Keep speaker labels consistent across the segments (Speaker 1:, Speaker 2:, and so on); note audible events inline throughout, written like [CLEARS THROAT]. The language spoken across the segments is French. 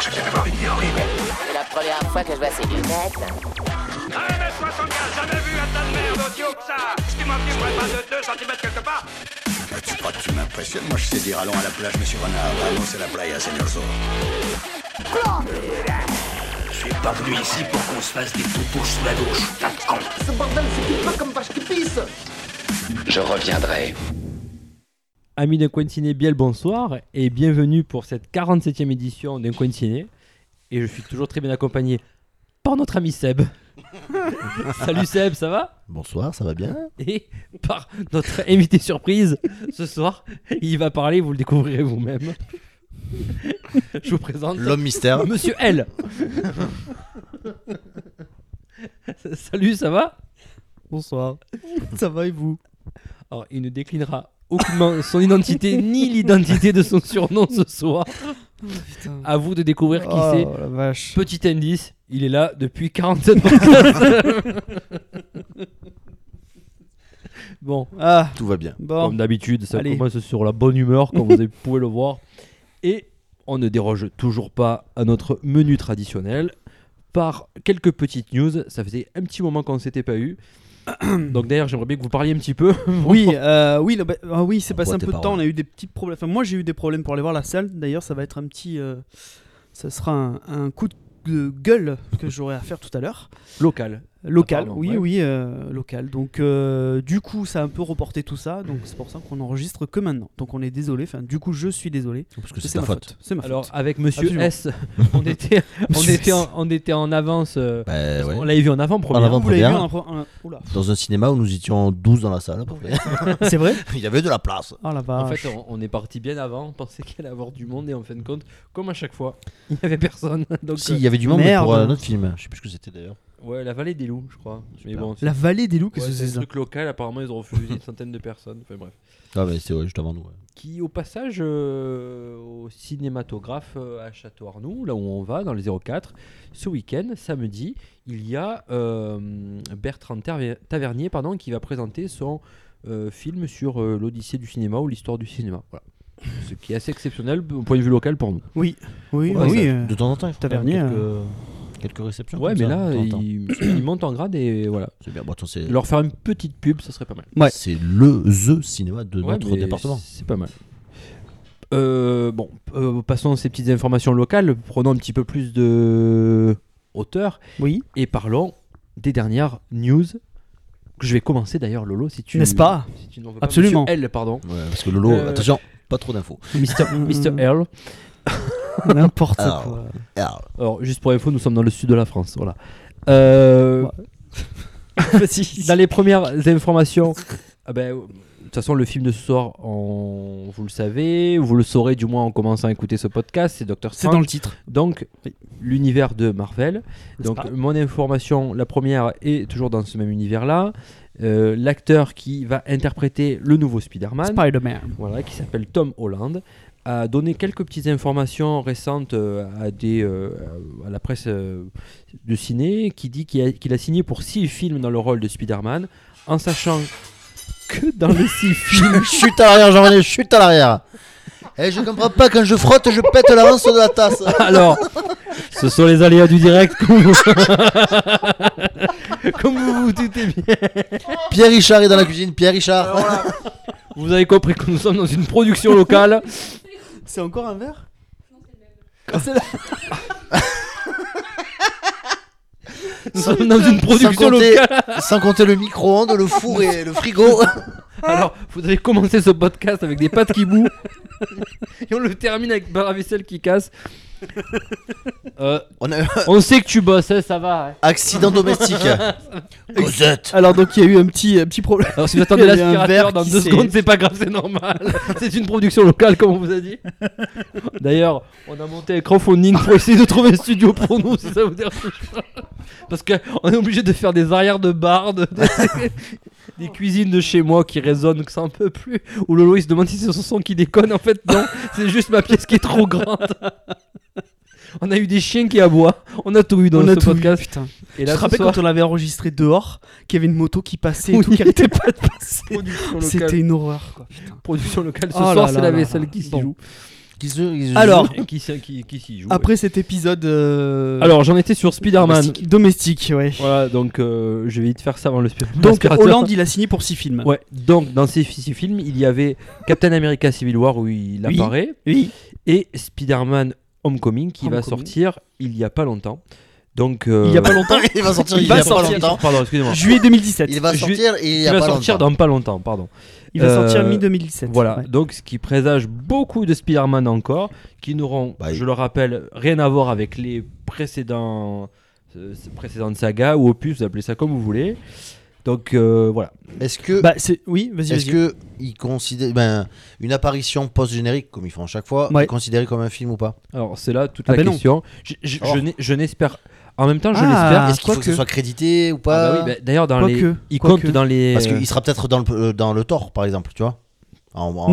Speaker 1: J'étais mardi, il est horrible.
Speaker 2: C'est la première fois que je vois ces lunettes.
Speaker 3: 1m75, jamais vu un tas de merde aussi haut que ça Excuse-moi, tu me pas de 2 cm quelque part
Speaker 1: Mais tu crois que tu m'impressionnes Moi, je sais dire allons à la plage, monsieur Renard. Allons, c'est la playa, señor Zo.
Speaker 4: Je suis pas venu ici pour qu'on se fasse des toupouches sous la douche, tas de cons.
Speaker 5: Je reviendrai.
Speaker 6: Amis d'un coin de ciné, bien le bonsoir et bienvenue pour cette 47e édition d'un coin de ciné. Et je suis toujours très bien accompagné par notre ami Seb. [LAUGHS] Salut Seb, ça va
Speaker 7: Bonsoir, ça va
Speaker 8: [LAUGHS]
Speaker 7: bien
Speaker 6: Et par notre invité surprise ce soir, il va parler, vous le découvrirez vous-même. Je vous présente
Speaker 7: L'homme mystère.
Speaker 6: Monsieur L. Salut, ça va
Speaker 8: Bonsoir. Ça va et vous
Speaker 6: Alors, il ne déclinera aucunement son identité ni l'identité de son surnom ce soir.
Speaker 8: Putain.
Speaker 6: À vous de découvrir qui c'est.
Speaker 8: Oh, la vache.
Speaker 6: Petit indice, il est là depuis 47 [LAUGHS] podcasts. bon,
Speaker 8: Ah,
Speaker 7: Tout va bien.
Speaker 8: bon.
Speaker 6: comme d'habitude, ça
Speaker 8: Allez.
Speaker 6: commence sur la bonne humeur, comme vous pouvez le voir. Et on ne déroge toujours pas à notre menu traditionnel par quelques petites news. Ça faisait un petit moment qu'on ne s'était pas eu. [COUGHS] Donc d'ailleurs, j'aimerais bien que vous parliez un petit peu.
Speaker 8: Oui, euh, oui, le- bah, ah oui, c'est
Speaker 7: On
Speaker 8: passé
Speaker 7: voit
Speaker 8: un
Speaker 7: tes
Speaker 8: peu de temps.
Speaker 7: paroles.
Speaker 8: On a eu des petits problèmes. Enfin, moi, j'ai eu des problèmes pour aller voir la salle. D'ailleurs, ça va être un petit. euh, ça sera un, un coup de de gueule que j'aurai à faire tout à l'heure.
Speaker 6: Local.
Speaker 8: Local,
Speaker 6: Apparemment,
Speaker 8: oui,
Speaker 6: ouais.
Speaker 8: oui, euh, local. Donc, euh, du coup, ça a un peu reporté tout ça. Donc, c'est pour ça qu'on enregistre que maintenant. Donc, on est désolé. Enfin, du coup, je suis désolé.
Speaker 7: Parce que
Speaker 8: C'est
Speaker 7: c'est ta
Speaker 8: ma
Speaker 7: faute.
Speaker 8: faute. C'est ma
Speaker 6: Alors
Speaker 8: faute.
Speaker 6: avec Monsieur
Speaker 8: Absolument.
Speaker 6: S, on était, on
Speaker 8: [LAUGHS] Monsieur
Speaker 6: était, en,
Speaker 8: S.
Speaker 6: on était en avance. euh,
Speaker 7: Bah, ouais.
Speaker 6: On l'avait vu en avant, première.
Speaker 7: En avant.
Speaker 8: Vous l'avez vu
Speaker 7: première.
Speaker 8: en appro- en- Oula. [LAUGHS]
Speaker 7: Dans un cinéma où nous étions 12 dans la salle à peu près.
Speaker 8: C'est vrai
Speaker 7: [LAUGHS] Il y avait de la place.
Speaker 8: Oh la
Speaker 6: En
Speaker 8: vache.
Speaker 6: fait, on, on est parti bien avant. On pensait qu'il allait avoir du monde et en fin de compte, comme à chaque fois, il n'y avait personne. [LAUGHS] Donc,
Speaker 7: Si, il y avait du monde
Speaker 8: Merde.
Speaker 7: pour euh, un autre film. Je sais plus ce que c'était d'ailleurs.
Speaker 6: euh, ouais, la vallée des loups, je crois. Mais bon, c'est-
Speaker 8: La vallée des loups,
Speaker 6: ouais,
Speaker 8: qu'est-ce que
Speaker 6: c'est
Speaker 8: c'est
Speaker 6: un
Speaker 8: ça
Speaker 6: truc local. Apparemment, ils ont refusé une centaine de personnes. Enfin bref.
Speaker 7: Ah, mais c'est ouais, juste avant nous. ouais.
Speaker 6: Qui, au passage, euh, au cinématographe euh, à Château Arnoux, là où on va, dans le 04, ce week-end, samedi, il y a euh, Bertrand Terve- Tavernier, pardon, qui va présenter son euh, film sur euh, l'Odyssée du cinéma ou l'histoire du cinéma. Voilà. Ce qui est assez exceptionnel au point de vue local pour nous.
Speaker 8: Oui,
Speaker 7: Ouais,
Speaker 8: bah oui.
Speaker 7: ça-
Speaker 8: euh,
Speaker 7: De temps en temps, il faut
Speaker 8: Tavernier,
Speaker 7: quand même quelques, quelques réceptions.
Speaker 6: Ouais,
Speaker 7: Ah, comme
Speaker 6: mais
Speaker 7: ça,
Speaker 6: là,
Speaker 7: de temps en temps.
Speaker 6: ils, ils montent en grade et voilà.
Speaker 7: C'est bien. Bon, attends, c'est
Speaker 6: Leur faire une petite pub, ça serait pas mal.
Speaker 8: Ouais.
Speaker 7: c'est le The cinéma de
Speaker 6: Ouais,
Speaker 7: notre
Speaker 6: mais
Speaker 7: département.
Speaker 6: C'est pas mal. Euh, bon, euh, passons à ces petites informations locales, prenons un petit peu plus de hauteur
Speaker 8: Oui.
Speaker 6: et parlons des dernières news que je vais commencer d'ailleurs, Lolo, si tu
Speaker 8: N'est-ce pas
Speaker 6: si tu n'en veux
Speaker 8: Absolument. Mm-hmm.
Speaker 6: Monsieur L, pardon,
Speaker 7: Ouais, parce que Lolo,
Speaker 6: Euh,
Speaker 7: attention, pas trop d'infos.
Speaker 8: [LAUGHS]
Speaker 6: Mister, Mister L.
Speaker 8: Mm, N'importe
Speaker 7: Alors.
Speaker 8: quoi. [LAUGHS]
Speaker 7: Ah, [LAUGHS]
Speaker 6: Alors, juste pour info, nous sommes dans le sud de la France, voilà. Euh, dans les premières informations, ah ben, de toute façon, le film de ce soir, on- vous le savez, vous le saurez du moins en commençant à écouter ce podcast, c'est Doctor
Speaker 8: C'est dans
Speaker 6: Strange,
Speaker 8: le titre.
Speaker 6: donc
Speaker 8: Oui.
Speaker 6: l'univers de Marvel.
Speaker 8: N'est-ce
Speaker 6: Donc,
Speaker 8: pas
Speaker 6: mon information, la première est toujours dans ce même univers-là. Euh, L'acteur qui va interpréter le nouveau Spider-Man,
Speaker 8: Spider-Man.
Speaker 6: voilà, qui s'appelle Tom Holland, a donné quelques petites informations récentes euh, à, des, euh, à la presse euh, de ciné, qui dit qu'il a, qu'il a signé pour six films dans le rôle de Spider-Man, en sachant que dans les [LAUGHS] six films...
Speaker 7: chute à l'arrière, Jean-René, chute à l'arrière. Et je comprends pas, quand je frotte, je pète l'avance de la tasse.
Speaker 6: Alors, ce sont les aléas du direct, comme vous, [LAUGHS] comme vous vous doutez bien.
Speaker 7: Pierre Richard est dans la cuisine, Pierre Richard.
Speaker 6: Vous avez compris que nous sommes dans une production [LAUGHS] locale.
Speaker 8: C'est encore un verre Ah,
Speaker 6: Nous sommes dans une production
Speaker 7: sans compter,
Speaker 6: locale.
Speaker 7: sans compter le micro-ondes, le four et le
Speaker 8: [LAUGHS]
Speaker 7: frigo.
Speaker 6: Alors, vous avez commencé ce podcast avec des pattes qui bouent. [LAUGHS] Et on le termine avec bar à vaisselle qui casse. Euh,
Speaker 7: On a
Speaker 6: on sait que tu bosses, hein, ça va. hein.
Speaker 7: accident domestique. Cosette.
Speaker 8: Alors donc il y a eu un petit, un petit problème.
Speaker 6: Alors, si
Speaker 8: [LAUGHS]
Speaker 6: vous attendez
Speaker 8: Il y a un
Speaker 6: l'aspirateur
Speaker 8: verre
Speaker 6: dans
Speaker 8: qui
Speaker 6: deux
Speaker 8: s'est-
Speaker 6: secondes, c'est pas grave, c'est
Speaker 8: [LAUGHS]
Speaker 6: normal. c'est une production locale, comme on vous a dit. D'ailleurs, on a monté un crowdfunding pour essayer de trouver un studio pour nous, si ça vous dérange pas. Parce qu'on est obligé de faire des arrières de bar,
Speaker 8: [LAUGHS]
Speaker 6: de- de- des cuisines de chez moi qui résonnent, que ça en peut plus. Où Lolo il se demande si c'est son son qui déconne. En fait, non, c'est juste ma pièce qui est trop grande. [LAUGHS] On a eu des chiens qui aboient, on a tout eu dans
Speaker 8: on
Speaker 6: ce
Speaker 8: a tout
Speaker 6: podcast.
Speaker 8: vu, putain.
Speaker 6: Et
Speaker 8: tu
Speaker 6: là,
Speaker 8: te rappelles quand on l'avait enregistré dehors, qu'il y avait une moto qui passait et
Speaker 6: Ah Oui.
Speaker 8: tout, qui arrêtait pas de passer
Speaker 6: [LAUGHS] production locale,
Speaker 8: C'était une horreur quoi. putain.
Speaker 6: production locale. Ce
Speaker 8: Oh là
Speaker 6: soir, c'est
Speaker 8: là
Speaker 6: la
Speaker 8: là
Speaker 6: vaisselle
Speaker 8: là.
Speaker 6: qui se
Speaker 8: Bon.
Speaker 6: joue.
Speaker 7: Qui se- qui se
Speaker 8: Alors,
Speaker 7: joue.
Speaker 6: Et qui, s'y- qui, qui s'y joue
Speaker 8: Après Ah, cet épisode. euh,
Speaker 6: ouais. Alors, j'en étais sur Spider-Man.
Speaker 8: domestique, domestique, ouais.
Speaker 6: Voilà, donc euh, je vais vite faire ça avant le Spider-Man.
Speaker 8: Donc
Speaker 6: aspirateur.
Speaker 8: Hollande, il a signé pour 6 films.
Speaker 6: Ouais, donc dans ces fi- films, il y avait Captain America Civil War où il
Speaker 8: Oui.
Speaker 6: apparaît
Speaker 8: Oui.
Speaker 6: et Spider-Man Homecoming qui va
Speaker 8: Homecoming.
Speaker 6: sortir il y a pas longtemps. Donc euh,
Speaker 8: Il y a
Speaker 7: [LAUGHS]
Speaker 8: pas longtemps.
Speaker 7: [LAUGHS] il va sortir
Speaker 8: Il
Speaker 7: il,
Speaker 8: va
Speaker 7: y a
Speaker 8: sortir.
Speaker 7: pas longtemps.
Speaker 6: Pardon, excusez-moi.
Speaker 8: Juillet 2017.
Speaker 7: Il va
Speaker 6: Je vais-
Speaker 7: sortir et il y
Speaker 6: Il
Speaker 7: a
Speaker 6: va
Speaker 7: pas
Speaker 6: sortir
Speaker 7: longtemps.
Speaker 6: dans pas longtemps, pardon.
Speaker 8: Il va sortir
Speaker 6: Euh,
Speaker 8: mi 2017.
Speaker 6: Voilà, donc ce qui présage beaucoup de Spider-Man encore, qui n'auront,
Speaker 7: Bah,
Speaker 6: je le rappelle, rien à voir avec les précédents, euh, précédentes sagas ou opus, vous appelez ça comme vous voulez. Donc euh, voilà.
Speaker 7: Est-ce que
Speaker 8: Bah, c'est... Oui, vas-y,
Speaker 7: Est-ce
Speaker 8: vas-y.
Speaker 7: que il considère ben, une apparition post-générique, comme ils font à chaque fois,
Speaker 8: Ouais.
Speaker 7: est considérée comme un film ou pas
Speaker 6: Alors c'est là toute
Speaker 8: Ah
Speaker 6: la
Speaker 8: ben non.
Speaker 6: question. Je, je- je
Speaker 7: Oh.
Speaker 6: n'ai- je n'espère. En même temps, je
Speaker 8: Ah,
Speaker 6: l'espère.
Speaker 7: Est-ce qu'il faut que,
Speaker 8: quoique.
Speaker 7: ce soit crédité ou pas
Speaker 6: Ah bah oui, bah, D'ailleurs, dans les,
Speaker 8: Quoique,
Speaker 6: il
Speaker 8: quoique.
Speaker 6: compte dans les.
Speaker 7: Parce qu'il sera peut-être dans le, euh, dans le Thor, par exemple, tu vois En- en-
Speaker 8: Non.
Speaker 7: euh,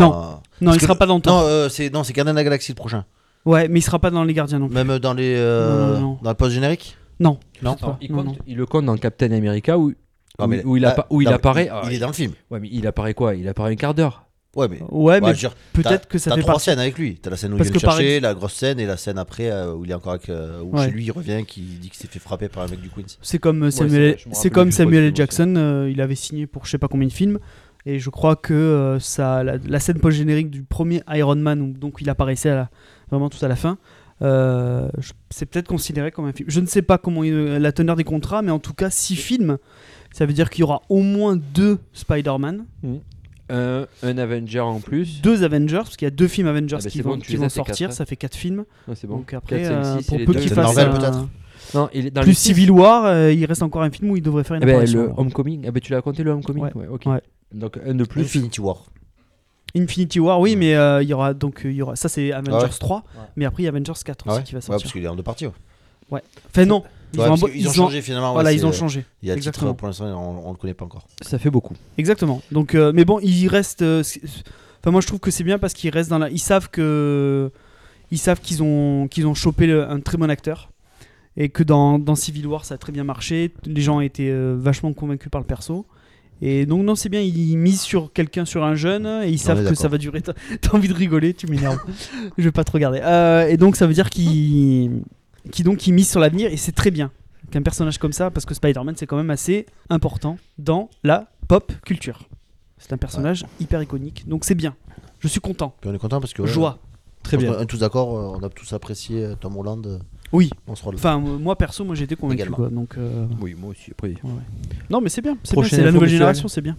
Speaker 8: Non,
Speaker 7: parce
Speaker 8: il
Speaker 7: que-
Speaker 8: sera pas dans le temps.
Speaker 7: Non, euh, c'est non, c'est Gardien de la Galaxie le prochain.
Speaker 8: Ouais, mais il sera pas dans Les Gardiens non plus.
Speaker 7: Même dans les euh,
Speaker 8: Non, non, non.
Speaker 7: dans le post-générique.
Speaker 8: Non.
Speaker 7: Non.
Speaker 6: Attends, il,
Speaker 8: Non,
Speaker 6: compte-
Speaker 8: non.
Speaker 6: il le compte dans Captain America où,
Speaker 7: Non, mais-
Speaker 6: où il,
Speaker 7: ah,
Speaker 6: appa- où il
Speaker 7: non, mais
Speaker 6: apparaît.
Speaker 7: Il,
Speaker 6: ah,
Speaker 7: il est dans le film.
Speaker 6: Ouais, mais il apparaît quoi Il apparaît un quart d'heure.
Speaker 7: Ouais, mais
Speaker 8: Ouais,
Speaker 7: ouais,
Speaker 8: mais
Speaker 7: je veux dire,
Speaker 8: peut-être que ça
Speaker 7: bah, t'as
Speaker 8: fait
Speaker 7: trois
Speaker 8: partie.
Speaker 7: scènes avec lui. T'as la scène où
Speaker 8: Parce
Speaker 7: il vient
Speaker 8: que
Speaker 7: le
Speaker 8: par
Speaker 7: chercher, la grosse scène et la scène après euh, où il est encore avec euh, où
Speaker 8: Ouais.
Speaker 7: chez lui il revient qui dit qu'il s'est fait frapper par un mec du Queens.
Speaker 8: C'est comme
Speaker 6: c'est
Speaker 8: Samuel,
Speaker 6: vrai, je me
Speaker 8: c'est
Speaker 6: rappelle
Speaker 8: comme
Speaker 6: plus de quoi
Speaker 8: Samuel
Speaker 6: tu
Speaker 8: L.
Speaker 6: vois,
Speaker 8: Jackson, euh, il avait signé pour je sais pas combien de films. Et je crois que euh, ça, la, la scène post-générique du premier Iron Man, où donc il apparaissait à la- vraiment tout à la fin, euh, je- c'est peut-être considéré comme un film. Je ne sais pas comment il- euh, la teneur des contrats, mais en tout cas, six films, ça veut dire qu'il y aura au moins deux Spider-Man,
Speaker 6: Un, un Avenger en plus.
Speaker 8: deux Avengers, parce qu'il y a deux films Avengers
Speaker 6: Ah bah
Speaker 8: qui
Speaker 6: c'est
Speaker 8: vont,
Speaker 6: bon, tu
Speaker 8: qui
Speaker 6: les
Speaker 8: vont
Speaker 6: as, tes quatre,
Speaker 8: sortir,
Speaker 6: là.
Speaker 8: ça fait quatre films.
Speaker 6: Non, c'est bon.
Speaker 8: Donc après,
Speaker 6: Quatre, cinq,
Speaker 8: euh,
Speaker 6: six,
Speaker 8: pour
Speaker 6: et les
Speaker 8: peu
Speaker 6: deux-
Speaker 8: qu'il
Speaker 7: Captain
Speaker 8: fasse
Speaker 7: Marvel,
Speaker 8: un-
Speaker 7: peut-être.
Speaker 6: Non, il est dans les
Speaker 8: plus
Speaker 6: six.
Speaker 8: Civil War, euh, il reste encore un film où il devrait faire une
Speaker 6: Eh ben,
Speaker 8: apparition.
Speaker 6: le
Speaker 8: alors.
Speaker 6: Homecoming. Ah ben, tu l'as compté le Homecoming.
Speaker 8: Ouais.
Speaker 6: ok.
Speaker 8: Ouais.
Speaker 6: Donc un de plus.
Speaker 7: Infinity War.
Speaker 8: Infinity War, oui, mais euh, il y aura donc euh, il y aura ça c'est Avengers
Speaker 7: Ah ouais. Ah
Speaker 8: 3, mais après il y a Avengers 4 aussi
Speaker 7: ouais.
Speaker 8: qui va
Speaker 7: Ouais,
Speaker 8: sortir.
Speaker 7: parce qu'il est en deux parties. ouais.
Speaker 8: Enfin non, ils,
Speaker 7: Ouais,
Speaker 8: ont,
Speaker 7: parce
Speaker 8: un-
Speaker 7: qu'ils ont changé finalement. ouais,
Speaker 8: Voilà,
Speaker 7: c'est-
Speaker 8: ils ont changé.
Speaker 7: Il y a le titre
Speaker 8: Exactement.
Speaker 7: pour l'instant, on, on le connaît pas encore.
Speaker 6: Ça fait beaucoup.
Speaker 8: Ah. Exactement. Donc, euh, mais bon, il reste. euh, c'est- enfin, moi je trouve que c'est bien parce qu'ils restent dans la. Ils savent que ils savent qu'ils ont qu'ils ont chopé le- un très bon acteur et que dans, dans Civil War ça a très bien marché. Les gens étaient euh, vachement convaincus par le perso. Et donc non c'est bien ils misent sur quelqu'un sur un jeune et ils
Speaker 7: est
Speaker 8: savent que
Speaker 7: d'accord.
Speaker 8: ça va durer. [LAUGHS] T'as t'as envie de rigoler, tu m'énerves. [LAUGHS] Je vais pas te regarder. Euh, et donc ça veut dire qu'ils qui donc ils misent sur l'avenir et c'est très bien qu'un personnage comme ça parce que Spider-Man c'est quand même assez important dans la pop culture. C'est un personnage hyper iconique donc c'est bien. Je suis content.
Speaker 7: Puis on est content parce que. ouais,
Speaker 8: Joie.
Speaker 6: Très
Speaker 7: je pense
Speaker 6: bien.
Speaker 7: qu'on est tous d'accord, euh, on a tous apprécié euh, Tom Holland euh,
Speaker 8: Oui.
Speaker 7: dans ce rôle.
Speaker 8: Enfin, euh, moi perso, moi j'étais convaincu.
Speaker 7: Également.
Speaker 8: Quoi, donc, euh,
Speaker 6: Oui, moi aussi. Après.
Speaker 8: Non, mais c'est bien. C'est bien,
Speaker 6: Prochaine
Speaker 8: c'est la
Speaker 6: info,
Speaker 8: nouvelle
Speaker 6: monsieur
Speaker 8: génération, c'est bien.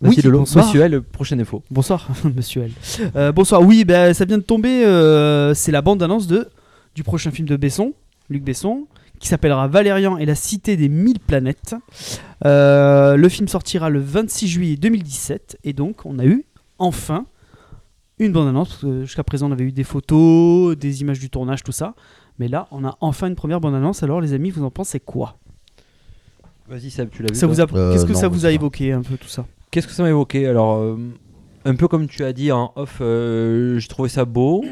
Speaker 6: Oui,
Speaker 8: Oui,
Speaker 6: Lolo.
Speaker 8: Bah, bonsoir.
Speaker 6: Monsieur L, prochaine info.
Speaker 8: Bonsoir, [LAUGHS] monsieur L. Euh, bonsoir. Oui, ben, ça vient de tomber. euh, c'est la bande-annonce de du prochain film de Besson, Luc Besson, qui s'appellera Valérian et la cité des mille planètes. Euh, le film sortira le 26 juillet 2017 et donc on a eu enfin une bande-annonce. parce que Jusqu'à présent, on avait eu des photos, des images du tournage, tout ça. Mais là, on a enfin une première bande-annonce. Alors, les amis, vous en pensez quoi
Speaker 6: Vas-y, Seb, tu l'as vu.
Speaker 8: Ça
Speaker 6: toi
Speaker 8: vous a-
Speaker 7: Euh,
Speaker 8: Qu'est-ce que
Speaker 7: non,
Speaker 8: ça
Speaker 7: mais
Speaker 8: vous
Speaker 7: ça
Speaker 8: a
Speaker 7: va.
Speaker 8: évoqué un peu tout ça
Speaker 6: Qu'est-ce que ça m'a évoqué Alors, euh, un peu comme tu as dit en off, euh, je trouvais ça beau.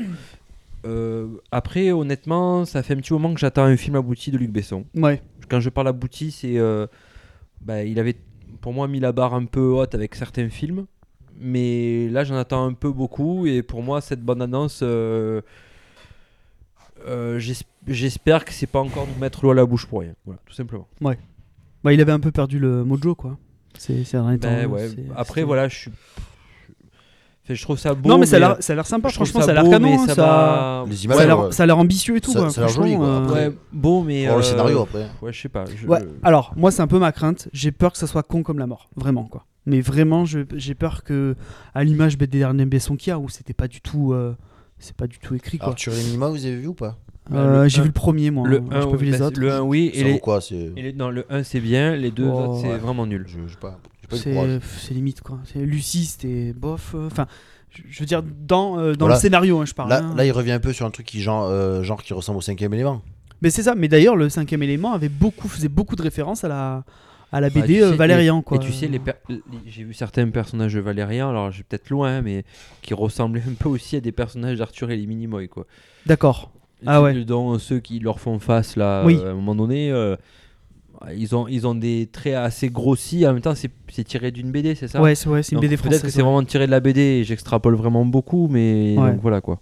Speaker 6: Euh, après, honnêtement, ça fait un petit moment que j'attends un film abouti de Luc Besson.
Speaker 8: Ouais.
Speaker 6: Quand je parle abouti, c'est. euh, bah, il avait, pour moi, mis la barre un peu haute avec certains films. Mais là, j'en attends un peu beaucoup. Et pour moi, cette bande-annonce. euh, euh, j'es- J'espère que c'est pas encore nous mettre l'eau à la bouche pour rien. Voilà, tout simplement.
Speaker 8: Bah, il avait un peu perdu le mojo, quoi. C'est c'est un
Speaker 6: Ben
Speaker 8: étant-
Speaker 6: ouais.
Speaker 8: c'est-
Speaker 6: Après,
Speaker 8: c'est-
Speaker 6: voilà, je suis. enfin, je trouve ça beau.
Speaker 8: non, mais ça a l'air-
Speaker 6: euh,
Speaker 8: ça a l'air sympa,
Speaker 6: je trouve
Speaker 8: franchement, ça a l'air
Speaker 6: beau,
Speaker 8: canon.
Speaker 6: mais
Speaker 8: Ça,
Speaker 6: ça va-
Speaker 7: Les
Speaker 8: ça
Speaker 7: images, euh,
Speaker 8: a l'air-
Speaker 7: ouais.
Speaker 8: ça a l'air ambitieux et tout,
Speaker 7: Ça-
Speaker 8: quoi.
Speaker 7: ça a l'air joli,
Speaker 8: franchement,
Speaker 7: quoi,
Speaker 8: euh,
Speaker 6: Ouais, beau, mais.
Speaker 7: Pour
Speaker 6: euh,
Speaker 7: Oh, le scénario après.
Speaker 6: Ouais, je sais pas. je-
Speaker 8: ouais. Alors, moi, c'est un peu ma crainte. J'ai peur que ça soit con comme la mort, vraiment, quoi. Mais vraiment, je- j'ai peur que, à l'image des derniers Besson qu'il y a, où c'était pas du tout. euh, c'est pas du tout écrit quoi.
Speaker 7: Arthur et Minima, vous avez vu ou pas
Speaker 8: Euh,
Speaker 6: le
Speaker 8: j'ai
Speaker 6: un-
Speaker 8: vu le premier moi,
Speaker 6: Le
Speaker 8: hein.
Speaker 6: 1,
Speaker 8: j'ai pas vu les autres.
Speaker 6: le un, oui.
Speaker 7: Ça
Speaker 6: Et
Speaker 7: vaut
Speaker 6: les,
Speaker 7: quoi C'est.
Speaker 6: et les- non, le 1, c'est bien. Les deux
Speaker 8: Oh,
Speaker 6: autres, c'est
Speaker 8: ouais.
Speaker 6: vraiment nul.
Speaker 7: Je je sais pas. J'ai pas eu le courage.
Speaker 8: C'est c'est limite quoi. C'est Lucie, c'était bof. euh, Enfin, je je veux dire dans euh, dans
Speaker 7: Voilà.
Speaker 8: le scénario, hein, je parle.
Speaker 7: Là,
Speaker 8: hein.
Speaker 7: là, il revient un peu sur un truc qui genre, euh, genre qui ressemble au cinquième élément.
Speaker 8: Mais c'est ça. Mais d'ailleurs, le cinquième élément avait beaucoup, faisait beaucoup de références à la, à la
Speaker 6: Bah,
Speaker 8: BD
Speaker 6: tu
Speaker 8: euh,
Speaker 6: sais,
Speaker 8: Valérian.
Speaker 6: les-
Speaker 8: quoi.
Speaker 6: Et tu sais, les per- les- j'ai vu certains personnages de Valérian, alors j'ai peut-être loin, mais qui ressemblaient un peu aussi à des personnages d'Arthur et les Minimoy, quoi.
Speaker 8: D'accord. Ah ouais.
Speaker 6: Dans ceux qui leur font face, là,
Speaker 8: Oui.
Speaker 6: euh, à un moment donné, euh, ils ont, ils ont des traits assez grossis. En même temps, c'est c'est tiré d'une BD, c'est ça
Speaker 8: Ouais, c'est ouais, c'est une
Speaker 6: Donc,
Speaker 8: BD française.
Speaker 6: Peut-être que c'est
Speaker 8: ouais.
Speaker 6: vraiment tiré de la BD et j'extrapole vraiment beaucoup, mais
Speaker 8: Ouais.
Speaker 6: donc voilà quoi.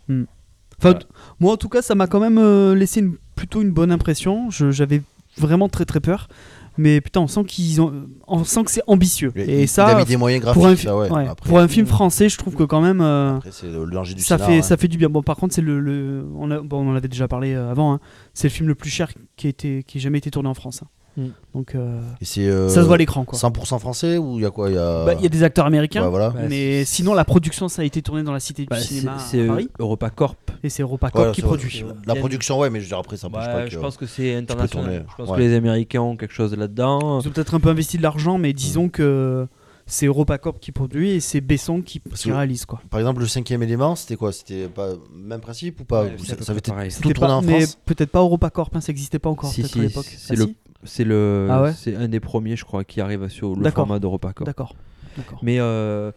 Speaker 8: Enfin,
Speaker 6: Voilà.
Speaker 8: t- Moi, en tout cas, ça m'a quand même euh, laissé une- plutôt une bonne impression. Je- J'avais vraiment très très peur. Mais putain, on sent qu'ils ont, on sent que c'est ambitieux. Et,
Speaker 7: il, il a
Speaker 8: ça,
Speaker 7: mis des moyens graphiques.
Speaker 8: pour un, fi-
Speaker 7: ça, ouais.
Speaker 8: ouais,
Speaker 7: Après,
Speaker 8: pour un film français, je trouve que quand même, euh,
Speaker 7: après, c'est le danger du
Speaker 8: ça
Speaker 7: scénar,
Speaker 8: fait
Speaker 7: hein.
Speaker 8: ça fait du bien. Bon, par contre, c'est le, le- on, a- bon, on en avait déjà parlé euh, avant. hein. c'est le film le plus cher qui a été, qui ait jamais été tourné en France. hein.
Speaker 6: Mm.
Speaker 8: Donc euh,
Speaker 7: Et c'est, euh,
Speaker 8: ça se voit à l'écran, quoi.
Speaker 7: 100% français ou il y a quoi Il y a.
Speaker 8: Bah, Il y a des acteurs américains.
Speaker 7: Euh, Ouais, voilà.
Speaker 6: Bah,
Speaker 8: Mais
Speaker 6: c'est-
Speaker 8: sinon, la production, ça a été tourné dans la Cité du
Speaker 6: Bah, c'est
Speaker 8: Cinéma
Speaker 6: c'est,
Speaker 8: à
Speaker 6: euh,
Speaker 8: Paris.
Speaker 6: EuropaCorp.
Speaker 8: Et c'est EuropaCorp
Speaker 7: Ouais,
Speaker 8: qui
Speaker 7: ça va.
Speaker 8: produit.
Speaker 7: La production, ouais, mais je veux dire, après, ça bouge
Speaker 6: Bah,
Speaker 7: pas. que-
Speaker 6: je pense que c'est international.
Speaker 7: tourner,
Speaker 6: Je pense
Speaker 7: ouais.
Speaker 6: que les Américains ont quelque chose là-dedans.
Speaker 8: Ils ont peut-être un peu investi de l'argent, mais disons que c'est EuropaCorp qui produit et c'est Besson qui,
Speaker 7: Parce
Speaker 8: qui
Speaker 7: que-
Speaker 8: réalise. Quoi.
Speaker 7: Par exemple, le cinquième élément, c'était quoi C'était pas même principe ou pas
Speaker 6: Ouais,
Speaker 7: Ou
Speaker 6: c'est
Speaker 7: ça,
Speaker 6: à peu
Speaker 7: ça avait
Speaker 6: près
Speaker 7: été
Speaker 6: pareil.
Speaker 7: tout
Speaker 8: C'était
Speaker 7: tourné
Speaker 8: pas-
Speaker 7: en
Speaker 8: mais
Speaker 7: France
Speaker 8: peut-être pas EuropaCorp, hein, ça n'existait pas encore
Speaker 6: Si,
Speaker 8: peut-être
Speaker 6: si,
Speaker 8: à l'époque.
Speaker 6: c'est
Speaker 8: Ah,
Speaker 6: le-
Speaker 8: si
Speaker 6: C'est le,
Speaker 8: Ah ouais
Speaker 6: c'est un des premiers, je crois, qui arrive sur le
Speaker 8: D'accord.
Speaker 6: format d'EuropaCorp.
Speaker 8: D'accord. D'accord.
Speaker 6: Mais euh,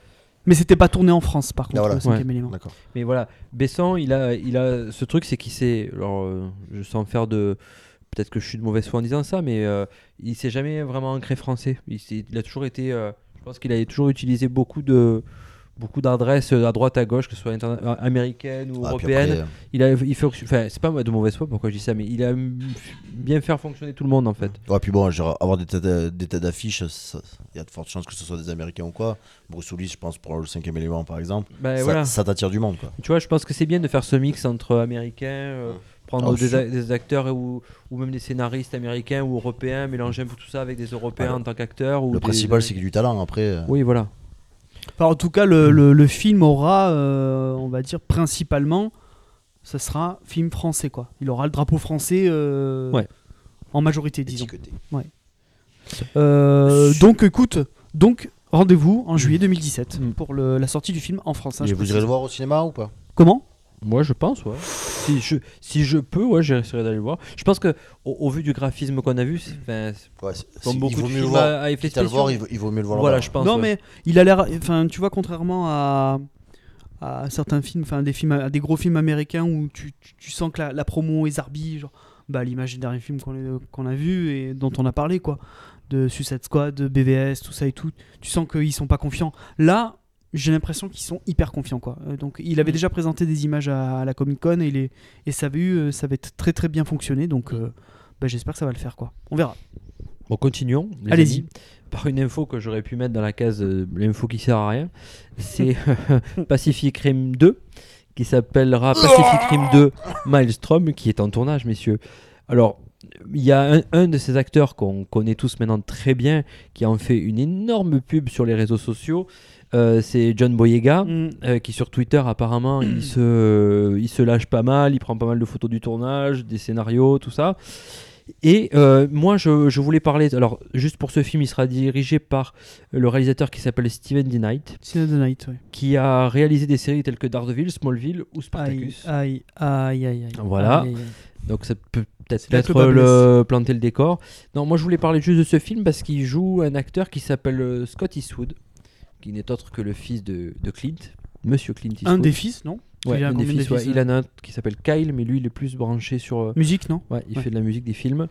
Speaker 8: Mais c'était pas tourné en France, par contre,
Speaker 7: Ah, voilà.
Speaker 8: le cinquième élément.
Speaker 7: D'accord.
Speaker 6: Mais voilà, Besson, il a, il a ce truc, c'est qu'il s'est. Alors, euh, je sens faire de. Peut-être que je suis de mauvaise foi en disant ça, mais euh, il s'est jamais vraiment ancré français. Il, s'est- il a toujours été. euh, je pense qu'il a toujours utilisé beaucoup de beaucoup d'adresses euh, à droite à gauche, que ce soit interna- euh, américaine ou
Speaker 7: Ah, puis
Speaker 6: européenne.
Speaker 7: après, euh,
Speaker 6: il a, il fait, enfin, c'est pas de mauvaise foi pourquoi je dis ça, mais il a mm, bien faire fonctionner tout le monde en fait.
Speaker 7: Ouais, puis bon, genre, avoir des tas d'a- des tas d'affiches, ça- il y a de fortes chances que ce soit des Américains ou quoi. Bruce Willis, je pense, pour le cinquième élément, par exemple.
Speaker 6: Ben,
Speaker 7: ça
Speaker 6: voilà.
Speaker 7: ça t'attire du monde, quoi.
Speaker 6: Tu vois, je pense que c'est bien de faire ce mix entre américains, euh, prendre
Speaker 7: Ah,
Speaker 6: des,
Speaker 7: sûr.
Speaker 6: a- des acteurs ou, ou même des scénaristes américains ou européens, mélanger un peu tout ça avec des européens
Speaker 7: Ah,
Speaker 6: en tant qu'acteurs. ou
Speaker 7: Le
Speaker 6: des-
Speaker 7: principal, c'est qu'il y a du talent. Après, euh,
Speaker 6: Oui, voilà.
Speaker 8: Enfin, en tout cas,
Speaker 7: Mm.
Speaker 8: le, le- le film aura, euh, on va dire, principalement, ce sera film français, quoi. Il aura le drapeau français euh,
Speaker 6: Ouais.
Speaker 8: en majorité, disons.
Speaker 7: étiqueté.
Speaker 8: Euh, donc, écoute, donc rendez-vous en juillet 2017
Speaker 6: Mm.
Speaker 8: pour le- la sortie du film en France.
Speaker 7: Hmm.
Speaker 8: hein,
Speaker 7: Et
Speaker 8: je
Speaker 7: vous
Speaker 8: précise.
Speaker 7: irez le voir au cinéma ou pas
Speaker 8: Comment
Speaker 6: Moi, je pense, ouais. si, je, si je peux, ouais, j'essaierai d'aller le voir. Je pense que, au, au vu du graphisme qu'on a vu, c'est- 'fin, c'est-
Speaker 7: Ouais, c'est- c'est-
Speaker 6: comme
Speaker 7: il
Speaker 6: beaucoup
Speaker 7: vaut
Speaker 6: de
Speaker 7: mieux le
Speaker 6: films
Speaker 7: voir.
Speaker 6: à, à effet
Speaker 7: Quitte à le
Speaker 6: spéciaux.
Speaker 7: voir, il vaut- il vaut mieux le voir.
Speaker 6: Voilà,
Speaker 7: là-bas.
Speaker 6: je pense.
Speaker 8: Non,
Speaker 6: ouais.
Speaker 8: mais il a l'air. Enfin, tu vois, contrairement à à certains films, enfin des films, à des gros films américains où tu, tu- tu sens que la, la promo est zarbi, genre, bah à l'image des derniers films qu'on a- qu'on a vu et dont on a parlé quoi, de Suicide Squad, de BVS, tout ça et tout. Tu sens qu'ils sont pas confiants. Là, j'ai l'impression qu'ils sont hyper confiants quoi. Euh, Donc, il
Speaker 6: Mm.
Speaker 8: avait déjà présenté des images à, à la Comic Con et, les, et ça avait eu, euh, ça avait t- très très bien fonctionné. Donc,
Speaker 6: Mm.
Speaker 8: euh, bah, j'espère que ça va le faire quoi. On verra.
Speaker 6: Bon, continuons. les
Speaker 8: Allez-y.
Speaker 6: amis, Par une info que j'aurais pu mettre dans la case, euh, l'info qui sert à rien, c'est [LAUGHS] Pacific Rim 2, qui s'appellera Pacific Rim 2 Maelstrom, qui est en tournage, messieurs. Alors, il y a un, un de ces acteurs qu'on connaît tous maintenant très bien, qui en fait une énorme pub sur les réseaux sociaux, euh, c'est John Boyega.
Speaker 8: Mm.
Speaker 6: euh, qui sur Twitter apparemment
Speaker 8: [CLEARS THROAT]
Speaker 6: il se, euh, il se lâche pas mal, il prend pas mal de photos du tournage, des scénarios, tout ça. Et euh, moi, je, je voulais parler. Alors, juste pour ce film, il sera dirigé par le réalisateur qui s'appelle Steven D. Knight,
Speaker 8: Sinon, The Night, ouais.
Speaker 6: qui a réalisé des séries telles que Daredevil, Smallville ou
Speaker 8: Aïe,
Speaker 6: Spartacus.
Speaker 8: aïe, aïe, aïe, aïe.
Speaker 6: Voilà.
Speaker 8: Aïe, aïe, aïe.
Speaker 6: Donc, ça peut peut-être
Speaker 8: C'est là que
Speaker 6: être
Speaker 8: le bas
Speaker 6: le, planter le décor. Non, moi, je voulais parler juste de ce film parce qu'il joue un acteur qui s'appelle euh, Scott Eastwood, qui n'est autre que le fils de, de Clint, Monsieur Clint Eastwood.
Speaker 8: Un des fils, non
Speaker 6: Ouais,
Speaker 8: il a
Speaker 6: un des
Speaker 8: combien de
Speaker 6: fils, ouais.
Speaker 8: fils,
Speaker 6: Il en a un qui s'appelle Kyle, mais lui, il est plus branché sur. euh,
Speaker 8: Musique, non
Speaker 6: Ouais, il
Speaker 8: Ouais.
Speaker 6: fait de la musique des films.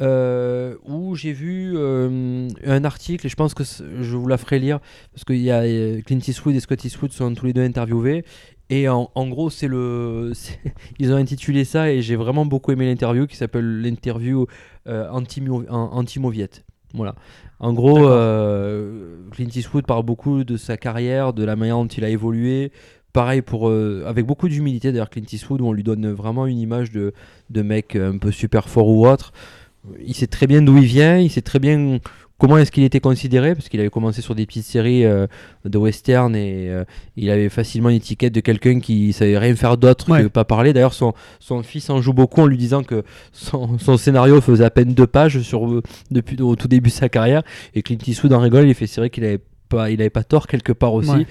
Speaker 6: Euh, où j'ai vu euh, un article, et je pense que c'est- je vous la ferai lire, parce qu'il y a euh, Clint Eastwood et Scott Eastwood sont tous les deux interviewés. Et en, en gros, c'est le, [LAUGHS] c'est- ils ont intitulé ça, et j'ai vraiment beaucoup aimé l'interview qui s'appelle l'interview euh, anti-Mio- an- anti-Moviette. Voilà. En gros, euh, Clint Eastwood parle beaucoup de sa carrière, de la manière dont il a évolué. Pareil pour, euh, avec beaucoup d'humilité d'ailleurs, Clint Eastwood, où on lui donne vraiment une image de, de mec euh, un peu super fort ou autre. Il sait très bien d'où il vient, il sait très bien comment est-ce qu'il était considéré, parce qu'il avait commencé sur des petites séries euh, de western et euh, il avait facilement l'étiquette de quelqu'un qui savait rien faire d'autre
Speaker 8: Ouais.
Speaker 6: que pas parler. D'ailleurs, son, son fils en joue beaucoup en lui disant que son, son scénario faisait à peine deux pages sur, euh, depuis au tout début de sa carrière. Et Clint Eastwood en rigole, il fait c'est vrai qu'il avait pas, il avait pas tort quelque part aussi.
Speaker 8: Ouais.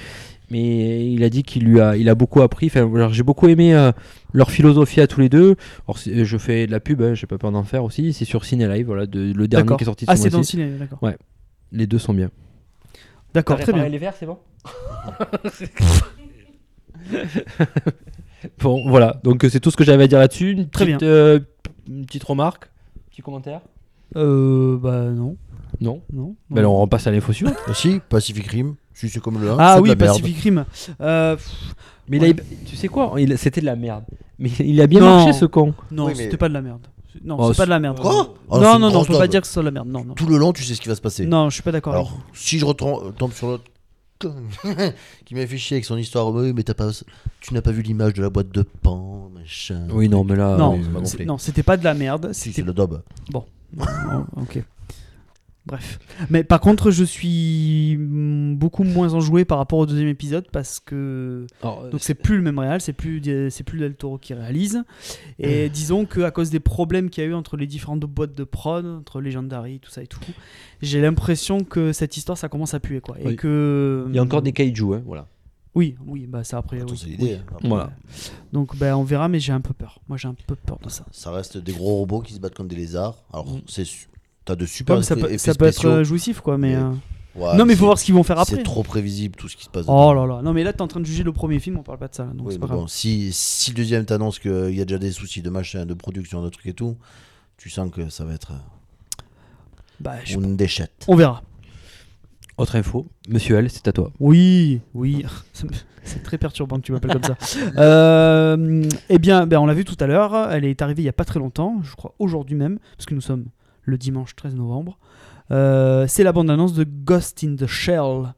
Speaker 6: Mais il a dit qu'il lui a, il a beaucoup appris. Enfin, alors, j'ai beaucoup aimé euh, leur philosophie à tous les deux. Alors, c'est- je fais de la pub, hein, j'ai pas peur d'en faire aussi. C'est sur Ciné Live, voilà, de- le dernier
Speaker 8: D'accord.
Speaker 6: qui est sorti. de
Speaker 8: Ah,
Speaker 6: ce
Speaker 8: c'est dans le
Speaker 6: mois-ci.
Speaker 8: ciné, d'accord.
Speaker 6: Les deux sont bien.
Speaker 8: D'accord, très bien.
Speaker 6: les verres, c'est bon [LAUGHS] Bon, voilà. Donc, euh, c'est tout ce que j'avais à dire là-dessus. Une
Speaker 8: Très
Speaker 6: petite, euh, une petite remarque, petit commentaire.
Speaker 8: Euh, bah non.
Speaker 6: Non.
Speaker 8: non, non.
Speaker 6: Mais alors on repasse à l'info suivante.
Speaker 7: Ah si, Pacific Rim. Si c'est comme le 1,
Speaker 8: ah
Speaker 7: c'est de
Speaker 8: oui,
Speaker 7: la merde.
Speaker 8: Pacific Rim. Euh, pff,
Speaker 6: Mais
Speaker 8: il a-
Speaker 6: tu sais quoi Il- C'était de la merde. Mais il a bien
Speaker 8: Non.
Speaker 6: marché ce con.
Speaker 8: non,
Speaker 7: Oui, mais-
Speaker 8: c'était pas de la merde. C'est- Non,
Speaker 6: Oh,
Speaker 8: c'est pas
Speaker 6: c'est-
Speaker 8: de la merde.
Speaker 7: Quoi Ah, c'est
Speaker 8: non,
Speaker 7: une
Speaker 8: non, non, on
Speaker 7: grosse
Speaker 8: peut pas
Speaker 7: daube.
Speaker 8: dire que c'est de la merde. Non, non.
Speaker 7: Tout le long, tu sais ce qui va se passer.
Speaker 8: Non, je suis pas d'accord. avec
Speaker 7: Alors, si je retom- tombe sur l'autre [LAUGHS] con qui m'a fait chier avec son histoire, oui, mais t'as pas, tu n'as pas vu l'image de la boîte de pan, machin.
Speaker 6: Oui, non, mais là.
Speaker 8: vous. Non,
Speaker 7: ah oui, c'est pas
Speaker 8: c'est-
Speaker 7: gonflé.
Speaker 8: non, c'était pas de la merde.
Speaker 7: Si,
Speaker 8: C'était
Speaker 7: c'est le dob.
Speaker 8: Oh, ok. Bref. Mais par contre, je suis mm, beaucoup moins enjoué par rapport au deuxième épisode parce que donc c'est plus le même réal, c'est plus c'est plus Del Toro qui réalise. Et
Speaker 7: Hmm.
Speaker 8: disons que à cause des problèmes qu'il y a eu entre les différentes boîtes de prod, entre Legendary, tout ça et tout, j'ai l'impression que cette histoire ça commence à puer quoi. Et
Speaker 6: Oui.
Speaker 8: que
Speaker 6: Il y a encore des kaiju, hein, voilà.
Speaker 8: Oui, oui, bah ça après.
Speaker 7: Attends,
Speaker 8: oui.
Speaker 7: c'est l'idée. hein.
Speaker 6: Voilà.
Speaker 8: Donc bah on verra, mais j'ai un peu peur. Moi j'ai un peu peur de ça.
Speaker 7: Ça reste des gros robots qui se battent comme des lézards. Alors,
Speaker 6: Mm.
Speaker 7: c'est su- t'as de super
Speaker 8: Comme ça
Speaker 7: effets-
Speaker 8: peut,
Speaker 7: effets
Speaker 8: ça peut être
Speaker 7: spéciaux.
Speaker 8: euh, jouissif quoi, mais
Speaker 7: Bah, Mais
Speaker 8: euh,
Speaker 7: Ouais,
Speaker 8: non mais
Speaker 7: c'est-
Speaker 8: faut voir ce qu'ils vont faire après.
Speaker 7: C'est trop prévisible tout ce qui se passe.
Speaker 8: Oh
Speaker 7: dedans.
Speaker 8: là là, non mais là t'es en train de juger le premier film, on parle pas de ça, là, donc
Speaker 7: Oui,
Speaker 8: c'est
Speaker 7: mais
Speaker 8: pas grave.
Speaker 7: bon, si, si le deuxième t'annonce qu'il y a déjà des soucis de machin, de production, de trucs et tout, tu sens que ça va être euh,
Speaker 8: Bah, je-
Speaker 7: une déchette.
Speaker 8: On verra.
Speaker 6: Autre info, monsieur L, c'est à toi.
Speaker 8: Oui, oui, [LAUGHS] Ça me- c'est très perturbant que tu m'appelles comme ça. Euh, eh bien, ben, on l'a vu tout à l'heure, elle est arrivée il y a pas très longtemps, je crois aujourd'hui même, parce que nous sommes le dimanche 13 novembre. Euh, c'est la bande-annonce de Ghost in the Shell,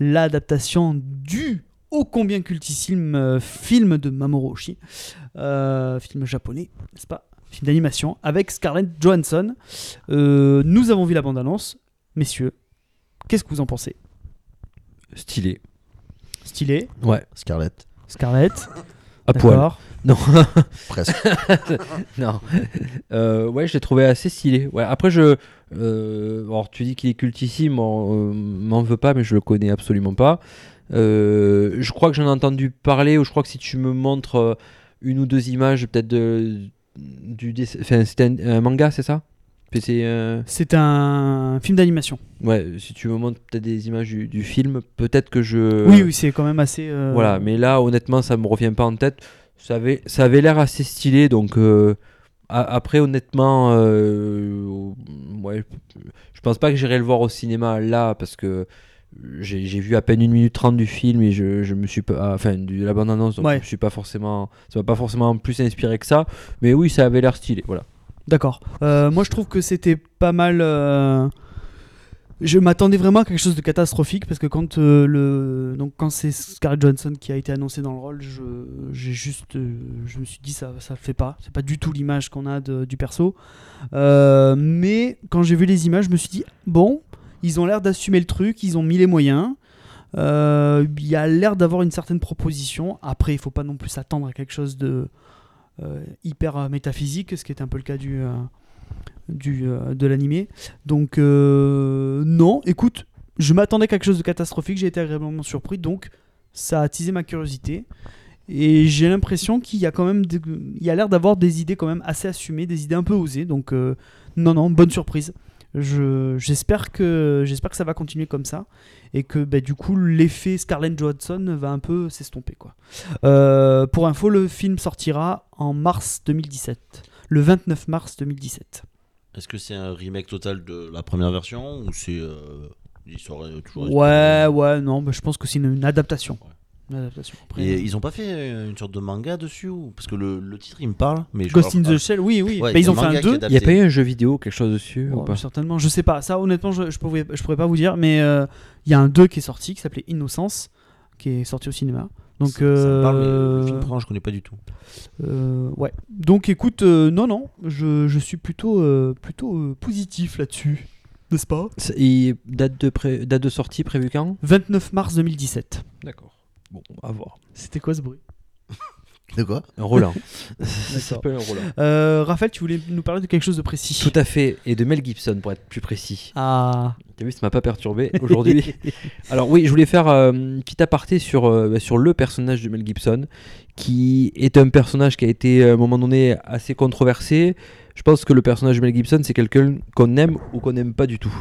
Speaker 8: l'adaptation du ô combien cultissime euh, film de Mamoru Oshii, Euh, film japonais, n'est-ce pas Film d'animation avec Scarlett Johansson. Euh, nous avons vu la bande-annonce, messieurs. Qu'est-ce que vous en pensez
Speaker 6: Stylé.
Speaker 8: Stylé,
Speaker 6: Ouais.
Speaker 7: Scarlett,
Speaker 8: Scarlett,
Speaker 6: À poil.
Speaker 8: d'accord.
Speaker 6: Non.
Speaker 7: presque.
Speaker 6: [LAUGHS] non. Euh, ouais, je l'ai trouvé assez stylé. Ouais, après, je. euh, alors, tu dis qu'il est cultissime, on, euh, m'en veux pas, mais je le connais absolument pas. Euh, je crois que j'en ai entendu parler, ou je crois que si tu me montres euh, une ou deux images, peut-être de. Du dessin- enfin, c'était un, un manga, c'est ça Puis c'est, euh,
Speaker 8: C'est un film d'animation.
Speaker 6: Ouais, si tu me montres peut-être des images du, du film, peut-être que je.
Speaker 8: Oui, oui, c'est quand même assez. euh,
Speaker 6: Euh, Voilà, mais là, honnêtement, ça me revient pas en tête. Ça avait, ça avait l'air assez stylé, donc euh, a- après, honnêtement, euh, ouais, je pense pas que j'irai le voir au cinéma là, parce que j'ai j'ai vu à peine une minute 30 du film et je, je me suis pas, ah, enfin, de la bande annonce, donc
Speaker 8: Ouais.
Speaker 6: je me suis pas forcément, ça m'a pas forcément plus inspiré que ça, mais oui, ça avait l'air stylé, voilà.
Speaker 8: D'accord. Euh, moi, je trouve que c'était pas mal. euh, Je m'attendais vraiment à quelque chose de catastrophique parce que quand euh, le donc quand c'est Scarlett Johansson qui a été annoncée dans le rôle, je j'ai juste euh, je me suis dit ça ça le fait pas, c'est pas du tout l'image qu'on a de- du perso. Euh, mais quand j'ai vu les images, je me suis dit bon, ils ont l'air d'assumer le truc, ils ont mis les moyens. Euh, Il y a l'air d'avoir une certaine proposition. Après, il faut pas non plus s'attendre à quelque chose de euh, hyper euh, métaphysique, ce qui est un peu le cas du, euh, du, euh, de l'animé. Donc, euh, non, écoute, je m'attendais à quelque chose de catastrophique, j'ai été agréablement surpris, donc ça a attisé ma curiosité. Et j'ai l'impression qu'il y a quand même, des- il y a l'air d'avoir des idées quand même assez assumées, des idées un peu osées. Donc, euh, non, non, bonne surprise. Je- J'espère que j'espère que ça va continuer comme ça et que bah, du coup l'effet Scarlett Johansson va un peu s'estomper quoi. Euh, pour info, le film sortira en mars 2017. Le 29 mars 2017.
Speaker 7: [LAUGHS] Est-ce que c'est un remake total de la première version ou c'est euh, l'histoire est toujours
Speaker 8: Ouais, ouais, non, bah, je pense que c'est une, une adaptation.
Speaker 7: Ouais.
Speaker 8: Une adaptation. Après,
Speaker 7: Et ils ont pas fait euh, une sorte de manga dessus ou- Parce que le, le titre il me parle, mais je
Speaker 8: Ghost in
Speaker 7: me rappelle
Speaker 8: the Shell, oui, oui.
Speaker 7: pas. Ouais,
Speaker 8: Bah,
Speaker 7: il y
Speaker 8: ils
Speaker 7: a
Speaker 8: ont fait
Speaker 7: manga
Speaker 8: un
Speaker 7: qui est
Speaker 8: 2.
Speaker 6: Il n'y a
Speaker 7: adapté.
Speaker 6: pas eu un jeu vidéo, quelque chose dessus ou
Speaker 8: Ouais,
Speaker 6: pas
Speaker 8: certainement, je sais pas. Ça, honnêtement, je, je, pourrais, je pourrais pas vous dire. Mais euh, il y a un 2 qui est sorti, qui s'appelait Innocence, qui est sorti au cinéma. Donc,
Speaker 7: Ça- ça me parle, mais le
Speaker 8: euh,
Speaker 7: film, par contre, je connais pas du tout.
Speaker 8: Euh, ouais. Donc écoute, euh, non, non, je, je suis plutôt, euh, plutôt euh, positif là-dessus, n'est-ce pas
Speaker 6: C'est- et date, de pré- date de sortie prévue quand
Speaker 8: 29 mars 2017.
Speaker 6: D'accord. Bon, à voir.
Speaker 8: C'était quoi ce bruit
Speaker 7: De quoi
Speaker 6: Un [LAUGHS] Roland.
Speaker 8: D'accord.
Speaker 6: ça s'appelle un Roland.
Speaker 8: euh, Raphaël, tu voulais nous parler de quelque chose de précis
Speaker 6: Tout à fait, et de Mel Gibson pour être plus [LAUGHS] précis.
Speaker 8: Ah,
Speaker 6: T'as vu, ça m'a pas perturbé aujourd'hui. Alors oui, je voulais faire euh, un petit aparté sur, euh, bah, sur le personnage de Mel Gibson, qui est un personnage qui a été euh, à un moment donné assez controversé. Je pense que le personnage de Mel Gibson, c'est quelqu'un qu'on aime ou qu'on n'aime pas du tout.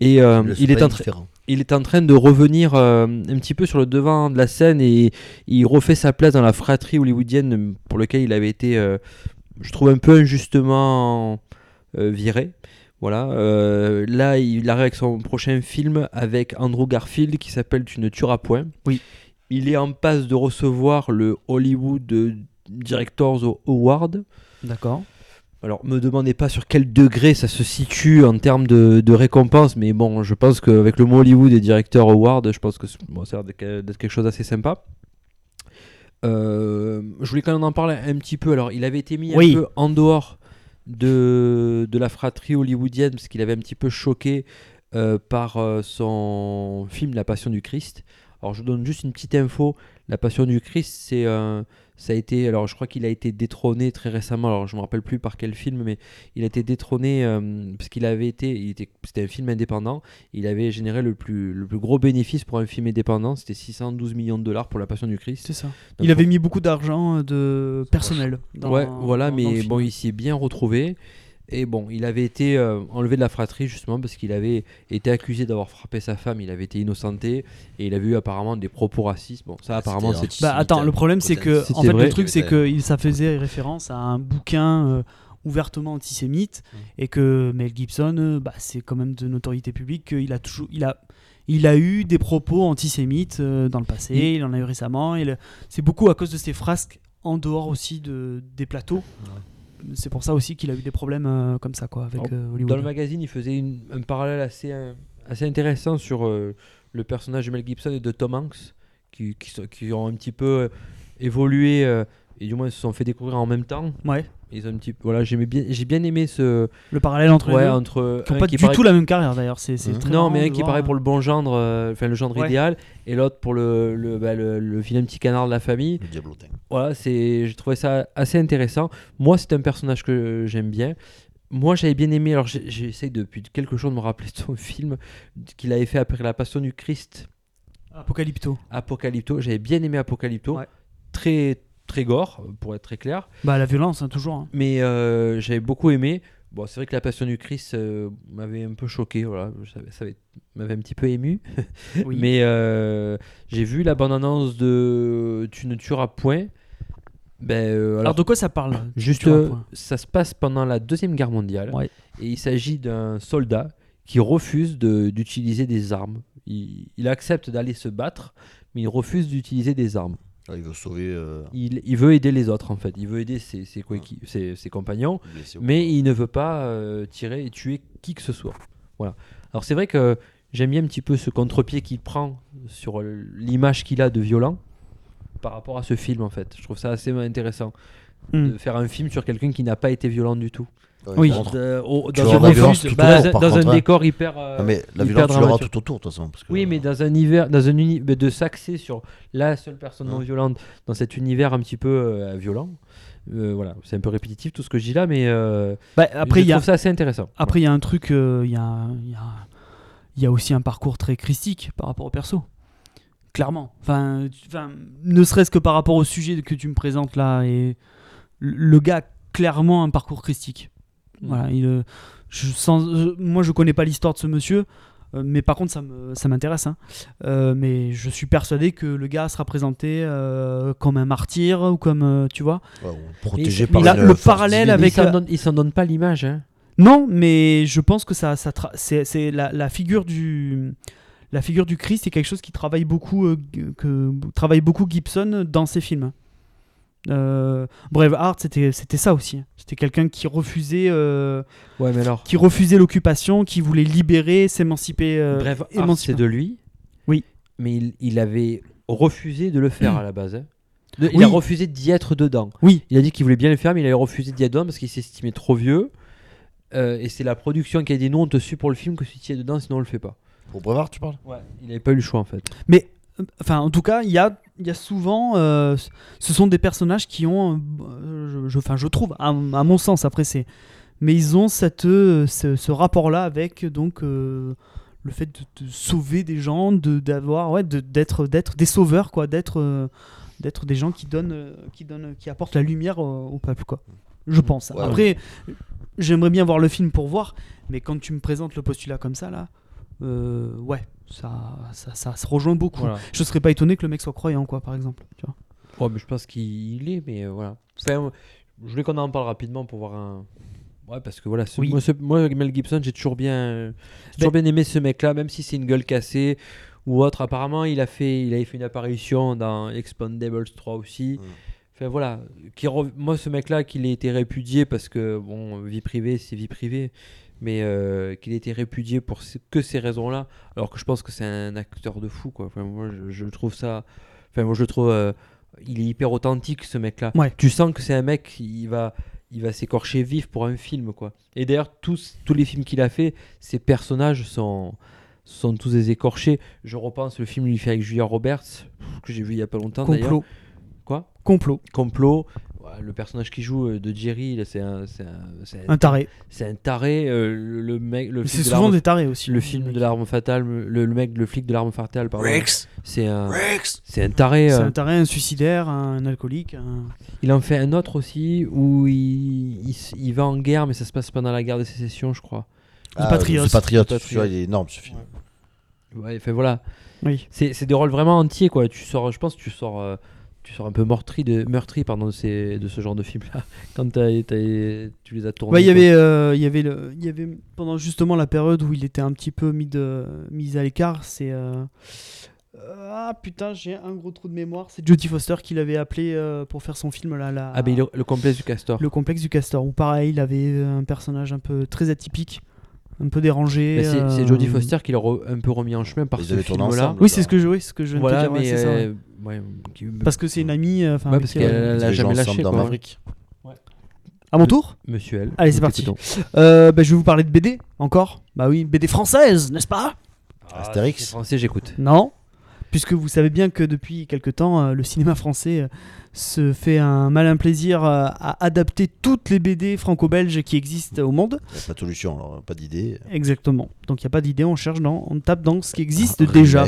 Speaker 6: Et euh,
Speaker 7: Le
Speaker 6: il, est
Speaker 7: Spain
Speaker 6: en train-
Speaker 7: différent.
Speaker 6: il est en train de revenir euh, un petit peu sur le devant de la scène et il refait sa place dans la fratrie hollywoodienne pour laquelle il avait été, euh, je trouve, un peu injustement euh, viré. Voilà. euh, là, il arrive avec son prochain film avec Andrew Garfield qui s'appelle Tu ne tueras point.
Speaker 8: Oui.
Speaker 6: Il est en passe de recevoir le Hollywood Directors Award.
Speaker 8: [LAUGHS] D'accord.
Speaker 6: Alors, me demandez pas sur quel degré ça se situe en termes de, de récompense, mais bon, je pense qu'avec le mot Hollywood et Director Award, je pense que c'est- bon, ça a l'air d'être d'être quelque chose d'assez sympa. Euh, je voulais quand même en parler un petit peu. Alors, il avait été mis
Speaker 8: Oui.
Speaker 6: un peu en dehors de, de la fratrie hollywoodienne, parce qu'il avait un petit peu choqué euh, par euh, son film La Passion du Christ. Alors, je vous donne juste une petite info. La Passion du Christ, c'est un- ça a été, alors je crois qu'il a été détrôné très récemment. Alors je me rappelle plus par quel film, mais il a été détrôné euh, parce qu'il avait été, il était, c'était un film indépendant. Il avait généré le plus, le plus gros bénéfice pour un film indépendant, c'était 612 millions de dollars pour La Passion du Christ.
Speaker 8: C'est ça.
Speaker 6: Donc,
Speaker 8: il avait mis beaucoup d'argent euh, de personnel. Dans,
Speaker 6: ouais, voilà,
Speaker 8: dans- dans le
Speaker 6: mais
Speaker 8: film.
Speaker 6: bon, il s'y est bien retrouvé. Et bon, il avait été euh, enlevé de la fratrie justement parce qu'il avait été accusé d'avoir frappé sa femme, il avait été innocenté et il avait eu apparemment des propos racistes. Bon, ça apparemment c'est
Speaker 8: Bah attends, le problème c'est que en
Speaker 6: C'était
Speaker 8: fait
Speaker 6: vrai.
Speaker 8: le truc c'est que il- ça faisait référence à un bouquin euh, ouvertement antisémite
Speaker 6: Mmh.
Speaker 8: et que Mel Gibson euh, bah, c'est quand même de notoriété publique qu'il a toujours il a il a eu des propos antisémites euh, dans le passé, il,
Speaker 6: Il-
Speaker 8: en a eu récemment et le- c'est beaucoup à cause de ses frasques en dehors aussi de des plateaux. C'est pour ça aussi qu'il a eu des problèmes euh, comme ça quoi avec
Speaker 6: Alors,
Speaker 8: euh, Hollywood.
Speaker 6: Oh, Dans le magazine, il faisait une- un parallèle assez, euh, assez intéressant sur euh, le personnage de Mel Gibson et de Tom Hanks, qui, qui, sont- qui ont un petit peu euh, évolué, euh, et du moins se sont fait découvrir en même temps.
Speaker 8: Ouais,
Speaker 6: Ils ont un petit, voilà, j'aimais bien, j'ai bien aimé ce
Speaker 8: le parallèle entre
Speaker 6: ouais,
Speaker 8: les deux.
Speaker 6: entre
Speaker 8: Qui n'ont
Speaker 6: un
Speaker 8: pas
Speaker 6: qui
Speaker 8: du
Speaker 6: paraît- Mmh.
Speaker 8: tout la même carrière d'ailleurs, c'est c'est
Speaker 7: Hein.
Speaker 8: très
Speaker 6: non,
Speaker 8: marrant
Speaker 6: mais un
Speaker 8: de
Speaker 6: qui
Speaker 8: voir,
Speaker 6: paraît
Speaker 8: euh,
Speaker 6: pour le bon genre, euh, enfin le genre
Speaker 8: Ouais.
Speaker 6: idéal, et l'autre pour le le, bah, le le vilain petit canard de la famille.
Speaker 7: Le diablotin.
Speaker 6: Voilà, c'est, j'ai trouvé ça assez intéressant. Moi, c'est un personnage que j'aime bien. Moi, j'avais bien aimé. Alors, j'ai- j'essaie depuis quelques jours de me rappeler de son [LAUGHS] film qu'il avait fait après La Passion du Christ,
Speaker 8: euh, Apocalypto.
Speaker 6: Apocalypto. J'avais bien aimé Apocalypto,
Speaker 8: Ouais.
Speaker 6: très très gore, pour être très clair.
Speaker 8: Bah la violence hein, toujours. hein.
Speaker 6: Mais euh, j'avais beaucoup aimé. Bon, c'est vrai que La Passion du Christ euh, m'avait un peu choqué. Voilà, ça, ça avait- m'avait un petit peu ému.
Speaker 8: Oui.
Speaker 6: Mais euh, j'ai vu la bande-annonce de Tu ne tueras point. Ben, euh,
Speaker 8: Alors, de quoi ça parle
Speaker 6: Juste,
Speaker 8: Tu vois,
Speaker 6: euh,
Speaker 8: point.
Speaker 6: ça se passe pendant la Deuxième Guerre mondiale.
Speaker 8: Ouais.
Speaker 6: Et il s'agit d'un soldat qui refuse de- d'utiliser des armes. Il, il accepte d'aller se battre, mais il refuse d'utiliser des armes.
Speaker 7: Ah, il veut sauver euh,
Speaker 6: Il, il veut aider les autres, en fait. Il veut aider ses, ses, coéqui- ses- ses compagnons,
Speaker 7: le blessé au
Speaker 6: mais
Speaker 7: corps.
Speaker 6: il ne veut pas euh, tirer et tuer qui que ce soit. Voilà. Alors, c'est vrai que j'aime bien un petit peu ce contre-pied qu'il prend sur euh, l'image qu'il a de violent par rapport à ce film, en fait. Je trouve ça assez intéressant
Speaker 8: Hmm.
Speaker 6: de faire un film sur quelqu'un qui n'a pas été violent du tout.
Speaker 7: Ouais,
Speaker 8: oui.
Speaker 7: il rentre.
Speaker 6: De- au-
Speaker 7: Tu
Speaker 6: dans
Speaker 7: vois,
Speaker 6: un,
Speaker 7: la
Speaker 6: décor-
Speaker 7: violence tout
Speaker 6: bah,
Speaker 7: autour,
Speaker 6: dans
Speaker 7: par
Speaker 6: un
Speaker 7: contre, hein.
Speaker 6: décor hyper. euh,
Speaker 7: Ah, mais la
Speaker 6: hyper
Speaker 7: violence, tu l'auras
Speaker 6: dramatique.
Speaker 7: tout autour, de toute façon. Parce que,
Speaker 6: Oui, mais dans un univers, dans un uni- mais de s'axer sur la seule personne non
Speaker 7: Ouais.
Speaker 6: violente dans cet univers un petit peu euh, violent. Euh, voilà, c'est un peu répétitif tout ce que je dis là, mais euh,
Speaker 8: Bah, après,
Speaker 6: je
Speaker 8: il y a,
Speaker 6: trouve ça assez intéressant.
Speaker 8: après, il y a un truc, euh, il y, a, un- il y a un- il y a aussi un parcours très christique par rapport au perso. Clairement. Enfin, tu- enfin, ne serait-ce que par rapport au sujet que tu me présentes là. Et le- le gars, a clairement, un parcours christique.
Speaker 6: Mm.
Speaker 8: Voilà, il, euh, je sens, je- moi, je connais pas l'histoire de ce monsieur. euh, Mais par contre, ça me- ça m'intéresse. hein. Euh, mais je suis persuadé que le gars sera présenté euh, comme un martyr ou comme, euh, tu vois.
Speaker 7: ouais, on est protégé
Speaker 6: Mais-
Speaker 7: par
Speaker 6: mais
Speaker 7: une
Speaker 8: là, le
Speaker 7: force
Speaker 8: parallèle
Speaker 7: divine.
Speaker 6: Ils
Speaker 8: avec-
Speaker 6: s'en donnent- ils s'en donnent pas l'image. hein.
Speaker 8: Non, mais je pense que ça, ça tra- c'est, c'est la, la figure du la figure du Christ est quelque chose qui travaille beaucoup euh, que- que travaille beaucoup Gibson dans ses films. Euh, Braveheart, c'était c'était ça aussi. C'était quelqu'un qui refusait euh,
Speaker 6: Ouais, mais alors.
Speaker 8: qui refusait l'occupation, qui voulait libérer, s'émanciper. euh,
Speaker 6: Bref,
Speaker 8: émanciper.
Speaker 6: c'est de lui.
Speaker 8: Oui.
Speaker 6: Mais il, il avait refusé de le faire à la base. hein. De- Il
Speaker 8: Oui.
Speaker 6: a refusé d'y être dedans.
Speaker 8: Oui.
Speaker 6: Il a dit qu'il voulait bien le faire, mais il avait refusé d'y être dedans parce qu'il s'estimait trop vieux. Euh, et c'est la production qui a dit non, on te suit pour le film que si tu y es dedans, sinon on le fait pas.
Speaker 7: Pour Brevard, tu parles
Speaker 6: Il n'avait pas eu le choix en fait.
Speaker 8: Mais euh, enfin, en tout cas, il y a, il y a souvent. euh, c- ce sont des personnages qui ont. euh, je, je- enfin, je trouve, à, à mon sens, après, c'est. Mais ils ont cette, euh, ce, ce rapport-là avec donc euh, le fait de, de sauver des gens, de d'avoir ouais, de- d'être d'être des sauveurs quoi, d'être euh, d'être des gens qui donnent euh, qui donnent qui apportent la lumière au, au peuple quoi. Je pense.
Speaker 7: Mm. Ouais.
Speaker 8: Après, j'aimerais bien voir le film pour voir, mais quand tu me présentes le postulat comme ça là, euh, ouais, ça, ça ça se rejoint beaucoup.
Speaker 6: Voilà.
Speaker 8: Je serais pas étonné que le mec soit croyant, quoi, par exemple. Tu vois.
Speaker 6: Ouais, mais je pense qu'il est, mais euh, voilà. Enfin, je voulais qu'on en parle rapidement pour voir un, Ouais, parce que voilà, ce-
Speaker 8: Oui.
Speaker 6: moi, ce- moi, Mel Gibson, j'ai toujours bien, euh, j'ai toujours bien aimé ce mec-là, même si c'est une gueule cassée ou autre. Apparemment, il a fait, il avait fait une apparition dans Expendables 3 aussi.
Speaker 7: Mm.
Speaker 6: Enfin voilà, qui rev- moi ce mec-là, qu'il ait été répudié parce que bon, vie privée, c'est vie privée, mais euh, qu'il ait été répudié pour ce- que ces raisons-là, alors que je pense que c'est un acteur de fou quoi. Enfin, moi, je, je trouve ça, enfin moi je le trouve, euh, il est hyper authentique ce mec-là.
Speaker 8: Ouais.
Speaker 6: Tu sens que c'est un mec, il va il va s'écorcher vif pour un film quoi. Et d'ailleurs tous tous les films qu'il a fait, ses personnages sont sont tous des écorchés. Je repense le film qu'il fait avec Julia Roberts que j'ai vu il y a pas longtemps d'ailleurs.
Speaker 8: Complot.
Speaker 6: Quoi
Speaker 8: Complot.
Speaker 6: Complot. Ouais, Le personnage qui joue euh, de Jerry, là, c'est un c'est un c'est un-
Speaker 8: Un taré.
Speaker 6: c'est un taré. euh, Le le mec le
Speaker 8: Mais
Speaker 6: flic
Speaker 8: C'est
Speaker 6: de
Speaker 8: souvent
Speaker 6: l'arme-
Speaker 8: des tarés aussi.
Speaker 6: le film de l'arme fatale, le, le mec le flic de l'arme fatale pardon. C'est un
Speaker 7: Rex
Speaker 6: c'est un taré.
Speaker 8: C'est
Speaker 6: euh,
Speaker 8: un taré, un suicidaire, un alcoolique. un-
Speaker 6: Il en fait un autre aussi où il, il s- il va en guerre mais ça se passe pendant la guerre de sécession je crois.
Speaker 8: Le Patriote.
Speaker 7: Le Patriote,
Speaker 6: Le
Speaker 7: celui-là, il est énorme ce film.
Speaker 6: Ouais, enfin voilà.
Speaker 8: Oui.
Speaker 6: C'est c'est des rôles vraiment entiers, quoi. Tu sors, je pense, que tu sors, euh, tu sors un peu meurtri de, meurtri pardon, de, ces, de ce genre de film-là. [LAUGHS] Quand t'as- t'as- tu les as tournés.
Speaker 8: Bah, il y
Speaker 6: quoi.
Speaker 8: avait, euh, il y avait, le, il y avait pendant justement la période où il était un petit peu mis de, mis à l'écart. C'est euh, euh, ah putain, j'ai un gros trou de mémoire. C'est Jodie Foster qui l'avait appelé euh, pour faire son film là, là.
Speaker 6: Ah, ben, le, le complexe du castor.
Speaker 8: le complexe du castor. Ou pareil, il avait euh, un personnage un peu très atypique, un peu dérangé.
Speaker 6: Mais Bah, c'est-
Speaker 8: euh,
Speaker 6: c'est Jodie Foster qui l'a re- un peu remis en chemin par
Speaker 7: Ils
Speaker 6: ce
Speaker 7: avaient tourné
Speaker 6: film-là.
Speaker 7: ensemble.
Speaker 8: Oui, c'est ce que je, oui, c'est ce que je viens de
Speaker 6: Voilà,
Speaker 8: te dire, ouais,
Speaker 6: mais.
Speaker 8: c'est ça, ouais.
Speaker 6: euh, ouais, qui-
Speaker 8: Parce que c'est une amie. euh, enfin,
Speaker 6: Ouais,
Speaker 8: avec
Speaker 6: parce
Speaker 8: elle-
Speaker 6: qu'elle elle
Speaker 7: Ils
Speaker 6: l'a
Speaker 7: avaient joué
Speaker 6: jamais
Speaker 7: ensemble
Speaker 6: lâché.
Speaker 7: dans
Speaker 6: quoi.
Speaker 7: Maverick.
Speaker 8: À mon tour.
Speaker 6: Monsieur L.
Speaker 8: Allez, c'est
Speaker 6: Nous
Speaker 8: parti.
Speaker 6: t'écoutons.
Speaker 8: Euh, bah, je vais vous parler de BD encore. Bah oui, BD française, n'est-ce pas
Speaker 7: Ah, Astérix.
Speaker 6: si c'est français, j'écoute.
Speaker 8: Non. Puisque vous savez bien que depuis quelque temps, euh, le cinéma français euh, se fait un malin plaisir euh, à adapter toutes les BD franco-belges qui existent au monde.
Speaker 7: Il y a Pas de solution, alors, pas d'idée.
Speaker 8: Exactement. Donc il n'y a pas d'idée, on cherche dans, on tape dans ce qui existe
Speaker 6: Ah,
Speaker 8: déjà.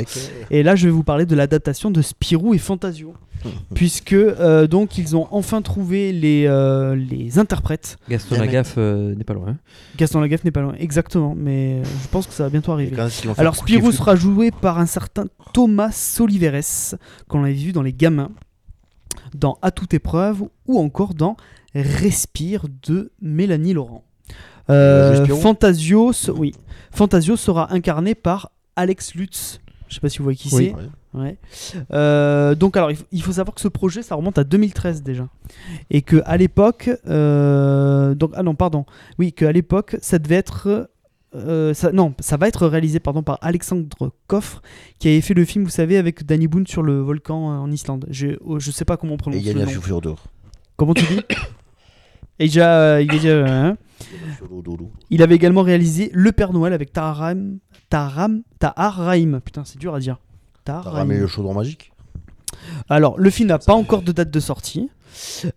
Speaker 8: Et là, je vais vous parler de l'adaptation de Spirou et Fantasio.
Speaker 6: Mmh.
Speaker 8: puisque euh, donc ils ont enfin trouvé les, euh, les interprètes.
Speaker 6: Gaston
Speaker 7: Damn it.
Speaker 6: Lagaffe euh, n'est pas loin.
Speaker 8: Gaston Lagaffe n'est pas loin, exactement, mais euh, je pense que ça va bientôt
Speaker 7: Et
Speaker 8: arriver.
Speaker 7: quand est-ce qu'ils vont faire
Speaker 8: Alors
Speaker 7: pour qu'il
Speaker 8: Spirou
Speaker 7: flippe
Speaker 8: sera joué par un certain Thomas Soliveres, qu'on avait vu dans Les Gamins, dans À toute épreuve ou encore dans Respire de Mélanie Laurent.
Speaker 7: Il a joué
Speaker 8: Euh,
Speaker 7: Spirou
Speaker 8: Fantasio, se- oui. Fantasio sera incarné par Alex Lutz. Je sais pas si vous voyez qui c'est.
Speaker 7: Ouais.
Speaker 8: Ouais. Euh, donc alors il faut, il faut savoir que ce projet ça remonte à 2013 déjà et que à l'époque euh, donc ah non pardon oui que à l'époque ça devait être euh, ça, non ça va être réalisé pardon par Alexandre Coffre qui avait fait le film vous savez avec Danny Boone sur le volcan euh, en Islande je oh, je sais pas comment on
Speaker 7: Et
Speaker 8: prononce
Speaker 7: il y a
Speaker 8: le
Speaker 7: la
Speaker 8: nom.
Speaker 7: Fiofiodour.
Speaker 8: comment tu
Speaker 7: [COUGHS]
Speaker 8: dis et déjà euh, il y a déjà, hein.
Speaker 7: Fiofiodour.
Speaker 8: Il avait également réalisé Le Père Noël avec Taharam Taharam Taharaim putain c'est dur à dire
Speaker 7: T'as
Speaker 8: Taharaim.
Speaker 7: ramené le chaudron magique
Speaker 8: Alors, le film n'a pas encore de date de sortie.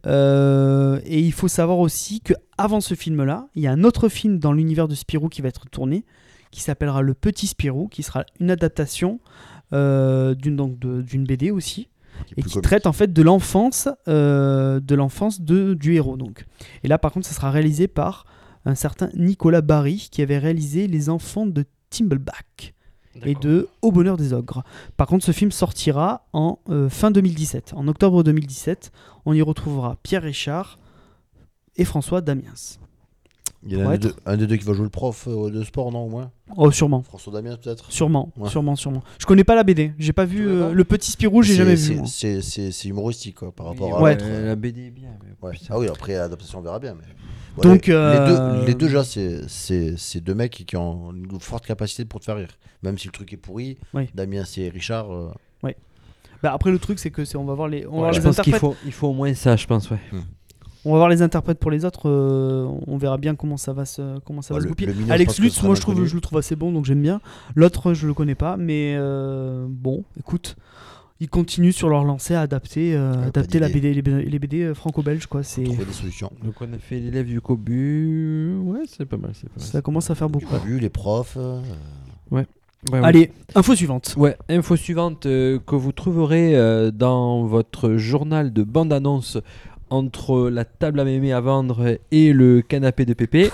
Speaker 8: Euh, et il faut savoir aussi que avant ce film-là, il y a un autre film dans l'univers de Spirou qui va être tourné, qui s'appellera Le Petit Spirou, qui sera une adaptation euh, d'une donc de- d'une BD aussi,
Speaker 7: qui est
Speaker 8: et
Speaker 7: plus
Speaker 8: qui
Speaker 7: comique.
Speaker 8: traite en fait de l'enfance, euh, de l'enfance de du héros. Donc, et là par contre, ça sera réalisé par un certain Nicolas Barry, qui avait réalisé Les Enfants de Timbleback et de Au bonheur des ogres. Par contre, ce film sortira en euh, fin 2017. En octobre 2017, on y retrouvera Pierre Richard et François Damiens.
Speaker 7: Il y en a
Speaker 8: Ouais,
Speaker 7: un, des deux, un des deux qui va jouer le prof euh, de sport, non, au moins
Speaker 8: Oh, sûrement.
Speaker 7: François Damien, peut-être
Speaker 8: Sûrement,
Speaker 7: Ouais.
Speaker 8: sûrement, sûrement. Je connais pas la BD. J'ai pas vu
Speaker 7: Tu connais
Speaker 8: euh,
Speaker 7: pas
Speaker 8: le petit Spirou, j'ai
Speaker 7: C'est-
Speaker 8: jamais
Speaker 7: c'est-
Speaker 8: vu. moi.
Speaker 7: C'est c'est- c'est humoristique, quoi, par rapport à
Speaker 8: ouais.
Speaker 7: l'autre.
Speaker 6: Euh, La BD est bien. mais
Speaker 7: Ouais.
Speaker 6: putain.
Speaker 7: Ah oui, après, adaptation, on verra bien. mais- Ouais,
Speaker 8: Donc,
Speaker 7: les,
Speaker 8: euh,
Speaker 7: les deux, les deux, déjà, c'est- c'est c'est deux mecs qui ont une forte capacité pour te faire rire. Même si le truc est pourri,
Speaker 8: Ouais.
Speaker 7: Damien, c'est Richard. euh,
Speaker 8: Bah, après, le truc, c'est que c'est on va voir les, on va
Speaker 6: Ouais,
Speaker 8: voir
Speaker 6: je
Speaker 8: les
Speaker 6: pense qu'il
Speaker 8: interprètes.
Speaker 6: faut, il faut au moins ça, je pense, ouais.
Speaker 8: On va voir les interprètes pour les autres. euh, on verra bien comment ça va se, comment ça
Speaker 7: Ouais, Bah, le-
Speaker 8: va se goupiller.
Speaker 7: le mineur, je pense
Speaker 8: Alex
Speaker 7: que ce
Speaker 8: Lutz,
Speaker 7: sera
Speaker 8: moi
Speaker 7: mal
Speaker 8: je trouve,
Speaker 7: connu.
Speaker 8: je le trouve assez bon, donc j'aime bien. L'autre, je le connais pas, mais euh, bon, écoute, ils continuent sur leur lancée à adapter, euh,
Speaker 7: pas
Speaker 8: adapter la
Speaker 7: d'idée.
Speaker 8: BD, les BD, les BD, euh, franco-belges, quoi. C'est
Speaker 7: Trouver des solutions.
Speaker 6: Donc on a fait l'élève du cobu. Ouais, c'est pas mal. C'est pas mal.
Speaker 8: ça commence à faire
Speaker 7: Du
Speaker 8: beaucoup.
Speaker 7: coup, les profs. euh,
Speaker 6: Ouais, ouais.
Speaker 8: Allez, info suivante.
Speaker 6: Ouais, info suivante euh, que vous trouverez euh, dans votre journal de bande-annonce entre la table à mémé à vendre et le canapé de Pépé.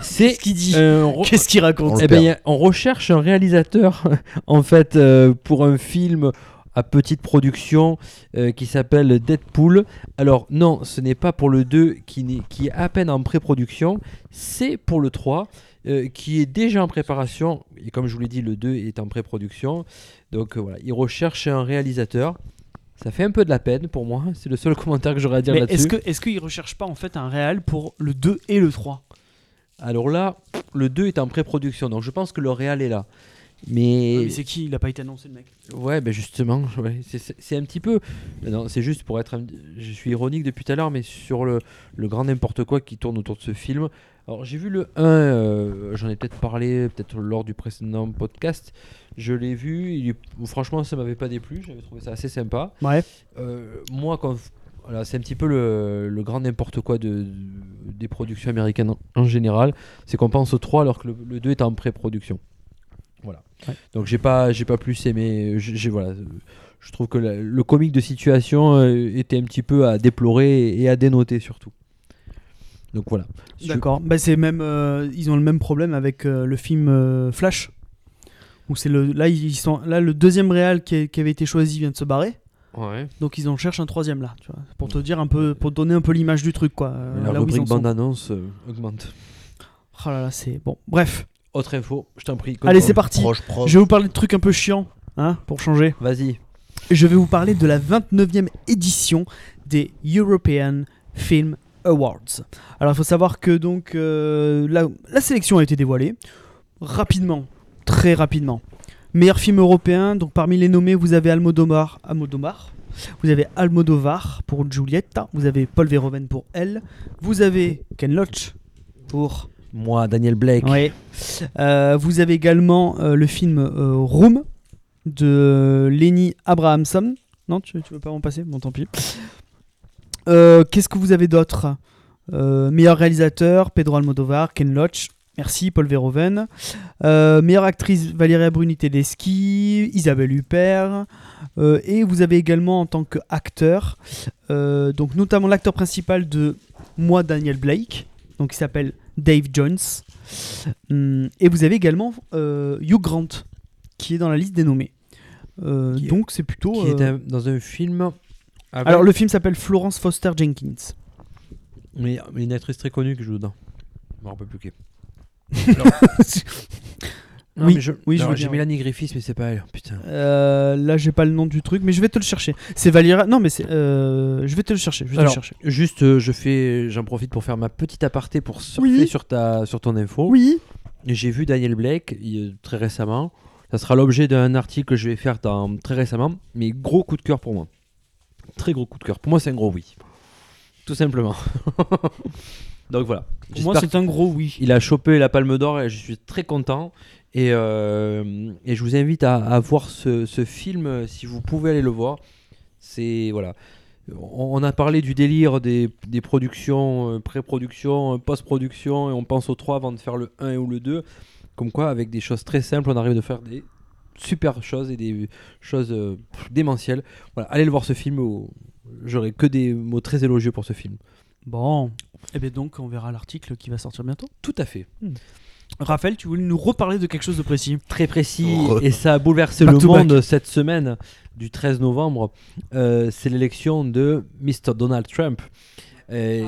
Speaker 6: C'est
Speaker 8: [LAUGHS] Qu'est-ce qu'il dit
Speaker 6: un ro-
Speaker 8: Qu'est-ce qu'il raconte
Speaker 7: On
Speaker 6: [LAUGHS] Eh ben, y a- on recherche un réalisateur en fait euh, pour un film à petite production euh, qui s'appelle Deadpool. Alors non, ce n'est pas pour le 2 qui, n'est- qui est à peine en pré-production, c'est pour le 3 euh, qui est déjà en préparation. Et comme je vous l'ai dit, le 2 est en pré-production. Donc euh, voilà, il recherche un réalisateur. Ça fait un peu de la peine pour moi, c'est le seul [LAUGHS] commentaire que j'aurais à dire
Speaker 8: Mais
Speaker 6: là-dessus.
Speaker 8: est-ce que est-ce qu'ils recherchent pas en fait un réal pour le 2 et le 3
Speaker 6: Alors là, le 2 est en pré-production, donc je pense que le réal est là. Mais,
Speaker 8: Ah, Mais c'est qui Il a pas été annoncé le mec.
Speaker 6: Ouais, ben justement, [LAUGHS] ouais, c'est- c'est c'est un petit peu. Non, c'est juste pour être. un- Je suis ironique depuis tout à l'heure, mais sur le, le grand n'importe quoi qui tourne autour de ce film. Alors, j'ai vu le 1, euh, j'en ai peut-être parlé, peut-être lors du précédent podcast. Je l'ai vu, il est- franchement, ça m'avait pas déplu, j'avais trouvé ça assez sympa.
Speaker 8: Ouais.
Speaker 6: Euh, moi, quand. voilà, c'est un petit peu le, le grand n'importe quoi de, de- des productions américaines en, en général. C'est qu'on pense au 3 alors que le, le 2 est en pré-production. Voilà.
Speaker 8: Ouais.
Speaker 6: Donc j'ai pas, j'ai pas plus aimé. j'ai- j'ai- voilà, je trouve que la- le comique de situation euh, était un petit peu à déplorer et à dénoter surtout. Donc voilà. Je-
Speaker 8: D'accord. Bah, c'est même euh, ils ont le même problème avec euh, le film euh, Flash. Où c'est le là ils sont là le deuxième réal qui, est- qui avait été choisi vient de se barrer.
Speaker 6: Ouais.
Speaker 8: Donc ils en cherchent un troisième là, tu vois, pour te dire un peu pour te donner un peu l'image du truc quoi. euh,
Speaker 6: La
Speaker 8: là où ils en
Speaker 6: rubrique
Speaker 8: sont.
Speaker 6: bande-annonce euh, augmente.
Speaker 8: Oh là là, c'est bon. Bref,
Speaker 6: Autre info, je t'en prie.
Speaker 8: allez,
Speaker 6: continue.
Speaker 8: c'est parti.
Speaker 7: Proche, proche.
Speaker 8: Je vais vous parler de trucs un peu chiants hein, pour changer.
Speaker 6: Vas-y.
Speaker 8: je vais vous parler de la 29e édition des European Film Awards. Alors il faut savoir que donc euh, la, la sélection a été dévoilée rapidement, très rapidement. Meilleur film européen, donc parmi les nommés, vous avez Almodovar, Almodovar. Vous avez Almodovar pour Giulietta, vous avez Paul Verhoeven pour Elle, vous avez Ken Loach pour
Speaker 6: Moi, Daniel Blake.
Speaker 8: Ouais. Euh, vous avez également euh, le film euh, Room de Lenny Abrahamson. Non, tu, tu veux pas m'en passer Bon, tant pis. Euh, Qu'est-ce que vous avez d'autre Euh, Meilleur réalisateur, Pedro Almodovar, Ken Loach. Merci, Paul Verhoeven. Euh, meilleure actrice, Valéria Bruni Tedeschi, Isabelle Huppert. Euh, et vous avez également en tant qu'acteur, euh, donc notamment l'acteur principal de Moi, Daniel Blake, donc il s'appelle Dave Jones. Hum, et vous avez également euh, Hugh Grant, qui est dans la liste des nommés. Euh,
Speaker 6: Qui est-
Speaker 8: donc c'est plutôt.
Speaker 6: Qui est
Speaker 8: euh,
Speaker 6: un- dans un film. avec-
Speaker 8: alors le film s'appelle Florence Foster Jenkins.
Speaker 6: [LAUGHS] Mais, mais une actrice très connue qui joue dedans. Je me rappelle plus qui. Non,
Speaker 8: Oui,
Speaker 6: mais je,
Speaker 8: oui, je
Speaker 6: non,
Speaker 8: veux
Speaker 6: j'ai
Speaker 8: bien,
Speaker 6: Mélanie Griffiths, mais c'est pas elle. Putain.
Speaker 8: Euh, là j'ai pas le nom du truc, mais je vais te le chercher. C'est Valira. Non mais c'est. euh, je vais te le chercher. Je vais te le
Speaker 6: Alors,
Speaker 8: chercher.
Speaker 6: juste, euh, je fais, j'en profite pour faire ma petite aparté pour surfer
Speaker 8: Oui.
Speaker 6: sur ta, sur ton info.
Speaker 8: Oui.
Speaker 6: Et J'ai vu Daniel Blake il- très récemment. Ça sera l'objet d'un article que je vais faire dans- très récemment. Mais gros coup de cœur pour moi. Très gros coup de cœur. Pour moi, c'est un gros oui. Tout simplement. [LAUGHS] Donc voilà.
Speaker 8: Pour moi
Speaker 6: J'espère
Speaker 8: c'est un gros oui.
Speaker 6: Il a chopé la Palme d'Or et je suis très content. Et, euh, et je vous invite à, à voir ce, ce film euh, si vous pouvez aller le voir. C'est voilà. On, on a parlé du délire des, des productions, euh, pré-production, euh, post-production, et on pense aux trois avant de faire le 1 ou le 2. Comme quoi, avec des choses très simples, on arrive de faire des super choses et des choses euh, pff, démentielles. Voilà, allez le voir ce film. au- J'aurai que des mots très élogieux pour ce film.
Speaker 8: Bon. Et Eh bien donc on verra l'article qui va sortir bientôt.
Speaker 6: Tout à fait.
Speaker 8: Raphaël, tu voulais nous reparler de quelque chose de précis
Speaker 6: très précis
Speaker 7: Re-
Speaker 6: et ça a bouleversé
Speaker 8: Back
Speaker 6: le
Speaker 8: to back.
Speaker 6: monde cette semaine du 13 novembre. euh, c'est l'élection de Mr. Donald Trump. Et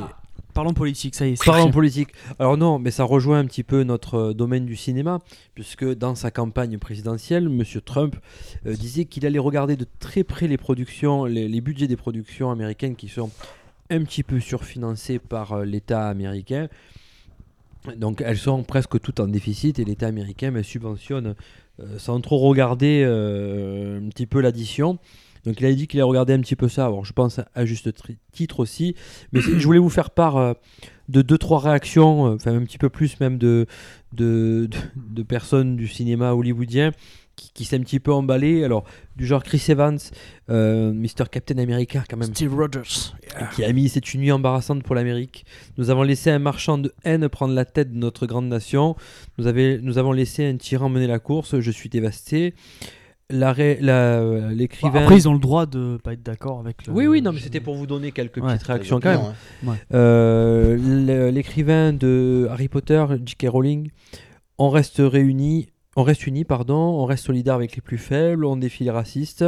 Speaker 8: Parlons politique, ça y est. c'est
Speaker 6: Parlons
Speaker 8: parti.
Speaker 6: politique. Alors non, mais ça rejoint un petit peu notre euh, domaine du cinéma, puisque dans sa campagne présidentielle, Monsieur Trump euh, disait qu'il allait regarder de très près les productions, les, les budgets des productions américaines qui sont un petit peu surfinancées par euh, l'État américain. Donc elles sont presque toutes en déficit et l'État américain ben, subventionne euh, sans trop regarder euh, un petit peu l'addition. Donc il a dit qu'il a regardé un petit peu ça. Alors je pense à- à juste tri- titre aussi. Mais c'est- je voulais vous faire part euh, de deux trois réactions, euh, enfin un petit peu plus même de de, de- de personnes du cinéma hollywoodien qui, qui s'est un petit peu emballé. Alors du genre Chris Evans, euh, Mr Captain America quand même
Speaker 8: Steve Rogers.
Speaker 6: qui a mis C'est une nuit embarrassante pour l'Amérique. Nous avons laissé un marchand de haine prendre la tête de notre grande nation. Nous, avait- nous avons laissé un tyran mener la course. Je suis dévasté. La ré- la- euh,
Speaker 8: Bah,
Speaker 6: L'écrivain.
Speaker 8: après ils ont le droit de pas être d'accord avec. le-
Speaker 6: oui, oui, non, mais c'était pour vous donner quelques
Speaker 8: Ouais.
Speaker 6: petites réactions quand même.
Speaker 7: Non, hein.
Speaker 6: Euh, l- l'écrivain de Harry Potter, J.K. Rowling, on reste réunis, On reste unis, pardon, on reste solidaire avec les plus faibles, on défie les racistes.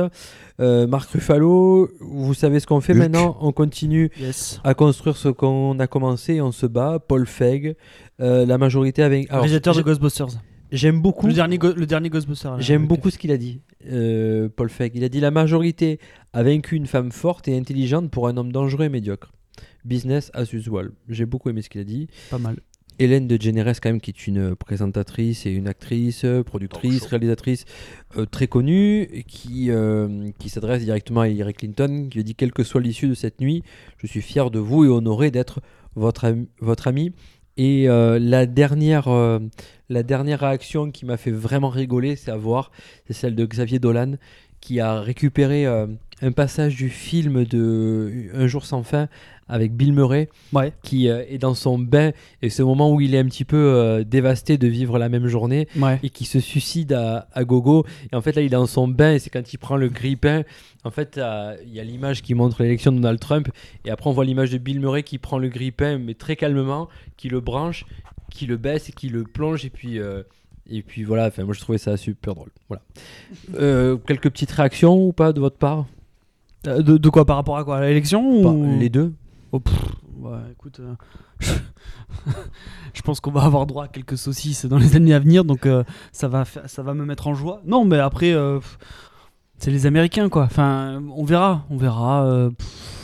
Speaker 6: Euh, Marc Ruffalo, vous savez ce qu'on fait
Speaker 7: Luc.
Speaker 6: maintenant, on continue
Speaker 8: Yes.
Speaker 6: à construire ce qu'on a commencé et on se bat. Paul Feig, euh, la majorité avec... alors,
Speaker 8: Réalisateur de
Speaker 6: j'ai-
Speaker 8: Ghostbusters.
Speaker 6: J'aime beaucoup...
Speaker 8: Le dernier, go- le dernier Ghostbusters. là,
Speaker 6: J'aime
Speaker 8: avec-
Speaker 6: beaucoup ce qu'il a dit, euh, Paul Feig. Il a dit La majorité a vaincu une femme forte et intelligente pour un homme dangereux et médiocre. Business as usual. J'ai beaucoup aimé ce qu'il a dit.
Speaker 8: Pas mal.
Speaker 6: Hélène de Généresse, quand même, qui est une présentatrice et une actrice, euh, productrice, réalisatrice euh, très connue, et qui, euh, qui s'adresse directement à Hillary Clinton, qui lui dit Quelle que soit l'issue de cette nuit, je suis fier de vous et honoré d'être votre, ami- votre ami. Et euh, la, dernière, euh, la dernière réaction qui m'a fait vraiment rigoler, c'est à voir, c'est celle de Xavier Dolan, qui a récupéré euh, un passage du film de Un jour sans fin avec Bill Murray
Speaker 8: Ouais.
Speaker 6: qui euh, est dans son bain et ce moment où il est un petit peu euh, dévasté de vivre la même journée
Speaker 8: Ouais.
Speaker 6: et qui se suicide à, à gogo et en fait là il est dans son bain et c'est quand il prend le grippin en fait euh, il y a l'image qui montre l'élection de Donald Trump et après on voit l'image de Bill Murray qui prend le grippin mais très calmement qui le branche qui le baisse et qui le plonge et puis euh, et puis voilà enfin moi je trouvais ça super drôle voilà Euh, quelques petites réactions ou pas de votre part
Speaker 8: Euh, De, de quoi Par rapport à quoi À l'élection
Speaker 6: Pas-
Speaker 8: ou...
Speaker 6: les deux
Speaker 8: Oh, pff, ouais, écoute, euh, [LAUGHS] je... pense qu'on va avoir droit à quelques saucisses dans les années à venir, donc euh, ça, va fa- ça va me mettre en joie. Non, mais après, euh, pff, c'est les Américains, quoi. Enfin, on verra, on verra. euh, pff,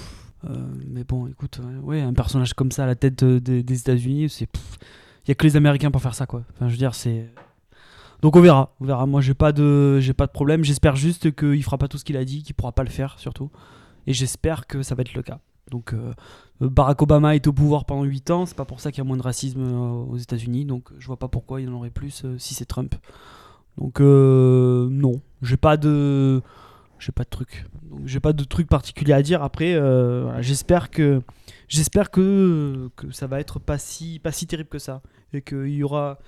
Speaker 8: euh, mais bon, écoute, euh, ouais, ouais, un personnage comme ça à la tête de- de- des États-Unis, c'est, il y a que les Américains pour faire ça, quoi. Enfin, je veux dire, c'est. Donc on verra, on verra. Moi, j'ai pas de, j'ai pas de problème. J'espère juste qu'il fera pas tout ce qu'il a dit, qu'il pourra pas le faire, surtout. Et j'espère que ça va être le cas. Donc euh, euh, Barack Obama est au pouvoir pendant 8 ans, c'est pas pour ça qu'il y a moins de racisme euh, aux États-Unis, donc je vois pas pourquoi il y en aurait plus euh, si c'est Trump. Donc euh, non, j'ai pas de j'ai pas de truc. Donc j'ai pas de truc particulier à dire après euh, voilà, j'espère que j'espère que, que ça va être pas si pas si terrible que ça et qu'il y aura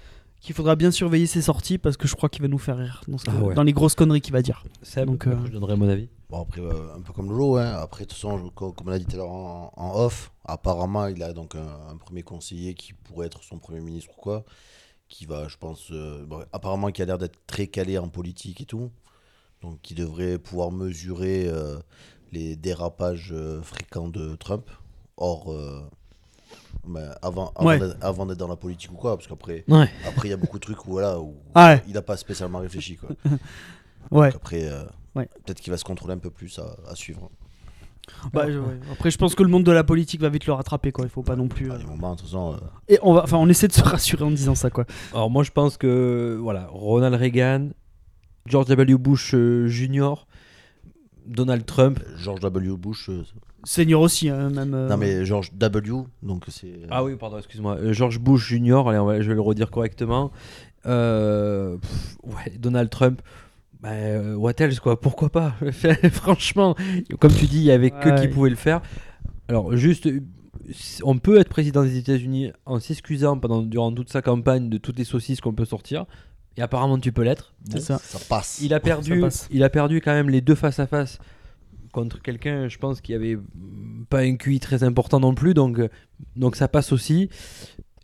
Speaker 8: qu'il faudra bien surveiller ses sorties parce que je crois qu'il va nous faire rire dans, ce que-
Speaker 6: Ah ouais.
Speaker 8: dans les grosses conneries qu'il va dire.
Speaker 6: Seb,
Speaker 8: Donc, euh,
Speaker 6: après, je donnerai mon avis
Speaker 7: Bon, après, euh, un peu comme Lolo, hein. Après, de toute façon, je- co- comme on l'a dit tout à l'heure en, en off, apparemment, il a donc un, un premier conseiller qui pourrait être son premier ministre ou quoi, qui va, je pense, euh, bon, apparemment, qui a l'air d'être très calé en politique et tout, donc qui devrait pouvoir mesurer euh, les dérapages euh, fréquents de Trump. Or, euh, ben, avant, avant
Speaker 8: Ouais.
Speaker 7: d'être- avant d'être dans la politique ou quoi, parce qu'après,
Speaker 6: Ouais.
Speaker 7: après, il y a beaucoup de trucs où, voilà, où
Speaker 8: Ah ouais.
Speaker 7: il n'a pas spécialement réfléchi, quoi.
Speaker 8: Ouais.
Speaker 7: Donc après, euh,
Speaker 8: Ouais.
Speaker 7: peut-être qu'il va se contrôler un peu plus à, à suivre.
Speaker 8: Bah, je- ouais. Après je pense que le monde de la politique va vite le rattraper quoi, il faut pas non plus
Speaker 7: À
Speaker 8: euh,
Speaker 7: des moments, de toute façon, euh,
Speaker 8: Et on va, enfin, on essaie de se rassurer en disant ça, quoi.
Speaker 6: Alors moi je pense que voilà, Ronald Reagan, George W. Bush euh, Jr., Donald Trump.
Speaker 7: George W. Bush. euh,
Speaker 8: Seigneur aussi, hein, même. euh,
Speaker 7: Non, mais George W. Donc c'est. euh,
Speaker 6: Ah oui, pardon, excuse-moi. euh, George Bush Jr., allez, on va- je vais le redire correctement. Euh, pff, ouais, Donald Trump. Bah, euh, what else, quoi Pourquoi pas [LAUGHS] Franchement, comme tu dis, il y avait que
Speaker 8: Ouais.
Speaker 6: qui pouvaient le faire. Alors juste, euh, on peut être président des États-Unis en s'excusant pendant durant toute sa campagne de toutes les saucisses qu'on peut sortir. Et apparemment, tu peux l'être.
Speaker 8: C'est ça.
Speaker 7: Ça passe.
Speaker 6: Il a perdu,
Speaker 8: passe.
Speaker 6: il a perdu quand même les deux face à face contre quelqu'un, je pense, qui avait mm, pas un QI très important non plus, donc, euh, donc ça passe aussi.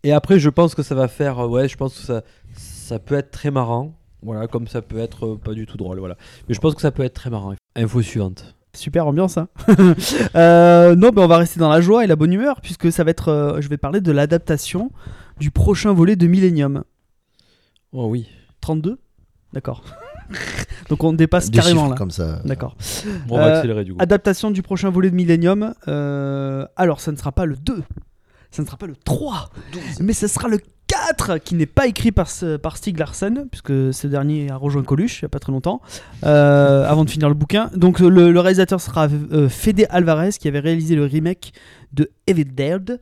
Speaker 6: Et après, je pense que ça va faire, euh, ouais, je pense que ça, ça peut être très marrant, voilà, comme ça peut être euh, pas du tout drôle, voilà. Mais je pense que ça peut être très marrant. Info suivante.
Speaker 8: Super ambiance, hein. [LAUGHS] Euh, non, mais on va rester dans la joie et la bonne humeur, puisque ça va être. euh, je vais parler de l'adaptation du prochain volet de Millennium.
Speaker 6: Oh oui.
Speaker 8: 32 D'accord. [LAUGHS] Donc on dépasse
Speaker 7: Des
Speaker 8: carrément
Speaker 7: chiffres
Speaker 8: là.
Speaker 7: comme ça.
Speaker 8: D'accord.
Speaker 6: On va
Speaker 8: Euh,
Speaker 6: accélérer du coup.
Speaker 8: Adaptation du prochain volet de Millennium. euh, alors, ça ne sera pas le 2, ça ne sera pas le 3, mais ça sera le 4 qui n'est pas écrit par, ce- par Stieg Larsson, puisque ce dernier a rejoint Coluche il n'y a pas très longtemps, euh, avant de finir le bouquin. Donc, le, le réalisateur sera euh, Fede Alvarez, qui avait réalisé le remake de Evil Dead,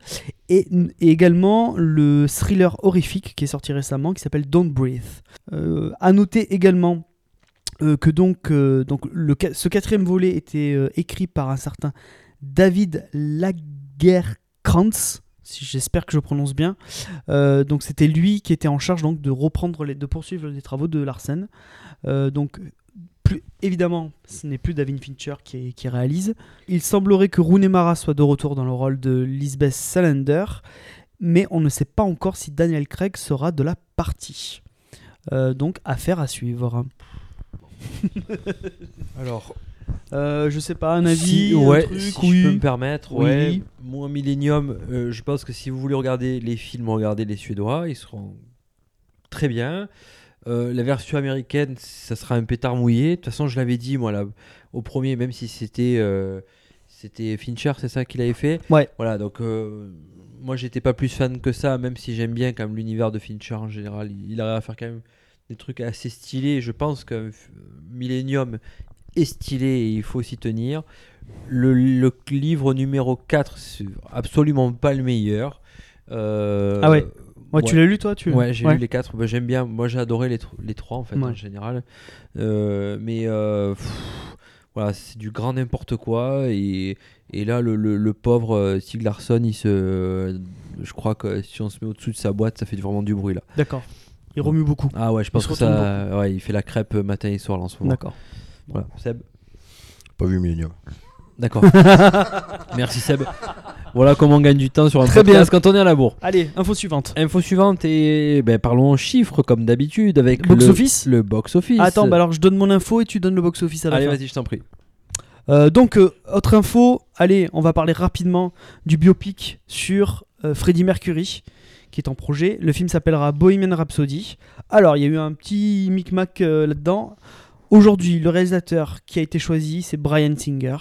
Speaker 8: et, et également le thriller horrifique qui est sorti récemment, qui s'appelle Don't Breathe. Euh, à noter également euh, que donc, euh, donc le, qua- ce quatrième volet était euh, écrit par un certain David Lagerkrantz, si j'espère que je prononce bien. Euh, donc c'était lui qui était en charge donc de reprendre les, de poursuivre les travaux de Larsen. Euh, donc plus, évidemment, ce n'est plus David Fincher qui, est- qui réalise. Il semblerait que Rooney Mara soit de retour dans le rôle de Lisbeth Salander, mais on ne sait pas encore si Daniel Craig sera de la partie. Euh, donc, affaire à suivre.
Speaker 6: Alors,
Speaker 8: Euh, je sais pas, un avis
Speaker 6: si,
Speaker 8: un
Speaker 6: ouais,
Speaker 8: truc,
Speaker 6: si
Speaker 8: oui.
Speaker 6: je peux me permettre,
Speaker 8: Oui.
Speaker 6: ouais, moi Millennium, euh, je pense que si vous voulez regarder les films, regardez les Suédois, ils seront très bien. Euh, la version américaine, ça sera un pétard mouillé. De toute façon, je l'avais dit, moi, là, au premier, même si c'était euh, c'était Fincher, c'est ça qu'il avait fait.
Speaker 8: Ouais.
Speaker 6: Voilà, donc euh, moi, j'étais pas plus fan que ça, même si j'aime bien quand même l'univers de Fincher en général. Il, il arrive à faire quand même des trucs assez stylés. Je pense que euh, Millennium est stylé et il faut s'y tenir. Le, le livre numéro 4, c'est absolument pas le meilleur. Euh,
Speaker 8: Ah ouais. Ouais, Tu l'as lu toi tu...
Speaker 6: Ouais, j'ai lu les quatre. Bah, J'aime bien. Moi, j'ai adoré les, tro- les trois en fait
Speaker 8: Ouais.
Speaker 6: en général. Euh, mais euh, pff, voilà, c'est du grand n'importe quoi. Et, et là, le, le- le pauvre euh, Stieg Larsson, il se, je crois que si on se met au-dessus de sa boîte, ça fait vraiment du bruit là.
Speaker 8: D'accord. Il remue beaucoup.
Speaker 6: Ah ouais, je pense
Speaker 8: se
Speaker 6: que
Speaker 8: retourne
Speaker 6: ça. Ouais, il fait la crêpe euh, matin et soir là, en ce moment.
Speaker 8: D'accord.
Speaker 6: Voilà, Seb.
Speaker 7: Pas vu Millennium.
Speaker 6: D'accord. [LAUGHS] Merci Seb. Voilà comment on gagne du temps sur un
Speaker 8: Très bien.
Speaker 6: podcast quand on est à la bourre.
Speaker 8: Allez, info suivante.
Speaker 6: Info suivante et ben, parlons chiffres comme d'habitude avec
Speaker 8: Box
Speaker 6: le-
Speaker 8: office
Speaker 6: Le box office.
Speaker 8: Attends, bah alors je donne mon info et tu donnes le box-office à la
Speaker 6: Allez,
Speaker 8: fin.
Speaker 6: vas-y, je t'en prie.
Speaker 8: Euh, donc, euh, autre info, allez, on va parler rapidement du biopic sur euh, Freddie Mercury, qui est en projet. Le film s'appellera Bohemian Rhapsody. Alors, il y a eu un petit micmac euh, là-dedans. Aujourd'hui, le réalisateur qui a été choisi, c'est Brian Singer.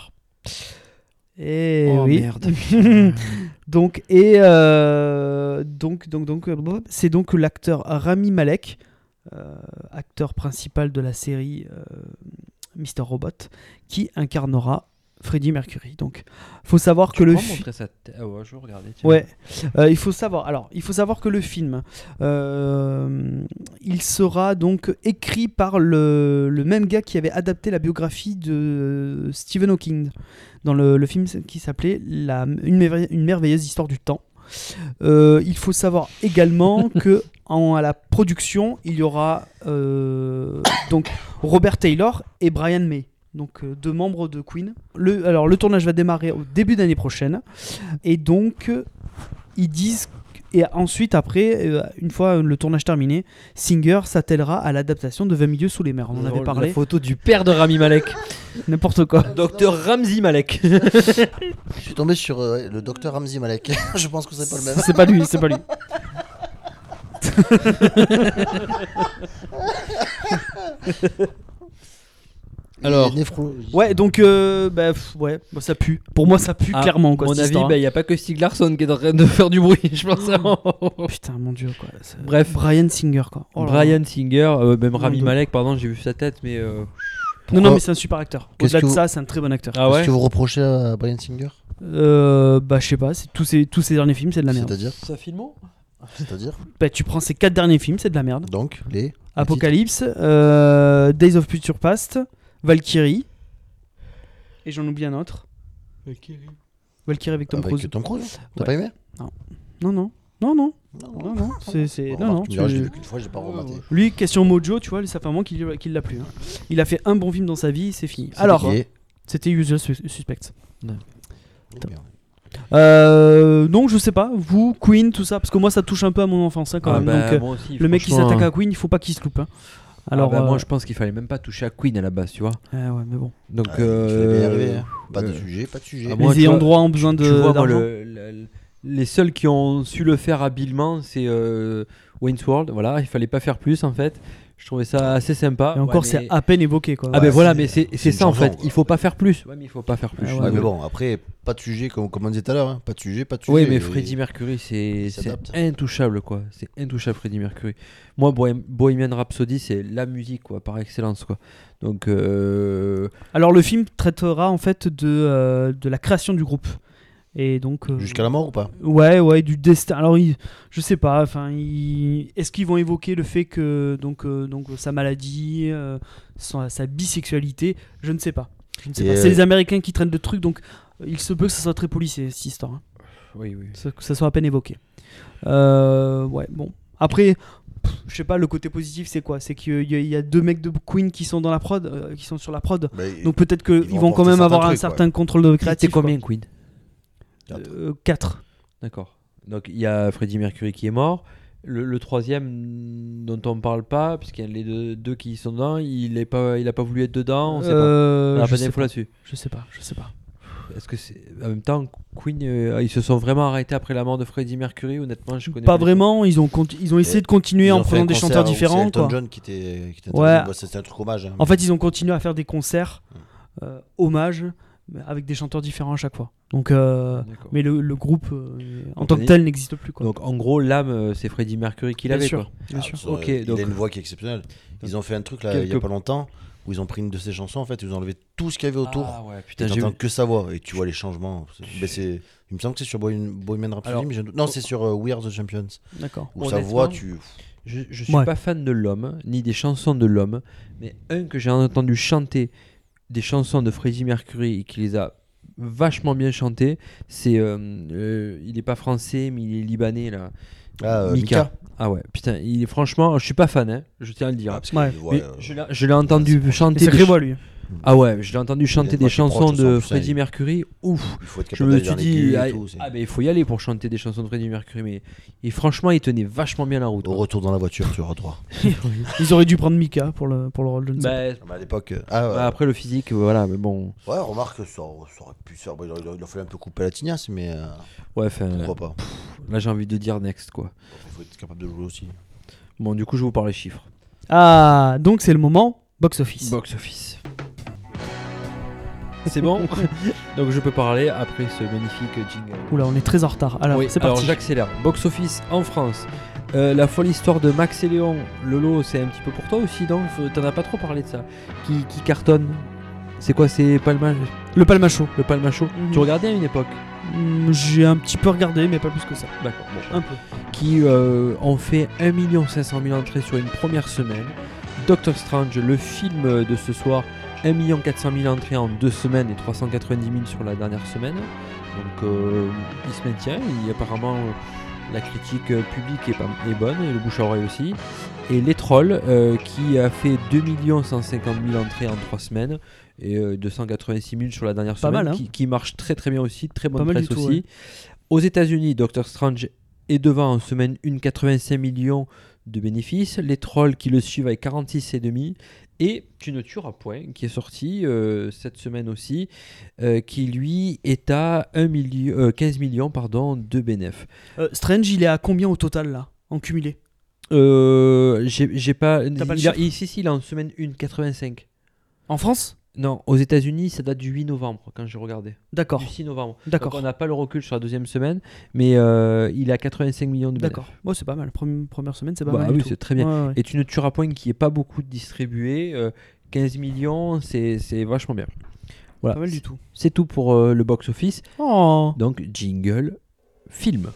Speaker 8: Et
Speaker 6: Oh,
Speaker 8: oui.
Speaker 6: merde,
Speaker 8: [LAUGHS] donc, et euh, donc, donc, donc, euh, c'est donc l'acteur Rami Malek, euh, acteur principal de la série euh, Mister Robot, qui incarnera Freddie Mercury. Donc, faut savoir que le
Speaker 6: Pourquoi
Speaker 8: fi-
Speaker 6: montrer sa tête Ah ouais, je vais regarder. tiens.
Speaker 8: Ouais, Euh, il faut savoir. Alors, il faut savoir que le film, euh, il sera donc écrit par le, le même gars qui avait adapté la biographie de euh, Stephen Hawking dans le, le film qui s'appelait La- une, merveille- une merveilleuse histoire du temps. Euh, il faut savoir également que en- à la production, il y aura euh, donc Robert Taylor et Brian May. Donc euh, deux membres de Queen. Le, alors le tournage va démarrer au début d'année prochaine. Et donc euh, ils disent et ensuite après euh, une fois euh, le tournage terminé Singer s'attellera à l'adaptation de 20 milieux sous les mers on en avait
Speaker 6: Oh,
Speaker 8: parlé
Speaker 6: La photo du père de Rami
Speaker 8: [LAUGHS]
Speaker 6: Malek,
Speaker 8: n'importe quoi
Speaker 6: docteur Ramzi Malek.
Speaker 7: Je suis tombé sur euh, le docteur Ramzi Malek. [LAUGHS] je pense que c'est pas le [LAUGHS] même.
Speaker 8: c'est pas lui c'est pas lui
Speaker 6: Alors.
Speaker 7: Il est néphrologie.
Speaker 8: ouais donc euh, bah, pff, ouais bon, ça pue pour moi ça pue
Speaker 6: [LAUGHS] Ah,
Speaker 8: clairement quoi
Speaker 6: mon
Speaker 8: cette
Speaker 6: avis, il
Speaker 8: histoire, hein.
Speaker 6: n'y a pas que Stieg Larsson qui est en train de faire du bruit, je
Speaker 8: [LAUGHS]
Speaker 6: pense. vraiment.
Speaker 8: Oh, putain mon dieu quoi c'est-
Speaker 6: Bref.
Speaker 8: Brian Singer quoi Oh là là.
Speaker 6: Brian Singer, euh, même Rami
Speaker 8: de-
Speaker 6: Malek, pardon, j'ai vu sa tête, mais. euh,
Speaker 8: non
Speaker 7: Pourquoi
Speaker 8: non mais c'est un super acteur
Speaker 7: Qu'est-ce
Speaker 8: au-delà
Speaker 7: que
Speaker 8: de
Speaker 7: vous-
Speaker 8: ça c'est un très bon acteur
Speaker 6: Ah
Speaker 7: Est-ce
Speaker 6: ouais
Speaker 7: que vous reprochez à Brian Singer
Speaker 8: Euh, bah je sais pas c'est tous ces tous ces derniers films c'est de la merde
Speaker 7: C'est-à-dire
Speaker 6: Ça filmo
Speaker 7: C'est-à-dire
Speaker 8: bah tu prends ces quatre derniers films c'est de la merde
Speaker 7: Donc, les.
Speaker 8: Apocalypse, euh, Days of Future Past, Valkyrie. Et j'en oublie un autre.
Speaker 6: Ah
Speaker 8: Valkyrie. Valkyrie avec Tom
Speaker 7: Avec
Speaker 8: Cruise.
Speaker 7: Tom Cruise T'as
Speaker 8: Ouais.
Speaker 7: pas aimé
Speaker 8: Non, non. Non, non.
Speaker 7: Non,
Speaker 8: Non, non. C'est, c'est-
Speaker 7: Bon,
Speaker 8: non, non.
Speaker 7: remarque, tu me diras,
Speaker 8: tu-
Speaker 7: je l'ai vu qu'une fois, j'ai pas rematé.
Speaker 8: Lui, question Mojo, tu vois, ça fait un moment qu'il, qu'il l'a plus. hein. Il a fait un bon film dans sa vie, c'est fini. Alors,
Speaker 7: Et-
Speaker 8: c'était Usual Sus- Suspect.
Speaker 7: Merde.
Speaker 8: Euh, donc, je sais pas, vous, Queen, tout ça, parce que moi, ça touche un peu à mon enfance hein, quand
Speaker 6: Ah
Speaker 8: même.
Speaker 6: bah,
Speaker 8: donc, euh,
Speaker 6: moi aussi,
Speaker 8: le mec qui
Speaker 6: franchement,
Speaker 8: s'attaque
Speaker 6: hein.
Speaker 8: à Queen, il faut pas qu'il se loupe. hein. Alors,
Speaker 6: Ah bah, moi,
Speaker 8: euh,
Speaker 6: je pense qu'il fallait même pas toucher à Queen à la base, tu vois.
Speaker 8: euh, ouais, mais bon.
Speaker 6: Donc.
Speaker 7: Ah, tu fais bien
Speaker 6: euh,
Speaker 7: arriver, hein. Pas de
Speaker 6: euh,
Speaker 7: sujet, pas de sujet.
Speaker 6: Ah, moi,
Speaker 8: Les
Speaker 6: tu
Speaker 8: ayants
Speaker 6: vois-
Speaker 8: droit ont besoin de.
Speaker 6: Tu vois, moi,
Speaker 8: d'argent.
Speaker 6: le- le- les seuls qui ont su le faire habilement, c'est euh, Wayne's World. Voilà, il fallait pas faire plus en fait. Je trouvais ça assez sympa.
Speaker 8: Et encore,
Speaker 6: Ouais, mais-
Speaker 8: c'est à peine évoqué quoi.
Speaker 6: Ah ben
Speaker 7: Ouais,
Speaker 6: voilà,
Speaker 7: c'est-
Speaker 6: mais c'est c'est
Speaker 7: une
Speaker 6: ça en
Speaker 7: chanson,
Speaker 6: fait.
Speaker 7: quoi.
Speaker 6: Il faut pas faire plus. Ouais, mais il faut pas faire plus.
Speaker 8: Ah
Speaker 6: je suis
Speaker 8: ouais.
Speaker 7: Ouais, mais
Speaker 6: désolé.
Speaker 7: bon, après, pas de sujet, comme, comme on disait tout à l'heure. hein. Pas de sujet, pas de sujet.
Speaker 6: Oui, mais
Speaker 7: Et-
Speaker 6: Freddie Mercury, c'est
Speaker 7: il
Speaker 6: c'est
Speaker 7: s'adapte.
Speaker 6: intouchable, quoi. C'est intouchable, Freddie Mercury. Moi, Bohem- Bohemian Rhapsody, c'est la musique, quoi, par excellence, quoi. Donc, euh,
Speaker 8: Alors le film traitera en fait de, euh, de la création du groupe. Et donc... euh,
Speaker 7: Jusqu'à la mort ou pas
Speaker 8: Ouais, ouais, du destin. Alors, il- je sais pas. Enfin, il- est-ce qu'ils vont évoquer le fait que donc, euh, donc sa maladie, euh, son- sa bisexualité, je ne sais pas. Je ne sais
Speaker 7: Et,
Speaker 8: pas.
Speaker 7: euh,
Speaker 8: C'est les Américains qui traînent de trucs, donc euh, il se peut que ça soit très policé cette histoire. hein.
Speaker 6: oui, oui.
Speaker 8: Ça- Que ça soit à peine évoqué. Euh, ouais, bon. Après, pff, je sais pas. Le côté positif, c'est quoi C'est qu'il y, a- il y a deux mecs de Queen qui sont dans la prod, euh, qui sont sur la prod.
Speaker 7: Bah,
Speaker 8: Donc peut-être qu'ils
Speaker 7: Ils
Speaker 8: vont,
Speaker 7: vont
Speaker 8: quand
Speaker 7: apporter
Speaker 8: même
Speaker 7: certains
Speaker 8: avoir un
Speaker 7: trucs,
Speaker 8: certain contrôle de
Speaker 6: C'était
Speaker 8: créatif. Euh,
Speaker 6: combien, Queen
Speaker 8: 4.
Speaker 6: D'accord. Donc, il y a Freddie Mercury qui est mort. Le, le troisième dont on parle pas, puisqu'il y a les deux, deux qui sont dedans, il est pas, il a pas voulu être dedans, on sait pas.
Speaker 8: Euh,
Speaker 6: On a
Speaker 8: je,
Speaker 6: pas
Speaker 8: sais
Speaker 6: d'infos
Speaker 8: pas,
Speaker 6: là-dessus.
Speaker 8: je sais pas, je sais pas.
Speaker 6: Est-ce que c'est en même temps Queen, euh, ils se sont vraiment arrêtés après la mort de Freddie Mercury Honnêtement, je connais
Speaker 8: Pas
Speaker 6: du
Speaker 8: vraiment, ils ont, conti- ils ont essayé de continuer
Speaker 7: Ils
Speaker 8: en
Speaker 7: ont fait
Speaker 8: prenant
Speaker 7: un
Speaker 8: des
Speaker 7: concert
Speaker 8: chanteurs
Speaker 7: où c'est
Speaker 8: différents.
Speaker 7: Elton
Speaker 8: quoi.
Speaker 7: John qui était, qui était
Speaker 8: Ouais.
Speaker 7: intervenu. Bah, C'était un truc hommage. hein.
Speaker 8: En fait, ils ont continué à faire des concerts euh, hommages mais avec des chanteurs différents à chaque fois. Donc, euh,
Speaker 6: tout. D'accord.
Speaker 8: mais le, le groupe euh, en
Speaker 6: Donc,
Speaker 8: tant que
Speaker 6: on est-
Speaker 8: tel n'existe plus. Quoi.
Speaker 6: Donc en gros, l'âme, euh, c'est Freddie Mercury qui
Speaker 8: Bien
Speaker 6: l'avait.
Speaker 8: sûr.
Speaker 6: quoi.
Speaker 8: Bien
Speaker 7: Ah,
Speaker 8: sûr.
Speaker 7: parce, euh,
Speaker 6: Ok,
Speaker 7: il
Speaker 6: donc-
Speaker 7: a une voix qui est exceptionnelle. Ils ont fait un truc là il y a
Speaker 6: Quelque-
Speaker 7: pas longtemps où ils ont pris une de ses chansons en fait, ils ont enlevé tout ce qu'il y avait autour.
Speaker 6: Ah ouais,
Speaker 7: Tu
Speaker 6: putain, j'ai
Speaker 7: n'entends
Speaker 6: vu.
Speaker 7: que sa voix et tu vois les changements. C'est- ben, c'est- il me semble que c'est sur Bohemian Bohemian Rhapsody,
Speaker 6: Alors, oh.
Speaker 7: mais j'ai un doute. non, c'est sur euh, We Are the Champions.
Speaker 8: D'accord.
Speaker 7: Où sa voix,
Speaker 6: Honnêtement,
Speaker 7: tu.
Speaker 6: Je, je suis
Speaker 8: Ouais.
Speaker 6: pas fan de l'homme, ni des chansons de l'homme, mais un que j'ai entendu chanter des chansons de Freddie Mercury et qui les a vachement bien chantées, c'est. euh, euh, il est pas français, mais il est libanais là.
Speaker 7: Ah, euh, Mika.
Speaker 6: Ah ouais, putain, il est franchement, je suis pas fan, hein, je tiens à le dire.
Speaker 7: Ah, parce que
Speaker 8: Ouais.
Speaker 7: les voix,
Speaker 6: Mais
Speaker 7: euh,
Speaker 6: je l'ai- je l'ai entendu chanter.
Speaker 8: C'est
Speaker 6: des
Speaker 8: très
Speaker 6: ch-
Speaker 8: beau, lui.
Speaker 6: Ah ouais, je l'ai entendu chanter
Speaker 7: moi,
Speaker 6: des
Speaker 7: je suis proche,
Speaker 6: chansons
Speaker 7: de toute
Speaker 6: de
Speaker 7: façon,
Speaker 6: Freddie
Speaker 7: il-
Speaker 6: Mercury. Ouf.
Speaker 7: il faut être
Speaker 6: Je
Speaker 7: capable
Speaker 6: me
Speaker 7: d'aller
Speaker 6: suis
Speaker 7: dans les
Speaker 6: dit,
Speaker 7: aigus et
Speaker 6: ah,
Speaker 7: tout, c'est-
Speaker 6: ah, ben, il faut y aller pour chanter des chansons de Freddie Mercury, mais et franchement, il tenait vachement bien la route. hein.
Speaker 7: Au retour dans la voiture, tu auras droit.
Speaker 8: Ils auraient dû prendre Mika pour le, pour le rôle de Johnson.
Speaker 6: Bah,
Speaker 7: Ah, mais à l'époque. euh, Ah, ouais.
Speaker 6: bah, après le physique, voilà, mais bon,
Speaker 7: ouais, remarque, ça, ça aurait pu se faire. bon, il aurait- il aurait fallu un peu couper la tignasse, mais euh,
Speaker 6: ouais, enfin,
Speaker 7: pourquoi pas.
Speaker 6: là j'ai envie de dire next quoi.
Speaker 7: Il faut être capable de jouer aussi.
Speaker 6: Bon, du coup, je vous parle les chiffres.
Speaker 8: Ah, donc c'est le moment box office.
Speaker 6: Box office. C'est
Speaker 8: [LAUGHS]
Speaker 6: bon Donc je peux parler après ce magnifique jingle.
Speaker 8: Oula, on est très en retard. Alors,
Speaker 6: Oui,
Speaker 8: c'est
Speaker 6: alors
Speaker 8: parti.
Speaker 6: j'accélère. Box office en France. Euh, la folle histoire de Max et Léon. Lolo, c'est un petit peu pour toi aussi, non Faut- T'en as pas trop parlé de ça. Qui, qui cartonne C'est quoi C'est Palma,
Speaker 8: Le Palmacho.
Speaker 6: le Palmacho
Speaker 8: Mhm.
Speaker 6: Tu regardais à une époque
Speaker 8: Hmm, J'ai un petit peu regardé, mais pas plus que ça.
Speaker 6: D'accord. bon.
Speaker 8: Un peu.
Speaker 6: Qui euh, ont fait 1 500 000 entrées sur une première semaine. Doctor Strange, le film de ce soir, 1 400 000 entrées en deux semaines et 390 000 sur la dernière semaine. Donc euh, il se maintient. Il, apparemment, euh, la critique euh, publique est, pas- est bonne et le bouche à oreille aussi. Et Les Trolls, euh, qui a fait 2 150 000 entrées en trois semaines et euh, 286 000 sur la dernière
Speaker 8: Pas
Speaker 6: semaine,
Speaker 8: mal, hein.
Speaker 6: qui, qui marche très très bien aussi, très bonne
Speaker 8: Pas mal
Speaker 6: presse
Speaker 8: du tout,
Speaker 6: aussi.
Speaker 8: ouais.
Speaker 6: Aux États-Unis, Doctor Strange est devant en semaine 1, 85 millions de bénéfices. Les Trolls qui le suivent avec 46,5. Et Tu ne tueras point, qui est sorti euh, cette semaine aussi, euh, qui lui est à 1 million, euh, 15 millions pardon, de bénéfices.
Speaker 8: Euh, Strange, il est à combien au total là En cumulé
Speaker 6: Euh, j'ai j'ai pas.
Speaker 8: T'as pas le
Speaker 6: il a-
Speaker 8: chiffre
Speaker 6: il- si, si, il a en semaine 1, 85.
Speaker 8: En France
Speaker 6: Non, aux États-Unis, ça date du 8 novembre quand j'ai regardé.
Speaker 8: D'accord.
Speaker 6: Du 6 novembre.
Speaker 8: Oh. D'accord.
Speaker 6: Donc on n'a pas le recul sur la deuxième semaine, mais euh, il a 85 millions de bénéfices.
Speaker 8: D'accord. Moi, c'est pas mal. Premi- Première semaine, c'est pas
Speaker 6: Bah
Speaker 8: mal. du
Speaker 6: oui,
Speaker 8: tout.
Speaker 6: c'est très bien.
Speaker 8: Ouais, ouais.
Speaker 6: Et tu ne tueras point qui est pas beaucoup distribué. euh, 15 millions, c'est c'est vachement bien. Voilà.
Speaker 8: Pas mal du tout.
Speaker 6: C'est tout pour euh, le box-office.
Speaker 8: Oh
Speaker 6: Donc, jingle, film.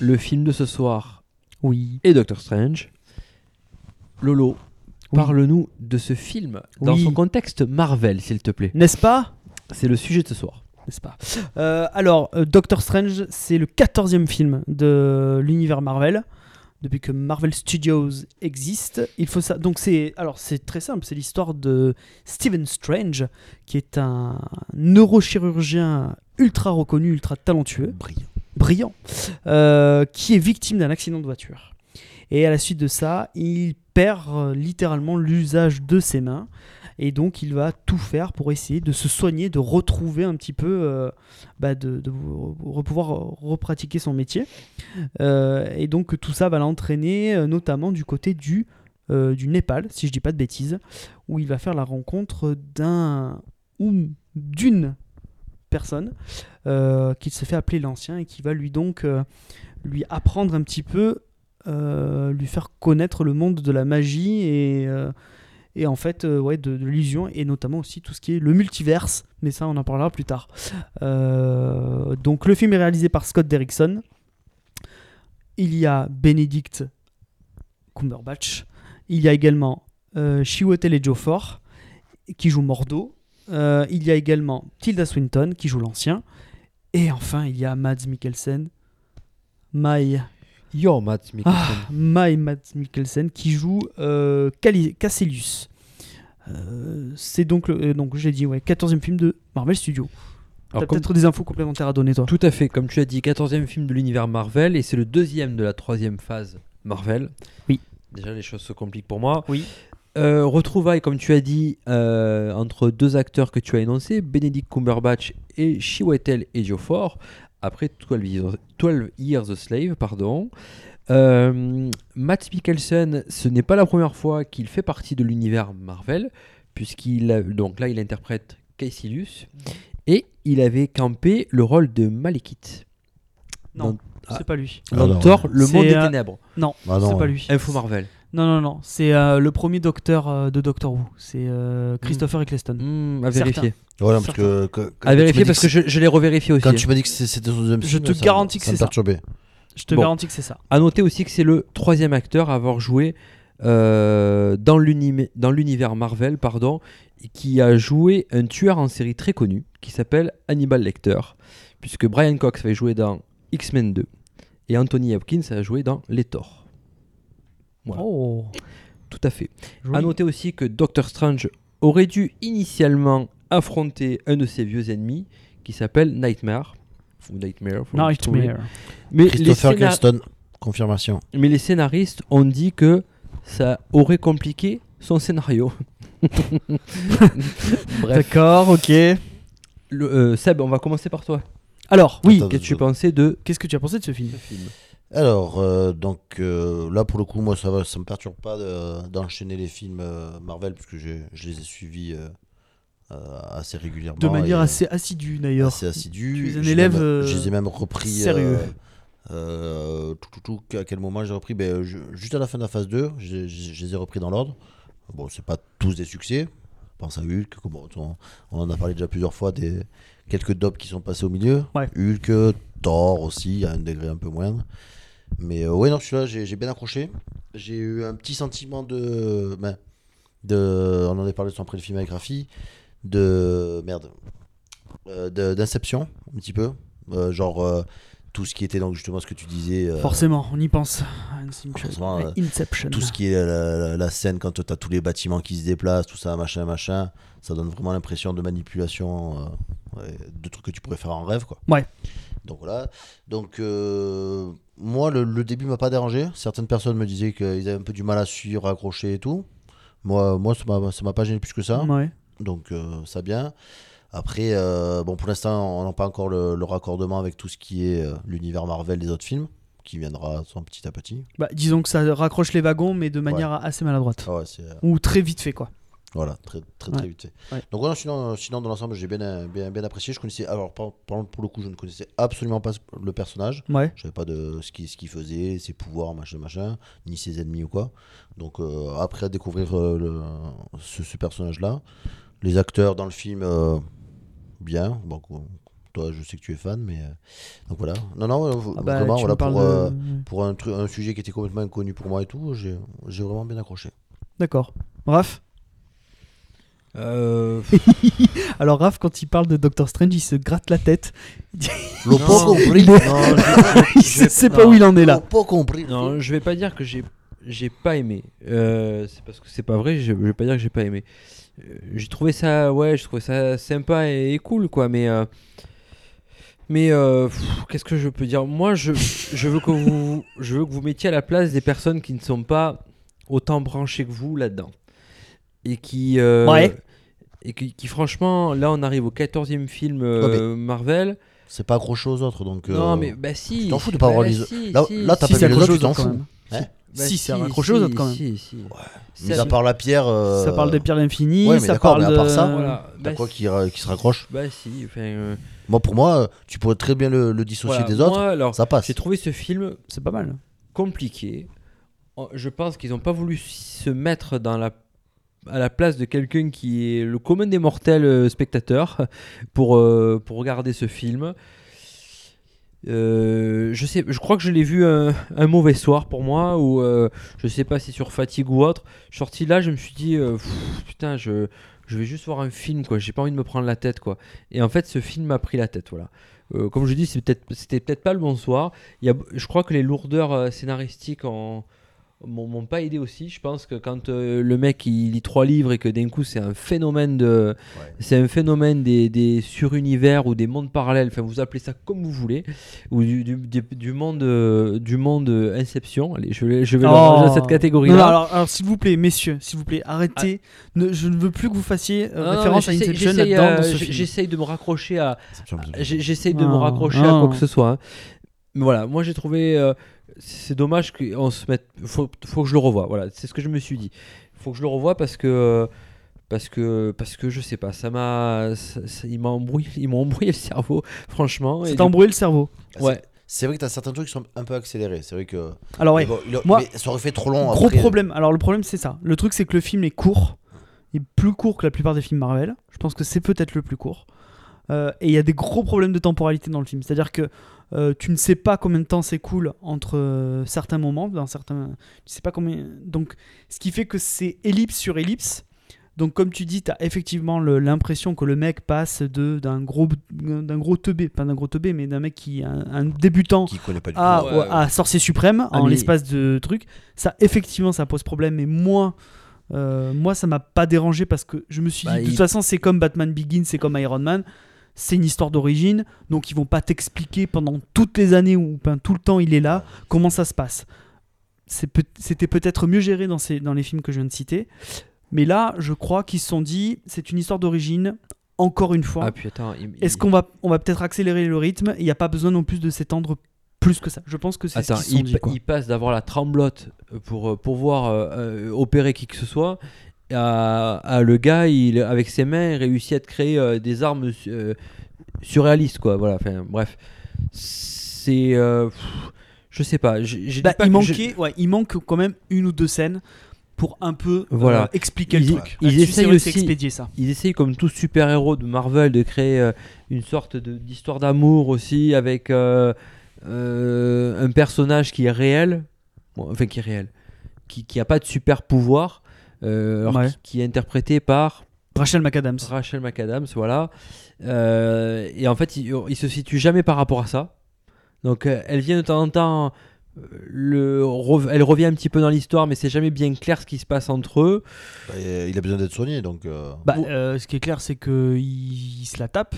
Speaker 6: Le film de ce soir
Speaker 8: Oui.
Speaker 6: est Doctor Strange. Lolo,
Speaker 8: Oui.
Speaker 6: parle-nous de ce film dans
Speaker 8: Oui.
Speaker 6: son contexte Marvel, s'il te plaît.
Speaker 8: N'est-ce pas
Speaker 6: C'est le sujet de ce soir.
Speaker 8: N'est-ce pas Euh, Alors, euh, Doctor Strange, c'est le 14e film de l'univers Marvel. Depuis que Marvel Studios existe, il faut ça. Donc c'est alors c'est très simple, c'est l'histoire de Stephen Strange, qui est un neurochirurgien ultra reconnu, ultra talentueux,
Speaker 7: Brillant.
Speaker 8: brillant, euh, qui est victime d'un accident de voiture. Et à la suite de ça, il perd euh, littéralement l'usage de ses mains. Et donc, il va tout faire pour essayer de se soigner, de retrouver un petit peu, euh, bah, de, de re- pouvoir repratiquer son métier. Euh, et donc, tout ça va l'entraîner euh, notamment du côté du, euh, du Népal, si je dis pas de bêtises, où il va faire la rencontre d'un ou d'une personne euh, qui se fait appeler l'ancien et qui va lui donc euh, lui apprendre un petit peu, euh, lui faire connaître le monde de la magie et, euh, et en fait euh, ouais, de, de l'illusion et notamment aussi tout ce qui est le multiverse, mais ça on en parlera plus tard. Euh, donc le film est réalisé par Scott Derrickson. Il y a Benedict Cumberbatch. Il y a également euh, Chiwetel Ejiofor qui joue Mordo. Euh, il y a également Tilda Swinton qui joue l'ancien. Et enfin, il y a Mads Mikkelsen, Mai
Speaker 6: Your Matt Mikkelsen.
Speaker 8: My Matt Ah, Mikkelsen qui joue euh, Cali- Casselius. Euh, c'est donc, le, euh, donc j'ai dit, ouais, 14e film de Marvel Studios. T'as
Speaker 6: Alors, comme-
Speaker 8: peut-être des infos complémentaires à donner, toi.
Speaker 6: Tout à fait, comme tu as dit, 14e film de l'univers Marvel et c'est le deuxième de la troisième phase Marvel.
Speaker 8: Oui.
Speaker 6: Déjà, les choses se compliquent pour moi.
Speaker 8: Oui.
Speaker 6: Euh, retrouvailles, comme tu as dit, euh, entre deux acteurs que tu as énoncés, Benedict Cumberbatch et Chiwetel Ejiofor, après 12 Years, 12 Years a Slave. Pardon. Euh, Matt Mikkelsen, ce n'est pas la première fois qu'il fait partie de l'univers Marvel, puisqu'il a- donc là il interprète Caecilius et il avait campé le rôle de Malekith
Speaker 8: Non,
Speaker 6: Ah.
Speaker 8: c'est pas lui.
Speaker 7: Ah
Speaker 6: dans
Speaker 7: non.
Speaker 6: Thor, le
Speaker 8: C'est,
Speaker 6: monde des
Speaker 8: euh,
Speaker 6: ténèbres.
Speaker 8: Non,
Speaker 7: Bah non,
Speaker 8: c'est pas
Speaker 7: ouais.
Speaker 8: lui.
Speaker 6: Info Marvel.
Speaker 8: Non, non, non. C'est euh, le premier docteur euh, de Doctor Who. C'est euh, Christopher Eccleston.
Speaker 6: Hmm, à
Speaker 8: Certain.
Speaker 6: vérifier.
Speaker 7: Ouais, parce que. que- que-
Speaker 6: À vérifier
Speaker 7: tu m'as
Speaker 6: parce
Speaker 7: dit
Speaker 6: que je, je l'ai revérifié aussi.
Speaker 7: Quand tu m'as dit que c'est- c'était son deuxième
Speaker 8: Je
Speaker 7: film,
Speaker 8: te
Speaker 7: ça-
Speaker 8: garantis que
Speaker 7: me
Speaker 8: c'est ça.
Speaker 7: perturbait.
Speaker 8: Je te
Speaker 6: Bon.
Speaker 8: garantis que c'est ça.
Speaker 6: À noter aussi que c'est le troisième acteur à avoir joué euh, dans l'uni- dans l'univers Marvel, pardon, et qui a joué un tueur en série très connu qui s'appelle Hannibal Lecter, puisque Brian Cox avait joué dans X-Men 2 et Anthony Hopkins a joué dans Les Thor. Voilà.
Speaker 8: Oh,
Speaker 6: Tout à fait.
Speaker 8: joli.
Speaker 6: À noter aussi que Doctor Strange aurait dû initialement affronter un de ses vieux ennemis qui s'appelle Nightmare. Ou Nightmare. faut le trouver.
Speaker 8: Nightmare.
Speaker 6: Mais les,
Speaker 7: Christopher
Speaker 6: scénar-
Speaker 7: Eccleston, confirmation.
Speaker 6: mais les scénaristes ont dit que ça aurait compliqué son scénario. Bref.
Speaker 8: D'accord, ok.
Speaker 6: Le- euh, Seb, on va commencer par toi.
Speaker 8: Alors, oui.
Speaker 7: Attends.
Speaker 6: Qu'as-tu pensé de
Speaker 8: Qu'est-ce que tu as pensé de ce film
Speaker 6: ce film
Speaker 7: Alors, euh, donc euh, là pour le coup, moi ça va, ça me perturbe pas de- d'enchaîner les films euh, Marvel parce que j'ai- je les ai suivis euh, euh, assez régulièrement.
Speaker 8: De manière
Speaker 7: et-
Speaker 8: assez assidue, d'ailleurs.
Speaker 7: assez assidu.
Speaker 8: Tu es un
Speaker 7: J'ai
Speaker 8: élève,
Speaker 7: même-
Speaker 8: euh,
Speaker 7: Je les ai même repris.
Speaker 8: sérieux.
Speaker 7: euh, euh, tout, tout, tout, à quel moment j'ai repris ben, je- Juste à la fin de la phase 2, je, je- je les ai repris dans l'ordre. Bon, c'est pas tous des succès. Je pense à Hulk, comme on, on- on en a parlé déjà plusieurs fois, des quelques dobs qui sont passés au milieu.
Speaker 8: Ouais.
Speaker 7: Hulk, Thor aussi, à un degré un peu moindre. Mais euh, ouais, non, celui-là, j'ai j'ai bien accroché. J'ai eu un petit sentiment de. ben, de on en a parlé sur après le film avec Rafi. De. Merde. Euh, de- d'inception un petit peu Euh, genre euh, tout ce qui était donc justement ce que tu disais euh,
Speaker 8: Forcément, on y pense. Inception.
Speaker 7: forcément, euh,
Speaker 8: Inception.
Speaker 7: tout ce qui est la, la- la scène quand tu as tous les bâtiments qui se déplacent tout ça machin machin ça donne vraiment l'impression de manipulation euh, ouais, de trucs que tu pourrais faire en rêve quoi
Speaker 8: Ouais.
Speaker 7: donc voilà donc euh, moi le, le début m'a pas dérangé certaines personnes me disaient qu'ils avaient un peu du mal à suivre à accrocher et tout moi moi ça m'a- ça m'a pas gêné plus que ça
Speaker 8: Ouais.
Speaker 7: donc euh, ça bien. Après, euh, bon, pour l'instant, on n'a pas encore le, le raccordement avec tout ce qui est euh, l'univers Marvel des autres films, qui viendra sans petit à
Speaker 8: [LAUGHS]
Speaker 7: petit.
Speaker 8: Bah, disons que ça raccroche les wagons, mais de manière assez maladroite.
Speaker 7: Ah ouais, c'est, euh,
Speaker 8: Ou très vite fait, quoi.
Speaker 7: voilà, très très,
Speaker 8: Ouais.
Speaker 7: très vite. fait.
Speaker 8: Ouais.
Speaker 7: Donc voilà, sinon, euh, sinon dans l'ensemble, j'ai bien, euh, bien, bien apprécié. Je connaissais, alors par- par- pour le coup, je ne connaissais absolument pas le personnage.
Speaker 8: Ouais.
Speaker 7: Je savais pas de ce qu'il ce qu'il faisait, ses pouvoirs, machin, machin, ni ses ennemis ou quoi. Donc euh, après à découvrir euh, le- ce, ce personnage-là, les acteurs dans le film, euh, bien. Bon, co- toi, je sais que tu es fan, mais euh, donc voilà. Non, non, euh, v-
Speaker 8: Ah bah,
Speaker 7: vraiment,
Speaker 8: tu
Speaker 7: voilà
Speaker 8: me parles
Speaker 7: pour, euh,
Speaker 8: de-
Speaker 7: pour un, tru- un sujet qui était complètement inconnu pour moi et tout, j'ai j'ai vraiment bien accroché.
Speaker 8: D'accord. Raph
Speaker 6: Euh,
Speaker 8: Alors, Raph, quand il parle de Doctor Strange, il se gratte
Speaker 7: [LAUGHS]
Speaker 8: la tête.
Speaker 6: Euh, [LAUGHS]
Speaker 7: L'ont pas
Speaker 6: Non.
Speaker 7: compris.
Speaker 6: non, je-
Speaker 8: [LAUGHS] il
Speaker 6: je vais-
Speaker 8: sait pas
Speaker 6: non.
Speaker 8: où il en est
Speaker 7: L'ont
Speaker 8: là.
Speaker 7: pas compris.
Speaker 6: Non, je vais pas dire que j'ai j'ai pas aimé. Euh, c'est parce que c'est pas vrai. Je, je vais pas dire que j'ai pas aimé. Euh, j'ai trouvé ça, ouais, je trouvais ça sympa et, et cool, quoi. Mais euh, mais euh, pff, qu'est-ce que je peux dire Moi, je, je veux que vous je veux que vous mettiez à la place des personnes qui ne sont pas autant branchées que vous là-dedans et qui euh,
Speaker 8: Ouais.
Speaker 6: et qui, qui, franchement, là, on arrive au 14e film euh, Marvel.
Speaker 7: C'est pas accroché aux autres, donc. euh,
Speaker 6: non, mais bah si.
Speaker 7: tu t'en fous de
Speaker 6: si,
Speaker 7: pas
Speaker 6: bah,
Speaker 7: avoir les-
Speaker 6: si,
Speaker 7: Là,
Speaker 6: si,
Speaker 7: là t'as
Speaker 8: si,
Speaker 7: pas
Speaker 8: c'est
Speaker 7: vu les autres,
Speaker 8: accroché
Speaker 7: tu
Speaker 8: aux
Speaker 7: t'en
Speaker 8: autres, quand
Speaker 7: fous.
Speaker 8: même.
Speaker 6: Bah
Speaker 8: Si, c'est
Speaker 6: si,
Speaker 8: raccroché aux
Speaker 6: si,
Speaker 8: autres, quand même.
Speaker 6: si, si. Ça-
Speaker 7: Mis à part la pierre. euh,
Speaker 8: Ça parle des pierres de l'infini,
Speaker 7: ouais, mais
Speaker 8: ça
Speaker 7: d'accord,
Speaker 8: parle
Speaker 7: mais à part
Speaker 8: de-
Speaker 7: ça,
Speaker 6: Voilà.
Speaker 7: T'as
Speaker 6: Bah,
Speaker 7: quoi
Speaker 6: si-
Speaker 7: qui, ra- qui se raccroche
Speaker 6: Bah si, enfin, euh,
Speaker 7: Moi, pour moi, euh, tu pourrais très bien le, le dissocier
Speaker 6: voilà.
Speaker 7: des autres.
Speaker 6: Moi, alors,
Speaker 7: ça passe.
Speaker 6: j'ai trouvé ce film
Speaker 8: C'est pas mal.
Speaker 6: compliqué. En- Je pense qu'ils n'ont pas voulu se mettre dans la à la place de quelqu'un qui est le commun des mortels euh, spectateurs pour euh, pour regarder ce film. Euh, je sais, je crois que je l'ai vu un, un mauvais soir pour moi ou euh, je sais pas si sur fatigue ou autre. Je suis Sorti là, je me suis dit euh, pff, putain, je je vais juste voir un film quoi. J'ai pas envie de me prendre la tête quoi. Et en fait, ce film m'a pris la tête voilà. euh, comme je dis, c'est peut-être- c'était peut-être pas le bon soir. Il y a, je crois que les lourdeurs euh, scénaristiques ont- m'ont m'ont pas aidé aussi. Je pense que quand euh, le mec il lit trois livres et que d'un coup c'est un phénomène de, c'est un phénomène des, des surunivers ou des mondes parallèles. Enfin, vous appelez ça comme vous voulez, ou du, du, du- du monde, euh, du monde euh, Inception. Allez, je vais, je vais le
Speaker 8: Oh.
Speaker 6: ranger à cette catégorie.
Speaker 8: Non, non, alors, alors, s'il vous plaît, messieurs, s'il vous plaît, arrêtez. Ne- je ne veux plus que vous fassiez euh,
Speaker 6: Ah. Non, non,
Speaker 8: référence à
Speaker 6: mais j'essaie-
Speaker 8: Inception
Speaker 6: j'essaie,
Speaker 8: là-dedans.
Speaker 6: euh,
Speaker 8: dans ce
Speaker 6: j'-
Speaker 8: film. Ah.
Speaker 6: J'essaye de me raccrocher à.
Speaker 7: Inception, Inception.
Speaker 6: Ah, j'ai- J'essaye de me
Speaker 8: Non,
Speaker 6: raccrocher à
Speaker 8: non.
Speaker 6: quoi que ce soit. hein. Mais voilà, moi j'ai trouvé. euh, c'est dommage qu'on se mette. Faut, faut que je le revoie. Voilà, c'est ce que je me suis dit. Faut que je le revoie parce que. Parce que, parce que je sais pas, ça m'a. ça- ça- Ils m'ont embrouillé, ils m'ont embrouillé le cerveau, franchement. et
Speaker 8: C'est
Speaker 6: du-
Speaker 8: embrouillé le cerveau.
Speaker 6: Ouais.
Speaker 7: C'est vrai que t'as certains trucs qui sont un peu accélérés. C'est vrai que.
Speaker 8: Alors ouais,
Speaker 7: Mais bon, il a-
Speaker 8: Moi-
Speaker 7: mais ça aurait fait trop long.
Speaker 8: gros
Speaker 7: après. euh,
Speaker 8: problème. Alors le problème c'est ça. Le truc c'est que le film est court, il est plus court que la plupart des films Marvel. Je pense que c'est peut-être le plus court. Euh, et il y a des gros problèmes de temporalité dans le film. C'est-à-dire que euh, tu ne sais pas combien de temps s'écoule entre euh, certains moments, dans certains, tu sais pas combien. Donc ce qui fait que c'est ellipse sur ellipse. Donc comme tu dis, tu as effectivement le- l'impression que le mec passe de d'un gros d'un gros teubé, pas d'un gros teubé, mais d'un mec qui un- un débutant
Speaker 7: euh, Qui connaît pas du
Speaker 8: à,
Speaker 7: tout.
Speaker 6: ouais, ouais.
Speaker 8: à Sorcier Suprême
Speaker 6: Ah,
Speaker 8: en
Speaker 6: mais-
Speaker 8: l'espace de trucs. Ça, effectivement, ça pose problème, mais moi. euh, moi, ça m'a pas dérangé parce que je me suis
Speaker 6: Bah,
Speaker 8: dit, de toute
Speaker 6: il-
Speaker 8: façon, c'est comme Batman Begins, c'est comme Iron Man, c'est une histoire d'origine, donc ils vont pas t'expliquer pendant toutes les années ou ben, tout le temps il est là comment ça se passe. C'est peut- C'était peut-être mieux géré dans, ces, dans les films que je viens de citer, mais là, je crois qu'ils se sont dit, c'est une histoire d'origine, encore une fois.
Speaker 6: Ah putain, il-
Speaker 8: Est-ce
Speaker 6: il-
Speaker 8: qu'on va, on va peut-être accélérer le rythme Il n'y a pas besoin non plus de s'étendre plus que ça. Je pense que c'est ce
Speaker 6: Attends,
Speaker 8: qu'ils se sont
Speaker 6: il,
Speaker 8: dit.
Speaker 6: pa-
Speaker 8: quoi.
Speaker 6: il passe d'avoir la tremblote pour euh, pouvoir euh, euh, opérer qui que ce soit à, à le gars, il, avec ses mains, il réussit à te créer euh, des armes euh, surréalistes, quoi. Voilà, enfin, bref. C'est. euh, pff, je sais pas. j'ai- j'ai dit
Speaker 8: Bah,
Speaker 6: pas
Speaker 8: il
Speaker 6: que
Speaker 8: manquait, ouais, il manque quand même une ou deux scènes pour un peu euh,
Speaker 6: Voilà.
Speaker 8: expliquer
Speaker 6: Ils-
Speaker 8: le truc.
Speaker 6: ils
Speaker 8: Là-dessus,
Speaker 6: essayent
Speaker 8: c'est vrai que c'est
Speaker 6: aussi-
Speaker 8: expédié ça.
Speaker 6: ils essayent comme tout super-héros de Marvel de créer euh, une sorte de- d'histoire d'amour aussi avec euh, euh, un personnage qui est réel, Bon, enfin qui est réel, qui qui a pas de super pouvoir,
Speaker 8: Ouais.
Speaker 6: qui, qui est interprété par
Speaker 8: Rachel McAdams.
Speaker 6: Rachel McAdams, voilà. Euh, et en fait, il, il se situe jamais par rapport à ça. Donc, euh, elle vient de temps en temps. euh, Le, rev- elle revient un petit peu dans l'histoire, mais c'est jamais bien clair ce qui se passe entre eux.
Speaker 7: Bah, euh, il a besoin d'être soigné donc. euh,
Speaker 8: Bah, euh, ce qui est clair, c'est que il, il se la tape,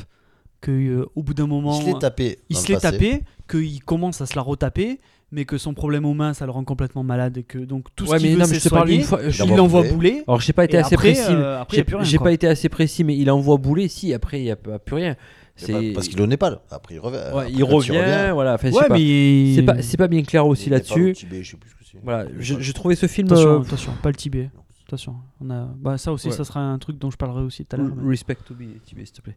Speaker 8: que euh, au bout d'un moment,
Speaker 7: Il
Speaker 6: hein.
Speaker 7: se l'est tapé.
Speaker 8: il
Speaker 7: dans
Speaker 8: se
Speaker 7: le
Speaker 8: l'est
Speaker 7: passé.
Speaker 8: tapé, qu'il commence à se la retaper, mais que son problème aux mains, ça le rend complètement malade, et que donc tout
Speaker 6: Ouais,
Speaker 8: ce qu'il
Speaker 6: non,
Speaker 8: veut,
Speaker 6: mais
Speaker 8: c'est
Speaker 6: je te parle
Speaker 8: soigner.
Speaker 6: une fois. je-
Speaker 7: Il
Speaker 8: Il
Speaker 7: envoie
Speaker 8: l'envoie
Speaker 7: bouler.
Speaker 8: bouler.
Speaker 6: alors, j'ai pas été
Speaker 8: Et
Speaker 6: assez
Speaker 8: après,
Speaker 6: précis. mais-
Speaker 8: euh, après, il y a
Speaker 6: J'ai
Speaker 8: plus rien,
Speaker 6: j'ai
Speaker 8: quoi.
Speaker 6: pas été assez précis, mais il envoie bouler. Si après, il n'y a, pas- plus rien.
Speaker 7: C'est pas-
Speaker 6: C'est-
Speaker 7: Parce qu'il en est pas là. Après il revient.
Speaker 6: ouais, il revient. Voilà. Enfin, je sais
Speaker 8: Ouais,
Speaker 6: pas.
Speaker 8: mais
Speaker 6: C'est pas, c'est pas bien clair aussi
Speaker 7: Il est pas au
Speaker 6: là-dessus.
Speaker 7: Tibet, je sais plus ce que c'est.
Speaker 6: Voilà.
Speaker 7: Il est
Speaker 6: Je,
Speaker 7: pas-
Speaker 6: je trouvais ce film.
Speaker 8: Attention,
Speaker 6: euh,
Speaker 8: attention, pas le Tibet. Attention, on a... bah, ça aussi,
Speaker 6: Ouais.
Speaker 8: ça sera un truc dont je parlerai aussi tout à l'heure. mais-
Speaker 6: respect to be, s'il te plaît.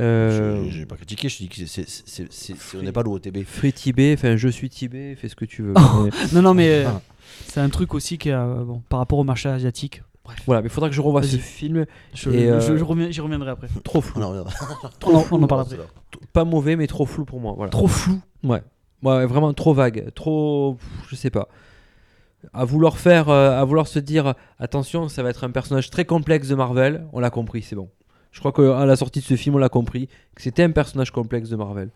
Speaker 6: Euh,
Speaker 7: Je- J'ai pas critiqué, je dis que c'est- c'est- c'est- c'est- c'est- c'est- on n'est pas lourd au TB.
Speaker 6: Free Tibet, enfin je suis Tibet, fais ce que tu
Speaker 8: [LAUGHS]
Speaker 6: veux. Mais-
Speaker 8: Non, non, mais euh, c'est un truc aussi qui a, bon, par rapport au marché asiatique.
Speaker 6: voilà, mais faudra que je revoie
Speaker 8: Vas-y.
Speaker 6: ce film.
Speaker 8: Je,
Speaker 6: Et, euh,
Speaker 8: je- je reviens- j'y reviendrai après.
Speaker 6: Trop flou,
Speaker 7: On en reviendra.
Speaker 8: [LAUGHS] On en, on en parle après.
Speaker 6: pas mauvais, mais trop flou pour moi. Voilà.
Speaker 8: Trop flou.
Speaker 6: Ouais. ouais, vraiment trop vague, trop, pff, je sais pas. À vouloir faire, euh, à vouloir se dire, attention, ça va être un personnage très complexe de Marvel. On l'a compris, c'est bon. Je crois qu'à la sortie de ce film, on l'a compris que c'était un personnage complexe de Marvel.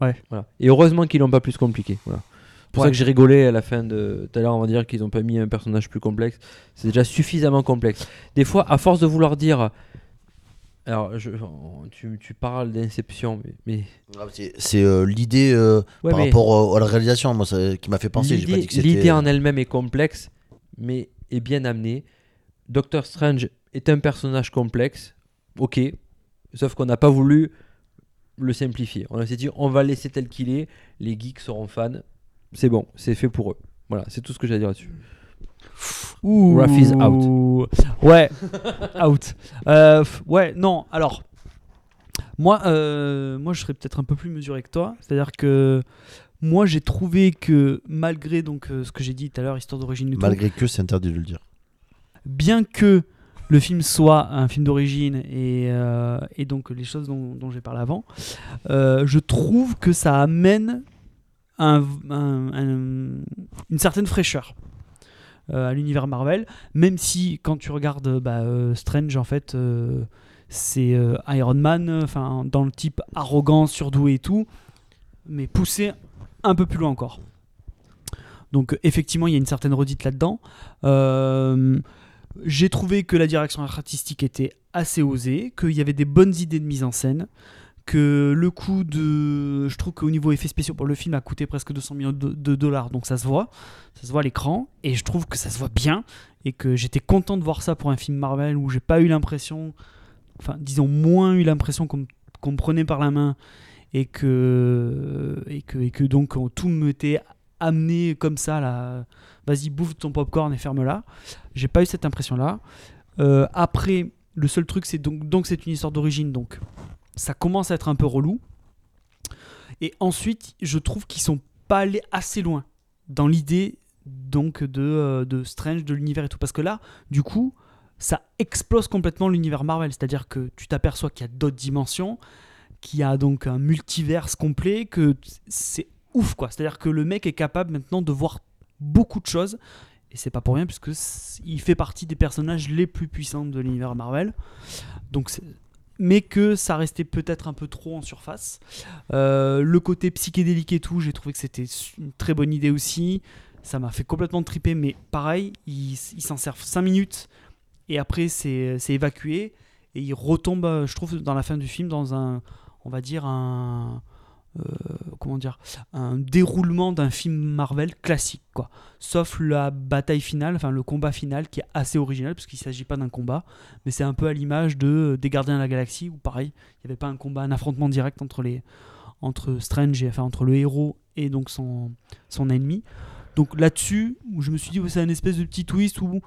Speaker 8: Ouais.
Speaker 6: Voilà. Et heureusement qu'ils l'ont pas plus compliqué. Voilà. C'est pour ça
Speaker 8: Ouais.
Speaker 6: que j'ai rigolé à la fin de tout à l'heure, on va dire qu'ils n'ont pas mis un personnage plus complexe. C'est déjà suffisamment complexe. Des fois, à force de vouloir dire. Alors, je- on- tu, tu parles d'inception, mais- mais
Speaker 7: Ah, C'est c'est, euh, l'idée euh,
Speaker 6: Ouais,
Speaker 7: par
Speaker 6: mais-
Speaker 7: rapport euh, à la réalisation moi, ça- qui m'a fait penser. j'ai pas
Speaker 6: L'idée
Speaker 7: dit que c'était-
Speaker 6: l'idée en elle-même est complexe, mais est bien amenée. Doctor Strange est un personnage complexe, ok, sauf qu'on n'a pas voulu le simplifier. On s'est dit, on va laisser tel qu'il est, les geeks seront fans, c'est bon, c'est fait pour eux. Voilà, c'est tout ce que j'ai à dire là-dessus.
Speaker 8: Ouh.
Speaker 6: Raph is
Speaker 8: Ouais, out. Euh, f- ouais, non, alors. Moi, euh, moi, je serais peut-être un peu plus mesuré que toi. C'est-à-dire que moi, j'ai trouvé que malgré donc euh, ce que j'ai dit tout à l'heure, histoire d'origine du tout,
Speaker 7: Malgré que c'est interdit de le dire.
Speaker 8: bien que le film soit un film d'origine et, euh, et donc les choses dont, dont j'ai parlé avant, euh, je trouve que ça amène un- un- un- une certaine fraîcheur euh, à l'univers Marvel, même si quand tu regardes euh, bah, euh, Strange, en fait, euh, c'est euh, Iron Man, euh, enfin dans le type arrogant, surdoué et tout, mais poussé un peu plus loin encore. Donc euh, effectivement, il y a une certaine redite là-dedans. Euh, j'ai trouvé que la direction artistique était assez osée, qu'il y avait des bonnes idées de mise en scène, que le coût de... Je trouve qu'au niveau effets spéciaux pour le film a coûté presque 200 millions de, de dollars, donc ça se voit, ça se voit à l'écran, et je trouve que ça se voit bien, et que j'étais content de voir ça pour un film Marvel où j'ai pas eu l'impression, enfin disons moins eu l'impression qu'on, me- qu'on me prenait par la main, et que, et que, et que donc tout m'était amené comme ça, là, vas-y bouffe ton popcorn et ferme-la. J'ai pas eu cette impression-là. Euh, après, le seul truc, c'est donc, donc c'est une histoire d'origine, donc ça commence à être un peu relou. Et ensuite, je trouve qu'ils sont pas allés assez loin dans l'idée donc de, euh, de Strange, de l'univers et tout, parce que là, du coup, ça explose complètement l'univers Marvel, c'est-à-dire que tu t'aperçois qu'il y a d'autres dimensions, qu'il y a donc un multiverse complet, que c'est ouf quoi, c'est-à-dire que le mec est capable maintenant de voir beaucoup de choses et c'est pas pour rien puisque c- il fait partie des personnages les plus puissants de l'univers Marvel. Donc c'est- mais que ça restait peut-être un peu trop en surface. Euh, le côté psychédélique et tout, j'ai trouvé que c'était su- une très bonne idée aussi. Ça m'a fait complètement triper, mais pareil, ils s- ils s'en servent 5 minutes et après c'est c'est évacué et il retombe, euh, je trouve, dans la fin du film dans un, on va dire un, euh, comment dire, un déroulement d'un film Marvel classique quoi sauf la bataille finale, enfin le combat final qui est assez original parce qu'il ne s'agit pas d'un combat, mais c'est un peu à l'image de euh, des Gardiens de la Galaxie où pareil, il n'y avait pas un combat, un affrontement direct entre les entre Strange et enfin entre le héros et donc son son ennemi. Donc là-dessus, où je me suis dit ouais, c'est un espèce de petit twist où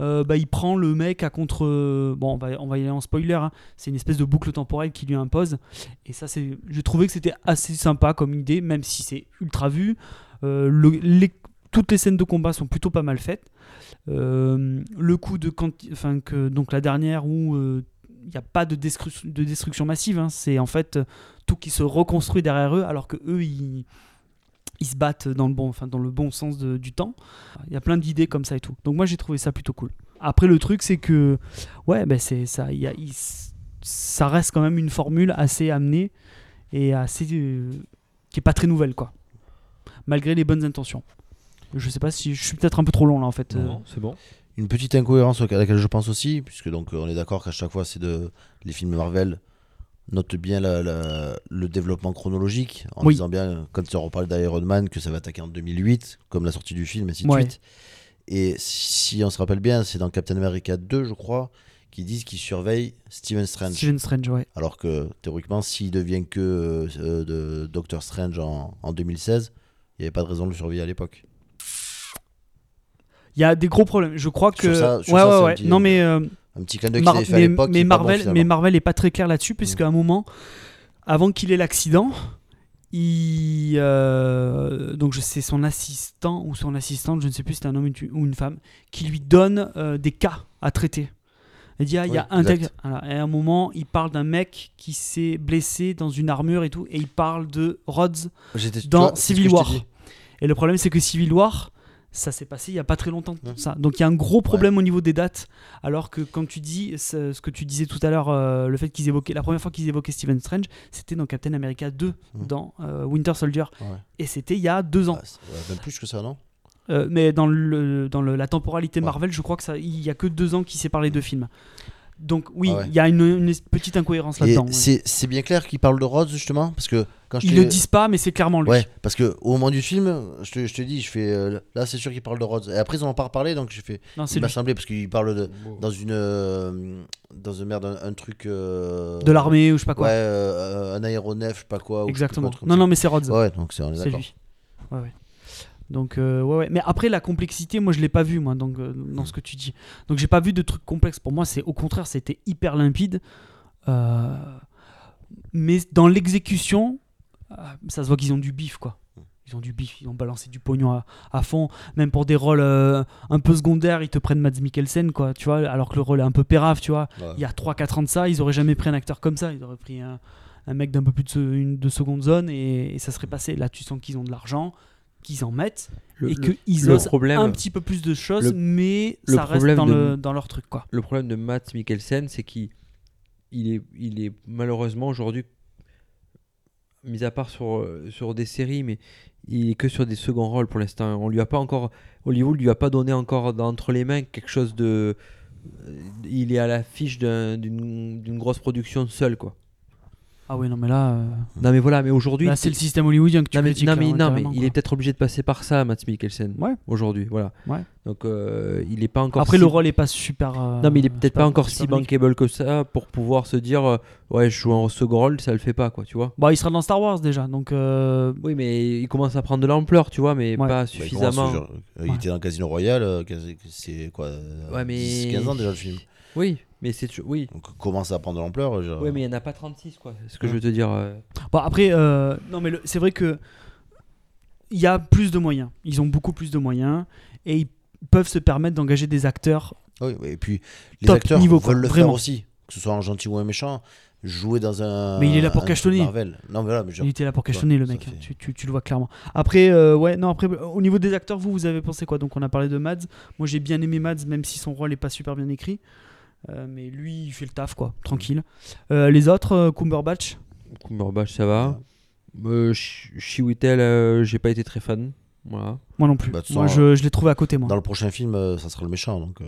Speaker 8: euh, bah, il prend le mec à contre euh, bon on va on va y aller en spoiler, hein. c'est une espèce de boucle temporelle qui lui impose et ça c'est j'ai trouvé que c'était assez sympa comme idée même si c'est ultra vu. Euh, le, les- toutes les scènes de combat sont plutôt pas mal faites. Euh, le coup de quand, enfin que donc la dernière où euh, il n'y a pas de, destru- de destruction massive, hein, c'est en fait euh, tout qui se reconstruit derrière eux, alors que eux ils, ils se battent dans le bon, enfin dans le bon sens de- du temps. Il y a plein d'idées comme ça et tout. Donc moi j'ai trouvé ça plutôt cool. Après le truc c'est que ouais ben c'est ça, il y a- il s- ça reste quand même une formule assez amenée et assez euh, qui est pas très nouvelle quoi, malgré les bonnes intentions. Je sais pas si je suis peut-être un peu trop long là en fait. euh.
Speaker 9: c'est bon.
Speaker 7: Une petite incohérence auquel- à laquelle je pense aussi, puisque donc euh, on est d'accord qu'à chaque fois c'est de les films Marvel notent bien la- la- le développement chronologique en
Speaker 8: Oui.
Speaker 7: disant bien euh, quand on reparle d'Iron Man que ça va attaquer en 2008 comme la sortie du film ainsi de
Speaker 8: Ouais.
Speaker 7: suite. Et si on se rappelle bien, c'est dans Captain America 2 je crois qu'ils disent qu'ils surveillent Steven Strange.
Speaker 8: Stephen Strange, ouais.
Speaker 7: Alors que théoriquement, s'il devient que euh, de Doctor Strange en, en 2016, il n'y avait pas de raison de le surveiller à l'époque.
Speaker 8: Il y a des gros problèmes. Je crois que.
Speaker 7: Sur ça- sur
Speaker 8: ouais,
Speaker 7: ça,
Speaker 8: ouais,
Speaker 7: c'est un
Speaker 8: ouais.
Speaker 7: petit-
Speaker 8: Non, mais, euh,
Speaker 7: Un petit clin d'œil
Speaker 8: Mar-
Speaker 7: qu'il avait fait à
Speaker 8: mais,
Speaker 7: l'époque.
Speaker 8: mais
Speaker 7: qui est pas bon
Speaker 8: Marvel,
Speaker 7: finalement. Mm.
Speaker 8: mais Marvel est pas très clair là-dessus, puisqu'à un moment, avant qu'il ait l'accident, il. euh, donc, je sais, son assistant ou son assistante, je ne sais plus si c'est un homme ou une- ou une femme, qui lui donne euh, des cas à traiter. Il dit, ah, il y a
Speaker 7: Oui,
Speaker 8: un
Speaker 7: exact.
Speaker 8: tel- voilà. Et à un moment, il parle d'un mec qui s'est blessé dans une armure et tout, et il parle de Rhodes
Speaker 7: J'étais- tu
Speaker 8: dans
Speaker 7: vois, c'est ce que
Speaker 8: Civil
Speaker 7: je t'ai
Speaker 8: War.
Speaker 7: dit.
Speaker 8: Et le problème, c'est que Civil War, ça s'est passé il n'y a pas très longtemps. Ça. Donc il y a un gros problème au niveau des dates. Alors que quand tu dis ce, ce que tu disais tout à l'heure, euh, le fait qu'ils évoquaient, la première fois qu'ils évoquaient Stephen Strange, c'était dans Captain America 2, dans euh, Winter Soldier.
Speaker 7: Ouais.
Speaker 8: Et c'était il y a deux ans.
Speaker 7: Ah, c'est- ouais, même plus que ça, non
Speaker 8: Euh, mais dans, le, dans le- la temporalité
Speaker 7: Ouais.
Speaker 8: Marvel, je crois que ça, il y a que deux ans qui séparent les deux films. Donc oui,
Speaker 7: Ah ouais.
Speaker 8: il y a une, une petite incohérence
Speaker 7: Et
Speaker 8: là-dedans. ouais.
Speaker 7: c'est c'est bien clair qu'il parle de Rhodes justement parce que quand je
Speaker 8: Ils
Speaker 7: t'ai-
Speaker 8: le disent pas, mais c'est clairement lui.
Speaker 7: Ouais, parce que au moment du film, je te, je te dis, je fais euh, là, c'est sûr qu'il parle de Rhodes. Et après, ils en ont pas reparlé, donc j'ai fait.
Speaker 8: Non, c'est
Speaker 7: Il m'a
Speaker 8: lui.
Speaker 7: semblé parce qu'il parle de, dans une euh, dans une merde, un, un truc. euh,
Speaker 8: De l'armée ou je sais pas quoi.
Speaker 7: Ouais, euh, un aéronef, je sais pas quoi. ou je sais plus
Speaker 8: Exactement.
Speaker 7: quoi, un truc
Speaker 8: Non,
Speaker 7: comme
Speaker 8: non, mais c'est Rhodes.
Speaker 7: ça. Ouais, donc c'est on est
Speaker 8: C'est
Speaker 7: d'accord.
Speaker 8: lui. Ouais, ouais. Donc, euh, ouais, ouais. Mais après, la complexité, moi, je l'ai pas vu, moi, donc, euh, dans ce que tu dis. Donc, j'ai pas vu de trucs complexes. Pour moi, c'est au contraire, c'était hyper limpide. Euh, mais dans l'exécution, euh, ça se voit qu'ils ont du bif, quoi. Ils ont du bif, ils ont balancé du pognon à, à fond. Même pour des rôles euh, un peu secondaires, ils te prennent Mads Mikkelsen, quoi, tu vois, alors que le rôle est un peu pérave, tu vois.
Speaker 7: Ouais. Bah,
Speaker 8: Il y a 3-4 ans de ça, ils auraient jamais pris un acteur comme ça. Ils auraient pris un, un mec d'un peu plus de, se- une, de seconde zone et, et ça serait passé. Là, tu sens qu'ils ont de l'argent, qu'ils en mettent
Speaker 9: Le,
Speaker 8: et
Speaker 9: le-
Speaker 8: qu'ils
Speaker 9: le
Speaker 8: osent
Speaker 9: problème-
Speaker 8: un petit peu plus de choses,
Speaker 9: le-
Speaker 8: mais
Speaker 9: le
Speaker 8: ça reste
Speaker 9: problème
Speaker 8: dans,
Speaker 9: de-
Speaker 8: le- dans leur truc, quoi.
Speaker 9: le problème de Matt Mikkelsen, c'est qu'il
Speaker 6: il est, il est malheureusement aujourd'hui, mis à part sur, euh, sur des séries, mais il est que sur des seconds rôles pour l'instant. On lui a pas encore, Hollywood lui a pas donné encore dans- entre les mains quelque chose de. euh, Il est à l'affiche d'un- d'une d'une grosse production seule, quoi.
Speaker 8: Ah oui, non, mais là, euh,
Speaker 6: Non, mais voilà, mais aujourd'hui.
Speaker 8: là c'est le système hollywoodien que tu
Speaker 6: Non mais,
Speaker 8: critiques,
Speaker 6: non,
Speaker 8: là,
Speaker 6: mais-
Speaker 8: ouais,
Speaker 6: non, mais
Speaker 8: carrément,
Speaker 6: il
Speaker 8: quoi.
Speaker 6: est peut-être obligé de passer par ça, Matt Mikkelsen,
Speaker 8: Ouais.
Speaker 6: aujourd'hui. Voilà.
Speaker 8: Ouais.
Speaker 6: Donc euh, il n'est pas encore.
Speaker 8: Après,
Speaker 6: si-
Speaker 8: le rôle est pas super. euh,
Speaker 6: Non mais il est peut-être
Speaker 8: super-
Speaker 6: pas encore
Speaker 8: super
Speaker 6: si
Speaker 8: bon.
Speaker 6: bankable que ça pour pouvoir se dire euh, ouais je joue un second rôle ça le fait pas quoi tu vois.
Speaker 8: Bah, il sera dans Star Wars déjà, donc. euh,
Speaker 6: Oui mais il commence à prendre de l'ampleur tu vois mais
Speaker 8: Ouais.
Speaker 6: pas
Speaker 7: Bah, comment
Speaker 6: suffisamment.
Speaker 7: ce genre- euh, Il
Speaker 8: Ouais.
Speaker 7: était dans Casino Royale, euh, quasi- c'est quoi euh,
Speaker 6: Ouais, mais-
Speaker 7: 10, 15 ans déjà le film.
Speaker 6: oui mais c'est toujours- oui.
Speaker 7: Donc commence à prendre de l'ampleur. genre.
Speaker 6: Oui mais il n'y en a pas 36 quoi. C'est ce que je veux te dire. euh.
Speaker 8: Bon, après, euh, non, mais le- c'est vrai que. Il y a plus de moyens. Ils ont beaucoup plus de moyens. Et ils peuvent se permettre d'engager des acteurs.
Speaker 7: Oui, oui, et puis les
Speaker 8: Top
Speaker 7: acteurs
Speaker 8: niveau,
Speaker 7: veulent
Speaker 8: quoi,
Speaker 7: le
Speaker 8: vraiment.
Speaker 7: faire aussi, que ce soit un gentil ou un méchant, jouer dans un.
Speaker 8: Mais il est là pour
Speaker 7: un
Speaker 8: cachetonner.
Speaker 7: truc Marvel. Non, mais voilà, mais genre,
Speaker 8: Il était là pour cachetonner
Speaker 7: Ouais,
Speaker 8: le
Speaker 7: ça
Speaker 8: mec, hein.
Speaker 7: fait-
Speaker 8: tu, tu- tu le vois clairement. Après, euh, ouais, non, après, euh, au niveau des acteurs, vous, vous avez pensé quoi Donc, on a parlé de Mads. Moi, j'ai bien aimé Mads, même si son rôle est pas super bien écrit. Euh, mais lui, il fait le taf, quoi, tranquille.
Speaker 7: Mm.
Speaker 8: Euh, les autres, euh, Cumberbatch,
Speaker 6: Cumberbatch ça va. Euh, Ch- Chiwetel euh, j'ai pas été très fan. Voilà.
Speaker 8: moi non plus.
Speaker 7: Bah, de toute
Speaker 8: moi,
Speaker 7: façon,
Speaker 8: je, je l'ai trouvé à côté, moi.
Speaker 7: Dans le prochain film, euh, ça sera le méchant. Donc, euh,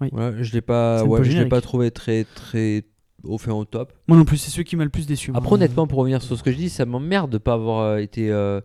Speaker 6: Ouais, je l'ai
Speaker 8: C'est
Speaker 6: pas
Speaker 8: le
Speaker 6: ouais,
Speaker 8: peu
Speaker 6: je l'ai
Speaker 8: générique.
Speaker 6: pas trouvé très très au fait au top.
Speaker 8: Moi non plus, c'est celui qui m'a le plus déçu. moi.
Speaker 6: Après, honnêtement, pour revenir sur ce que je dis, ça m'emmerde de pas avoir euh, été euh,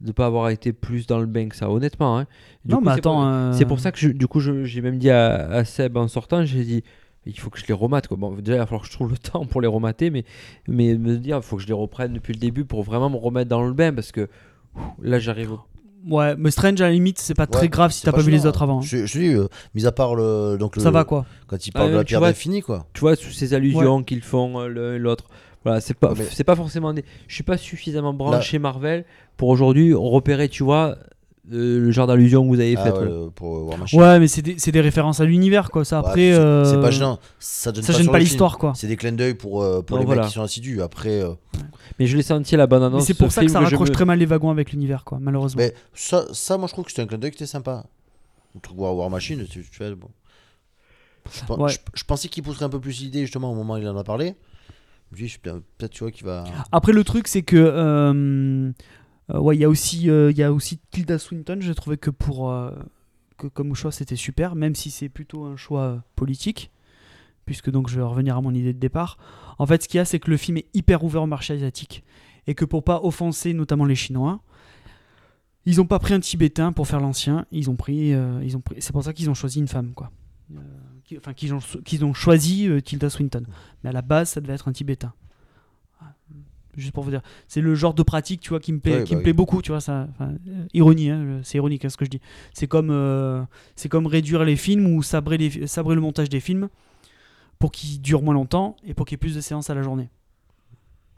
Speaker 6: de pas avoir été plus dans le bain que ça. Honnêtement, hein. Du
Speaker 8: Non,
Speaker 6: coup,
Speaker 8: mais
Speaker 6: c'est pour-
Speaker 8: attends. euh,
Speaker 6: C'est pour ça que je- du coup, je- j'ai même dit à, à Seb en sortant, j'ai dit. Il faut que je les remate. Quoi. Bon, déjà, il va falloir que je trouve le [LAUGHS] temps pour les remater, mais, mais me dire, il faut que je les reprenne depuis le début pour vraiment me remettre dans le bain parce que ouf, là, j'arrive. au-
Speaker 8: Ouais, mais Strange, à la limite, c'est pas très
Speaker 7: ouais,
Speaker 8: grave si
Speaker 7: c'est
Speaker 8: t'as pas vu les
Speaker 7: gênant.
Speaker 8: autres avant. hein.
Speaker 7: Je, je te dis, euh, mis à part le. Donc le
Speaker 8: Ça va, quoi.
Speaker 7: Quand il
Speaker 6: Ah,
Speaker 7: parle de
Speaker 6: ouais,
Speaker 7: la
Speaker 6: tu
Speaker 7: pierre
Speaker 6: vois-
Speaker 7: d'infini, quoi.
Speaker 6: Tu vois, sous ces allusions qu'ils font euh, l'un et l'autre. Voilà, c'est pas,
Speaker 7: Mais-
Speaker 6: c'est pas forcément. des- Je suis pas suffisamment branché Marvel pour aujourd'hui repérer, tu vois, euh, le genre d'allusion que vous avez
Speaker 7: Ah,
Speaker 6: faite.
Speaker 7: ouais,
Speaker 6: voilà.
Speaker 7: le- pour War Machine.
Speaker 8: Ouais, mais c'est des, c'est des références à l'univers, quoi. Ça,
Speaker 7: Ouais,
Speaker 8: après.
Speaker 7: c'est-
Speaker 8: euh,
Speaker 7: C'est pas gênant. Ça, donne
Speaker 8: Ça
Speaker 7: pas
Speaker 8: gêne
Speaker 7: sur
Speaker 8: pas
Speaker 7: le film.
Speaker 8: l'histoire, quoi.
Speaker 6: Ah
Speaker 7: C'est des clins d'œil pour, euh, pour
Speaker 6: Non,
Speaker 7: les
Speaker 6: voilà.
Speaker 7: mecs qui sont assidus. Après, euh,
Speaker 6: Mais je l'ai senti à la bande
Speaker 8: Mais
Speaker 6: annonce.
Speaker 8: c'est
Speaker 6: ce
Speaker 8: pour ça que
Speaker 6: film
Speaker 8: ça
Speaker 6: je
Speaker 8: raccroche
Speaker 6: me-
Speaker 8: très mal les wagons avec l'univers, quoi, malheureusement.
Speaker 7: mais ça, ça, moi, je trouve que c'était un clin d'œil qui était sympa. Le truc War, War Machine, tu, tu vois, bon. Je, pen-
Speaker 8: Ouais.
Speaker 7: je- je pensais qu'il pousserait un peu plus l'idée, justement, au moment où il en a parlé. Je me dis, je- peut-être, tu vois, qu'il va.
Speaker 8: Après, le truc, c'est que. euh, euh, ouais, il y a aussi, euh, il y a aussi Tilda Swinton. J'ai trouvé que pour euh, que comme choix, c'était super, même si c'est plutôt un choix euh, politique, puisque donc je vais revenir à mon idée de départ. En fait, ce qu'il y a, c'est que le film est hyper ouvert au marché asiatique et que pour pas offenser notamment les Chinois. Ils ont pas pris un Tibétain pour faire l'ancien, ils ont pris, euh, ils ont pris. C'est pour ça qu'ils ont choisi une femme, quoi. Euh, qui- enfin, qu'ils ont, qu'ils ont choisi euh, Tilda Swinton. Mais à la base, ça devait être un Tibétain. Voilà. Juste pour vous dire, c'est le genre de pratique, tu vois, qui me plaît,
Speaker 7: Ouais,
Speaker 8: qui
Speaker 7: bah
Speaker 8: me
Speaker 7: oui.
Speaker 8: plaît beaucoup, tu vois. Ça, Enfin, euh, ironie, hein, je- c'est ironique hein, ce que je dis. C'est comme, euh, c'est comme réduire les films ou sabrer, les, sabrer le montage des films pour qu'ils durent moins longtemps et pour qu'il y ait plus de séances à la journée.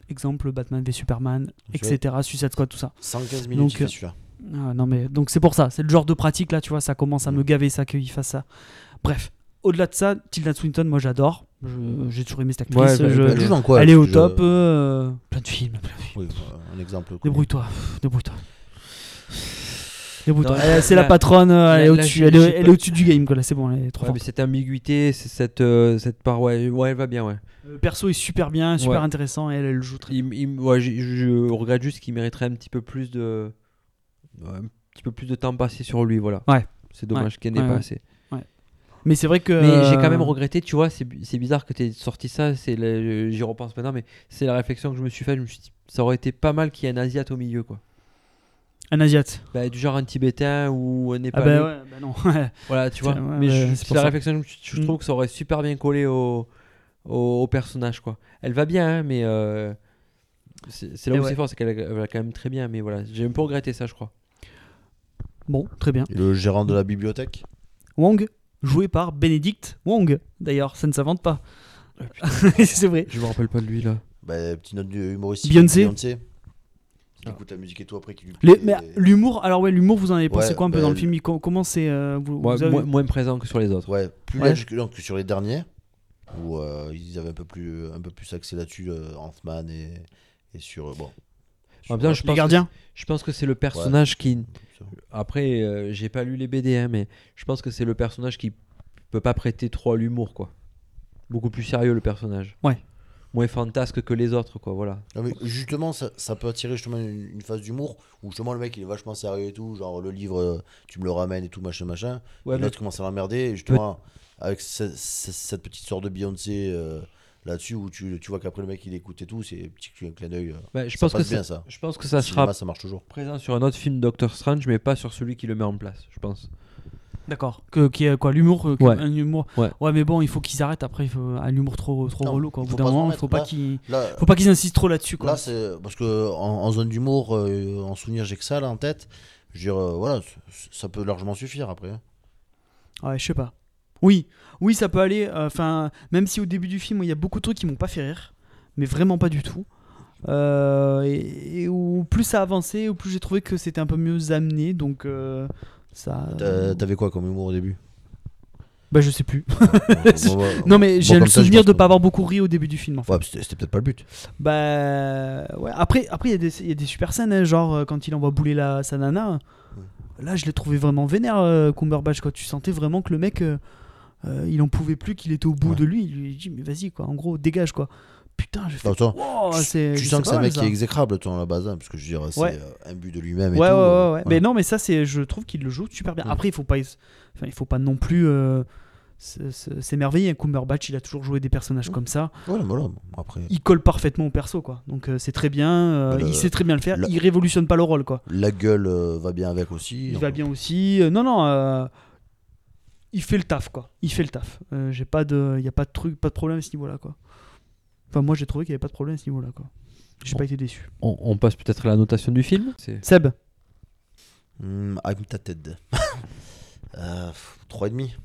Speaker 8: Exemple, Batman v Superman,
Speaker 7: Bien sûr.
Speaker 8: etc. Suicide Squad, tout ça.
Speaker 7: 115 minutes,
Speaker 8: Donc,
Speaker 7: il fait
Speaker 8: euh,
Speaker 7: celui-là.
Speaker 8: Ah, non mais donc c'est pour ça, c'est le genre de pratique là, tu vois, ça commence à me gaver ça qu'il fasse ça. Bref, au-delà de ça, Tilda Swinton, moi j'adore, Je- j'ai toujours aimé cette
Speaker 6: Ouais,
Speaker 8: actrice,
Speaker 6: bah,
Speaker 8: je-
Speaker 6: bah,
Speaker 7: Elle joue dans quoi
Speaker 8: elle est au
Speaker 7: Je-
Speaker 8: top, euh, plein de films, plein de films.
Speaker 7: Oui, euh, un exemple. quoi.
Speaker 8: débrouille-toi, pff, débrouille-toi. Débrouille-toi.
Speaker 6: Non,
Speaker 8: Elle-
Speaker 6: là-
Speaker 8: c'est la
Speaker 6: là-
Speaker 8: patronne, euh, elle est
Speaker 6: là,
Speaker 8: au-dessus,
Speaker 6: j'ai-
Speaker 8: elle, est-
Speaker 6: j'ai pas-
Speaker 8: elle est au-dessus du game, quoi, là c'est bon, elle est trop
Speaker 6: Ouais, mais
Speaker 8: forte.
Speaker 6: cette ambiguïté, c'est cette, euh, cette part, ouais, ouais, elle va bien, ouais.
Speaker 8: Le Euh, perso est super bien, super
Speaker 6: Ouais.
Speaker 8: intéressant, et elle, elle joue très
Speaker 6: Il- il- ouais, je, je regrette juste qu'il mériterait un petit peu plus de, ouais, un petit peu plus de temps passé sur lui, voilà.
Speaker 8: Ouais.
Speaker 6: C'est dommage qu'il n'ait
Speaker 8: ouais,
Speaker 6: pas
Speaker 8: ouais.
Speaker 6: assez.
Speaker 8: Mais c'est vrai que...
Speaker 6: Mais j'ai quand même
Speaker 8: euh,
Speaker 6: regretté, tu vois, c'est bu- c'est bizarre que tu aies sorti ça, c'est la- j'y repense maintenant, mais c'est la réflexion que je me suis faite, je me suis dit, ça aurait été pas mal qu'il y ait un Asiate au milieu, quoi.
Speaker 8: euh, Un Asiate.
Speaker 6: Bah, du genre un Tibétain ou un
Speaker 8: Ah
Speaker 6: Népalais.
Speaker 8: bah ouais, bah non. [LAUGHS]
Speaker 6: Voilà, tu vois.
Speaker 8: Tiens, ouais,
Speaker 6: mais
Speaker 8: ouais,
Speaker 6: je-
Speaker 8: c'est
Speaker 6: c'est
Speaker 8: pour
Speaker 6: la
Speaker 8: ça.
Speaker 6: réflexion. que Je, je
Speaker 8: Mm.
Speaker 6: trouve que ça aurait super bien collé au, au, au personnage, quoi. Elle va bien, hein, mais euh, c'est c'est là
Speaker 8: Et
Speaker 6: où
Speaker 8: ouais.
Speaker 6: c'est fort, c'est qu'elle elle va quand même très bien. Mais voilà, j'ai un peu regretté ça, je crois.
Speaker 8: bon, très bien.
Speaker 7: Et le gérant de la bibliothèque
Speaker 8: Wong, joué par Benedict Wong. D'ailleurs, ça ne s'invente pas.
Speaker 7: Ah,
Speaker 8: [LAUGHS] c'est vrai.
Speaker 6: Je me rappelle pas de lui là.
Speaker 7: bah, Petite note de humoristique.
Speaker 8: Beyoncé Ah.
Speaker 7: Beyoncé. Qui écoute la musique et tout après qui lui.
Speaker 8: Les-
Speaker 7: plaît,
Speaker 8: mais
Speaker 7: et-
Speaker 8: l'humour, alors ouais, l'humour, vous en avez pensé
Speaker 7: Ouais,
Speaker 8: quoi un peu
Speaker 7: bah,
Speaker 8: dans le film Il com- Comment c'est euh, vous,
Speaker 6: Moi,
Speaker 8: vous avez-
Speaker 6: moins, moins présent que sur les autres.
Speaker 7: Ouais, plus
Speaker 8: Ouais.
Speaker 7: large que, non, que sur les derniers, où euh, ils avaient un peu plus, un peu plus axé là-dessus, euh, Ant-Man et, et sur. euh, bon.
Speaker 6: En
Speaker 7: sur-
Speaker 6: même temps, Ah, je
Speaker 8: Les
Speaker 6: pense,
Speaker 8: gardiens
Speaker 6: que- je pense que c'est le personnage qui. Après, euh, j'ai pas lu les BD, hein, mais je pense que c'est le personnage qui peut pas prêter trop à l'humour, quoi. beaucoup plus sérieux le personnage.
Speaker 8: Ouais.
Speaker 6: Moins fantasque que les autres, quoi, voilà.
Speaker 7: Non, mais justement, ça, ça peut attirer justement une, une phase d'humour où justement le mec il est vachement sérieux et tout, genre le livre euh, tu me le ramènes et tout machin machin.
Speaker 6: Ouais,
Speaker 7: et
Speaker 6: mais-
Speaker 7: là tu commences à l'emmerder et justement avec ce- ce- cette petite sorte de Beyoncé euh, là-dessus où tu, tu vois qu'après le mec il écoute et tout, c'est petit cl- clin d'œil. euh,
Speaker 6: Ouais, bah, je,
Speaker 7: ça
Speaker 6: pense que
Speaker 7: passe
Speaker 6: ça,
Speaker 7: bien ça.
Speaker 6: je pense que ça
Speaker 7: Au cinéma,
Speaker 6: sera
Speaker 7: ça marche toujours.
Speaker 6: présent sur un autre film Doctor Strange, mais pas sur celui qui le met en place, je pense.
Speaker 8: D'accord. Que, qui est quoi l'humour euh, que-
Speaker 6: Ouais.
Speaker 8: Un humour.
Speaker 6: Ouais.
Speaker 8: mais bon, il faut qu'ils arrêtent après. Il faut un humour trop trop
Speaker 7: Non,
Speaker 8: relou. Quoi. Au
Speaker 7: faut
Speaker 8: bout d'un
Speaker 7: pas se
Speaker 8: moment, il
Speaker 7: remettre,
Speaker 8: faut pas
Speaker 7: là.
Speaker 8: qu'ils
Speaker 7: Là,
Speaker 8: faut pas qu'ils insistent trop là-dessus. quoi.
Speaker 7: Là, c'est parce que en, en zone d'humour, euh, en souvenir, j'ai que ça là en tête. Je veux dire, euh, voilà, c- c- ça peut largement suffire après. hein.
Speaker 8: Ouais, je sais pas. Oui, oui, ça peut aller. euh, Enfin, même si au début du film, il y a beaucoup de trucs qui m'ont pas fait rire, mais vraiment pas du tout. Euh, et, et où plus ça avançait, au plus j'ai trouvé que c'était un peu mieux amené. Donc euh, ça.
Speaker 7: T'as- T'avais quoi comme humour au
Speaker 8: [LAUGHS]
Speaker 7: début
Speaker 8: Bah je sais plus.
Speaker 7: Bon, bah,
Speaker 8: Non mais j'ai
Speaker 7: comme
Speaker 8: le
Speaker 7: ça, je
Speaker 8: souvenir
Speaker 7: pense
Speaker 8: de
Speaker 7: que-
Speaker 8: pas avoir beaucoup ri au début du film. En fait.
Speaker 7: Ouais, c'était c'était peut-être pas le but.
Speaker 8: Bah ouais. Après, après il y, a des- il y a des super scènes, hein, genre euh, quand il envoie bouler la sa nana. Là, je l'ai trouvé vraiment vénère, euh, Cumberbatch. Quoi. Tu sentais vraiment que le mec, euh, euh, il en pouvait plus, qu'il était au bout
Speaker 7: Ouais.
Speaker 8: de lui. Il lui dit, mais vas-y, quoi. En gros, dégage, quoi. Putain, je fais.
Speaker 7: Bah, toi,
Speaker 8: Wow, c'est-
Speaker 7: tu, tu
Speaker 8: c'est
Speaker 7: sens que
Speaker 8: pas
Speaker 7: c'est un
Speaker 8: mal,
Speaker 7: mec
Speaker 8: ça.
Speaker 7: qui est exécrable, toi, à la base, hein, parce que je veux dire, c'est
Speaker 8: Ouais.
Speaker 7: euh, un but de lui-même et
Speaker 8: Ouais,
Speaker 7: tout.
Speaker 8: ouais, ouais,
Speaker 7: euh,
Speaker 8: ouais.
Speaker 7: voilà.
Speaker 8: Mais non, mais ça, c'est, je trouve qu'il le joue super bien. Après, il faut pas, es- enfin, il faut pas non plus euh, s- s- s'émerveiller. Cumberbatch, il a toujours joué des personnages comme ça.
Speaker 7: Voilà, voilà, bon, Après,
Speaker 8: Il colle parfaitement au perso, quoi. Donc euh, c'est très bien. euh,
Speaker 7: Le-
Speaker 8: il sait très bien le faire.
Speaker 7: le-
Speaker 8: Il révolutionne pas le rôle, quoi.
Speaker 7: la gueule euh, va bien avec aussi.
Speaker 8: Il
Speaker 7: donc,
Speaker 8: va bien aussi. Euh, non, non. euh, il fait le taf, quoi. Il fait le taf. Euh, j'ai pas de, il y a pas de truc, pas de problème à ce niveau-là, quoi. Enfin, moi, j'ai trouvé qu'il y avait pas de problème à ce niveau-là, quoi. J'ai
Speaker 6: Bon.
Speaker 8: pas été déçu.
Speaker 6: On, on passe peut-être à la notation du film C'est-
Speaker 8: Seb,
Speaker 7: hmm, I'm tatted. [LAUGHS] euh, pff, 3,5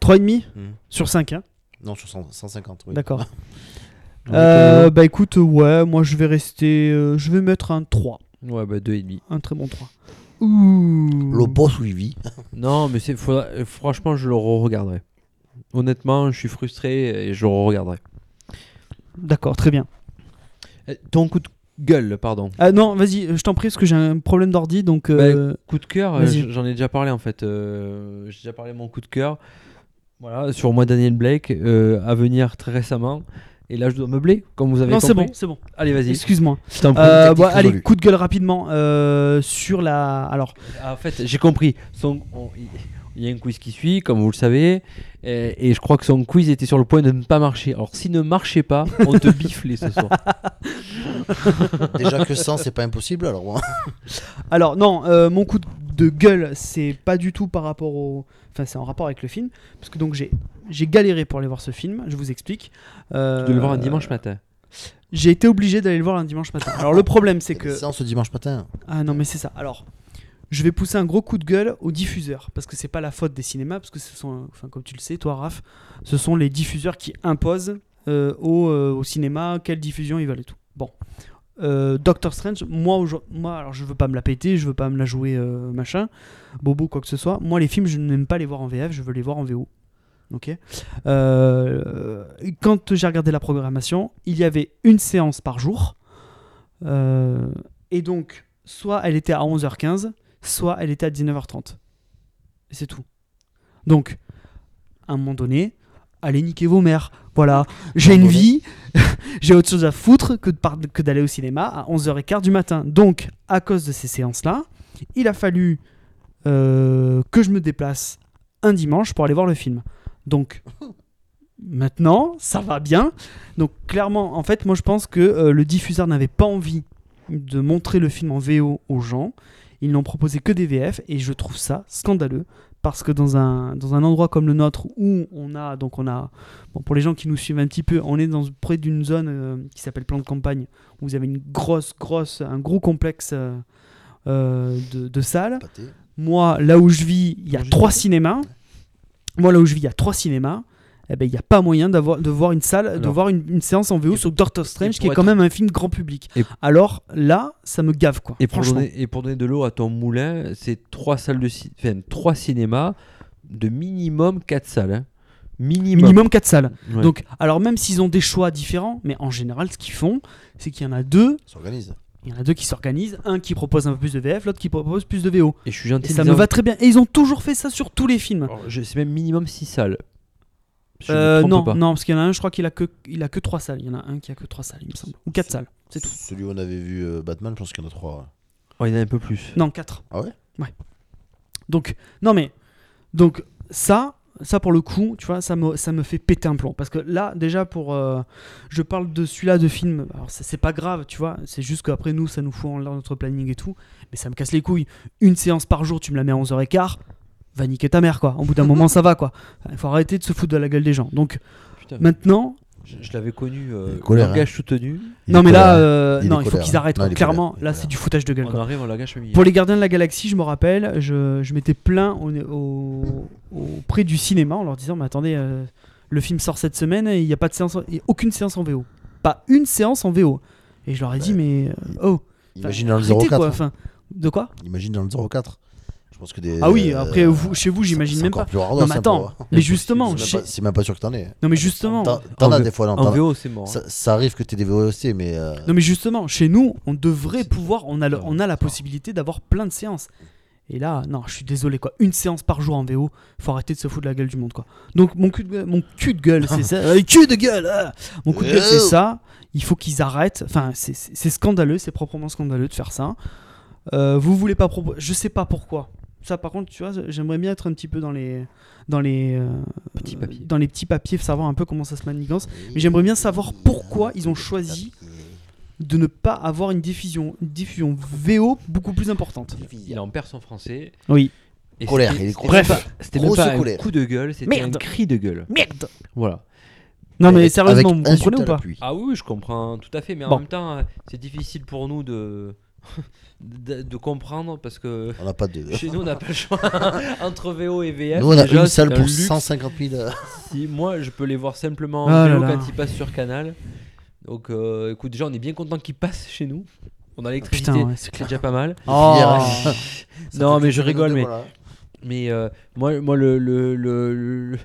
Speaker 8: 3,5
Speaker 6: Mmh.
Speaker 7: Hmm.
Speaker 8: sur 5. Hein.
Speaker 7: Non, sur 100 150. Oui.
Speaker 8: D'accord.
Speaker 6: On est
Speaker 8: Euh, bah écoute, ouais, moi je vais rester. euh, je vais mettre un 3.
Speaker 6: Ouais, bah deux et demi.
Speaker 8: Un très bon 3. Ouh.
Speaker 7: Le boss Louis
Speaker 8: [LAUGHS]
Speaker 6: Non, mais c'est faudra- euh, franchement, je le re-regarderai. Honnêtement, je suis frustré et je le re-regarderai.
Speaker 8: D'accord, très bien.
Speaker 6: Euh, Ton coup de gueule, pardon.
Speaker 8: Ah non, vas-y, je t'en prie parce que j'ai un problème d'ordi donc.
Speaker 6: Bah,
Speaker 8: euh,
Speaker 6: Coup de cœur, euh,
Speaker 8: Vas-y.
Speaker 6: j- j'en ai déjà parlé en fait. Euh, J'ai déjà parlé de mon coup de cœur. Voilà, sur moi, Daniel Blake, euh, à venir très récemment. Et là, je dois meubler, comme vous avez
Speaker 8: non,
Speaker 6: compris.
Speaker 8: c'est bon, c'est bon.
Speaker 6: Allez, vas-y.
Speaker 8: Excuse-moi.
Speaker 6: Je t'en prie.
Speaker 8: Euh,
Speaker 7: technique
Speaker 8: bah, allez,
Speaker 7: résolue.
Speaker 8: coup de gueule rapidement euh, sur la. Alors,
Speaker 6: Ah, En fait, j'ai compris. Son- on- il- il y a un quiz qui suit, comme vous le savez, et, et je crois que son quiz était sur le point de ne pas marcher. Alors, s'il ne marchait pas, on te biflait ce soir.
Speaker 7: Déjà que 100, c'est pas impossible, alors. hein. ouais.
Speaker 8: Alors non, euh, mon coup de gueule, c'est pas du tout par rapport au, enfin c'est en rapport avec le film, parce que donc j'ai j'ai galéré pour aller voir ce film. Je vous explique. Euh,
Speaker 6: De le voir un dimanche matin.
Speaker 8: J'ai été obligé d'aller le voir un dimanche matin. Alors le problème
Speaker 6: [LAUGHS]
Speaker 8: c'est que
Speaker 7: Séance ce dimanche matin.
Speaker 8: ah non mais c'est ça. Alors je vais pousser un gros coup de gueule aux diffuseurs parce que c'est pas la faute des cinémas parce que ce sont, enfin comme tu le sais toi Raph, ce sont les diffuseurs qui imposent euh, au, euh, au cinéma quelle diffusion ils veulent et tout. Bon. Euh, Doctor Strange, moi, aujourd- moi, alors je veux pas me la péter, je veux pas me la jouer euh, machin, bobo quoi que ce soit. Moi, les films, je n'aime pas les voir en VF, je veux les voir en VO. Ok. Euh, quand j'ai regardé la programmation, il y avait une séance par jour, Euh, et donc soit elle était à 11h15, soit elle était à 19h30. Et c'est tout. Donc, à un moment donné, allez niquer vos mères. Voilà, j'ai une
Speaker 7: moment
Speaker 8: vie, [LAUGHS] j'ai autre chose à foutre que, de par- que d'aller au cinéma à 11h15 du matin. Donc, à cause de ces séances-là, il a fallu euh, que je me déplace un dimanche pour aller voir le film. Donc, maintenant, ça va bien. Donc, clairement, en fait, moi, je pense que euh, le diffuseur n'avait pas envie de montrer le film en VO aux gens. Ils n'ont proposé que des VF et je trouve ça scandaleux parce que dans un, dans un endroit comme le nôtre où on a donc on a bon, pour les gens qui nous suivent un petit peu on est dans près d'une zone euh, qui s'appelle plan de campagne où vous avez une grosse grosse un gros complexe euh, euh, de, de salles
Speaker 7: Pâté.
Speaker 8: moi, là où je vis, il y a
Speaker 7: Manger
Speaker 8: trois
Speaker 7: des pâtes.
Speaker 8: cinémas. Moi, là où je vis, il y a trois cinémas. Eh ben, il n'y a pas moyen d'avoir, de voir une salle, de
Speaker 6: Alors.
Speaker 8: voir une, une séance en VO sur Doctor Strange,
Speaker 6: pour
Speaker 8: qui est
Speaker 6: être-
Speaker 8: quand même un film grand public.
Speaker 6: Et-
Speaker 8: Alors là, ça me gave, quoi.
Speaker 6: Et pour,
Speaker 8: franchement.
Speaker 6: donner, et pour donner de l'eau à ton moulin, c'est trois salles de ci- enfin, trois cinémas de minimum quatre salles. hein. Minimum.
Speaker 8: minimum quatre salles.
Speaker 6: Ouais.
Speaker 8: Donc, alors même s'ils ont des choix différents, mais en général, ce qu'ils font, c'est qu'il y en a deux.
Speaker 7: S'organise.
Speaker 8: Il y en a deux qui s'organisent, un qui propose un peu plus de VF, l'autre qui propose plus de VO.
Speaker 6: et je suis
Speaker 8: Et
Speaker 6: gentil. Oh, en
Speaker 8: ça me
Speaker 6: disant-
Speaker 8: va très bien. Et ils ont toujours fait ça sur tous les films.
Speaker 6: Alors, je- C'est même minimum six salles. Je me
Speaker 8: Euh,
Speaker 6: trompe
Speaker 8: non,
Speaker 6: pas.
Speaker 8: non, parce qu'il y en a un, je crois qu'il a que, il a que 3 salles. Il y en a un qui a que 3 salles, il me semble. Ou 4 salles, c'est tout.
Speaker 7: Celui où on avait vu euh, Batman, je pense qu'il y en a trois. ouais.
Speaker 6: Oh, il y en a un peu plus.
Speaker 8: Non, 4.
Speaker 7: Ah ouais
Speaker 8: Donc, non mais, donc ça, ça pour le coup, tu vois, ça me, ça me fait péter un plomb. Parce que là, déjà, pour. euh, je parle de celui-là de film, alors c'est c'est pas grave, tu vois, c'est juste qu'après nous, ça nous fout en l'air notre planning et tout, mais ça me casse les couilles. Une séance par jour, tu me la mets à 11h15, va niquer ta mère, quoi. Au bout d'un moment, ça va, quoi. Il faut arrêter de se foutre de la gueule des gens. Donc,
Speaker 7: Euh,
Speaker 6: Putain,
Speaker 8: maintenant,
Speaker 6: je, je l'avais connu, euh,
Speaker 7: Les colères,
Speaker 6: langage soutenu.
Speaker 7: Il
Speaker 8: non
Speaker 7: est
Speaker 8: mais
Speaker 7: colère,
Speaker 8: là,
Speaker 7: hein.
Speaker 8: euh,
Speaker 7: Il est
Speaker 8: non, il faut
Speaker 7: colère,
Speaker 8: qu'ils
Speaker 7: hein.
Speaker 8: arrêtent.
Speaker 7: Non, il est
Speaker 8: Clairement,
Speaker 7: colère, il est
Speaker 8: là, c'est
Speaker 7: colère.
Speaker 8: du foutage de gueule,
Speaker 6: On
Speaker 8: quoi.
Speaker 6: arrive en langage familial.
Speaker 8: Pour les gardiens de la galaxie, je me rappelle, je, je m'étais plaint au, au- auprès du cinéma en leur disant Mais attendez, euh, le film sort cette semaine et il n'y a pas de séance, en- et aucune séance en VO. Pas une séance en VO. Et je leur ai dit Mais euh, oh,
Speaker 7: Imagine dans le
Speaker 8: arrêtez,
Speaker 7: 04.
Speaker 8: quoi.
Speaker 7: hein.
Speaker 8: Enfin, de quoi
Speaker 7: Imagine dans le 04. Je pense que des.
Speaker 8: Ah oui,
Speaker 7: euh,
Speaker 8: après, vous- chez vous,
Speaker 7: c'est-
Speaker 8: j'imagine
Speaker 7: c'est
Speaker 8: même
Speaker 7: encore
Speaker 8: pas.
Speaker 7: plus rare
Speaker 8: Non,
Speaker 7: dans
Speaker 8: mais
Speaker 7: ça,
Speaker 8: attends,
Speaker 7: pour-
Speaker 8: mais justement,
Speaker 7: C'est
Speaker 8: chez-
Speaker 7: même pas- C'est même pas sûr que t'en es.
Speaker 8: non, mais justement,
Speaker 7: T'en t'en
Speaker 6: En
Speaker 7: as
Speaker 6: V-
Speaker 7: des fois, non
Speaker 6: En
Speaker 7: t'en-
Speaker 6: VO, c'est mort. hein.
Speaker 7: Ça, ça arrive que t'aies des VOC, mais. euh,
Speaker 8: Non mais justement, chez nous, on devrait
Speaker 7: C'est-
Speaker 8: pouvoir, on a, le-
Speaker 7: Non,
Speaker 8: on a la
Speaker 7: c'est pas.
Speaker 8: possibilité d'avoir plein de séances. Et là, non, je suis désolé quoi. Une séance par jour en VO, faut arrêter de se foutre de la gueule du monde quoi. Donc mon cul de gueule, mon cul de gueule, c'est ça. Euh, cul de gueule. ah mon coup de gueule, c'est ça. Il faut qu'ils arrêtent. Enfin, c'est- c'est c'est scandaleux, c'est proprement scandaleux de faire ça. Euh, vous voulez pas proposer Je sais pas pourquoi. Ça, par contre, tu vois, j'aimerais bien être un petit peu dans les, dans les, euh,
Speaker 6: Petits papiers.
Speaker 8: dans les petits papiers, savoir un peu comment ça se manigance. Mais j'aimerais bien savoir pourquoi ils ont choisi de ne pas avoir une diffusion, une diffusion VO beaucoup plus importante.
Speaker 6: Il en perd son français.
Speaker 8: Oui.
Speaker 6: Et
Speaker 7: Colère,
Speaker 6: c'était-
Speaker 7: il est
Speaker 6: c'était
Speaker 7: colère.
Speaker 6: pas- C'était même
Speaker 7: Grosse
Speaker 6: pas un
Speaker 7: colère.
Speaker 6: coup de gueule, c'était un
Speaker 8: Merde.
Speaker 6: cri de gueule.
Speaker 8: Merde
Speaker 6: Voilà.
Speaker 8: Non mais
Speaker 7: avec-
Speaker 8: sérieusement,
Speaker 7: avec
Speaker 8: vous
Speaker 7: insulte à
Speaker 8: comprenez ou
Speaker 7: la
Speaker 8: pas
Speaker 7: pluie.
Speaker 6: Ah oui, oui, je comprends tout à fait, mais en
Speaker 8: Bon.
Speaker 6: même temps, euh, c'est difficile pour nous de... [LAUGHS] de, de comprendre parce
Speaker 7: [LAUGHS]
Speaker 6: que
Speaker 7: On n'a pas de.
Speaker 6: chez nous, on n'a pas le choix [LAUGHS] entre VO et VF.
Speaker 7: Nous, on a
Speaker 6: déjà,
Speaker 7: une salle
Speaker 6: c'est un
Speaker 7: pour
Speaker 6: luxe.
Speaker 7: 150 000. euh,
Speaker 6: Si, moi, je peux les voir simplement en
Speaker 8: Ah là
Speaker 6: VO
Speaker 8: là.
Speaker 6: quand ils passent sur Canal. Donc, euh, écoute, déjà, on est bien content qu'ils passent chez nous. On a l'électricité,
Speaker 8: Putain, ouais, c'est
Speaker 6: c'est
Speaker 8: clair.
Speaker 6: déjà pas mal.
Speaker 7: Ah.
Speaker 8: Oh.
Speaker 6: non, mais je rigole, mais,
Speaker 7: Voilà.
Speaker 6: mais euh, moi, moi le, le- le- le-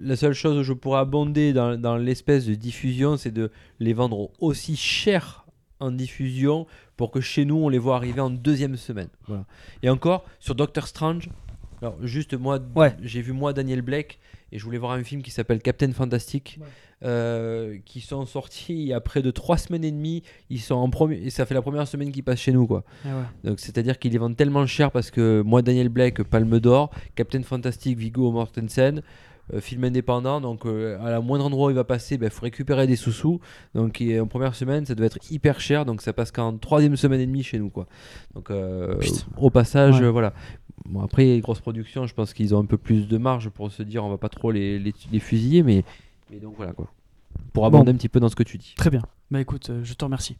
Speaker 6: la seule chose où je pourrais abonder dans, dans l'espèce de diffusion, c'est de les vendre aussi cher en diffusion pour que chez nous, on les voit arriver en deuxième semaine. Voilà. Et encore, sur Doctor Strange, alors juste moi,
Speaker 8: Ouais.
Speaker 6: j'ai vu moi Daniel Blake et je voulais voir un film qui s'appelle Captain Fantastic. euh, qui sont sortis il y a près de trois semaines et demie, ils sont en premier, et ça fait la première semaine qu'ils passent chez nous quoi.
Speaker 8: Eh ouais.
Speaker 6: Donc c'est-à-dire qu'ils les vendent tellement cher parce que moi Daniel Blake, Palme d'Or, Captain Fantastic, Vigo Mortensen, euh, film indépendant, donc euh, à la moindre endroit où il va passer, il faut récupérer des sous-sous. Donc et en première semaine, ça doit être hyper cher, donc ça passe qu'en troisième semaine et demie chez nous quoi. Donc euh,
Speaker 8: Putain.
Speaker 6: au passage,
Speaker 8: Ouais.
Speaker 6: euh, voilà. Bon après les grosses productions, je pense qu'ils ont un peu plus de marge pour se dire on va pas trop les, les, les fusiller, mais, mais donc voilà quoi. Pour abonder un petit peu dans ce que tu dis.
Speaker 8: Très bien. Bah écoute, euh, je te remercie.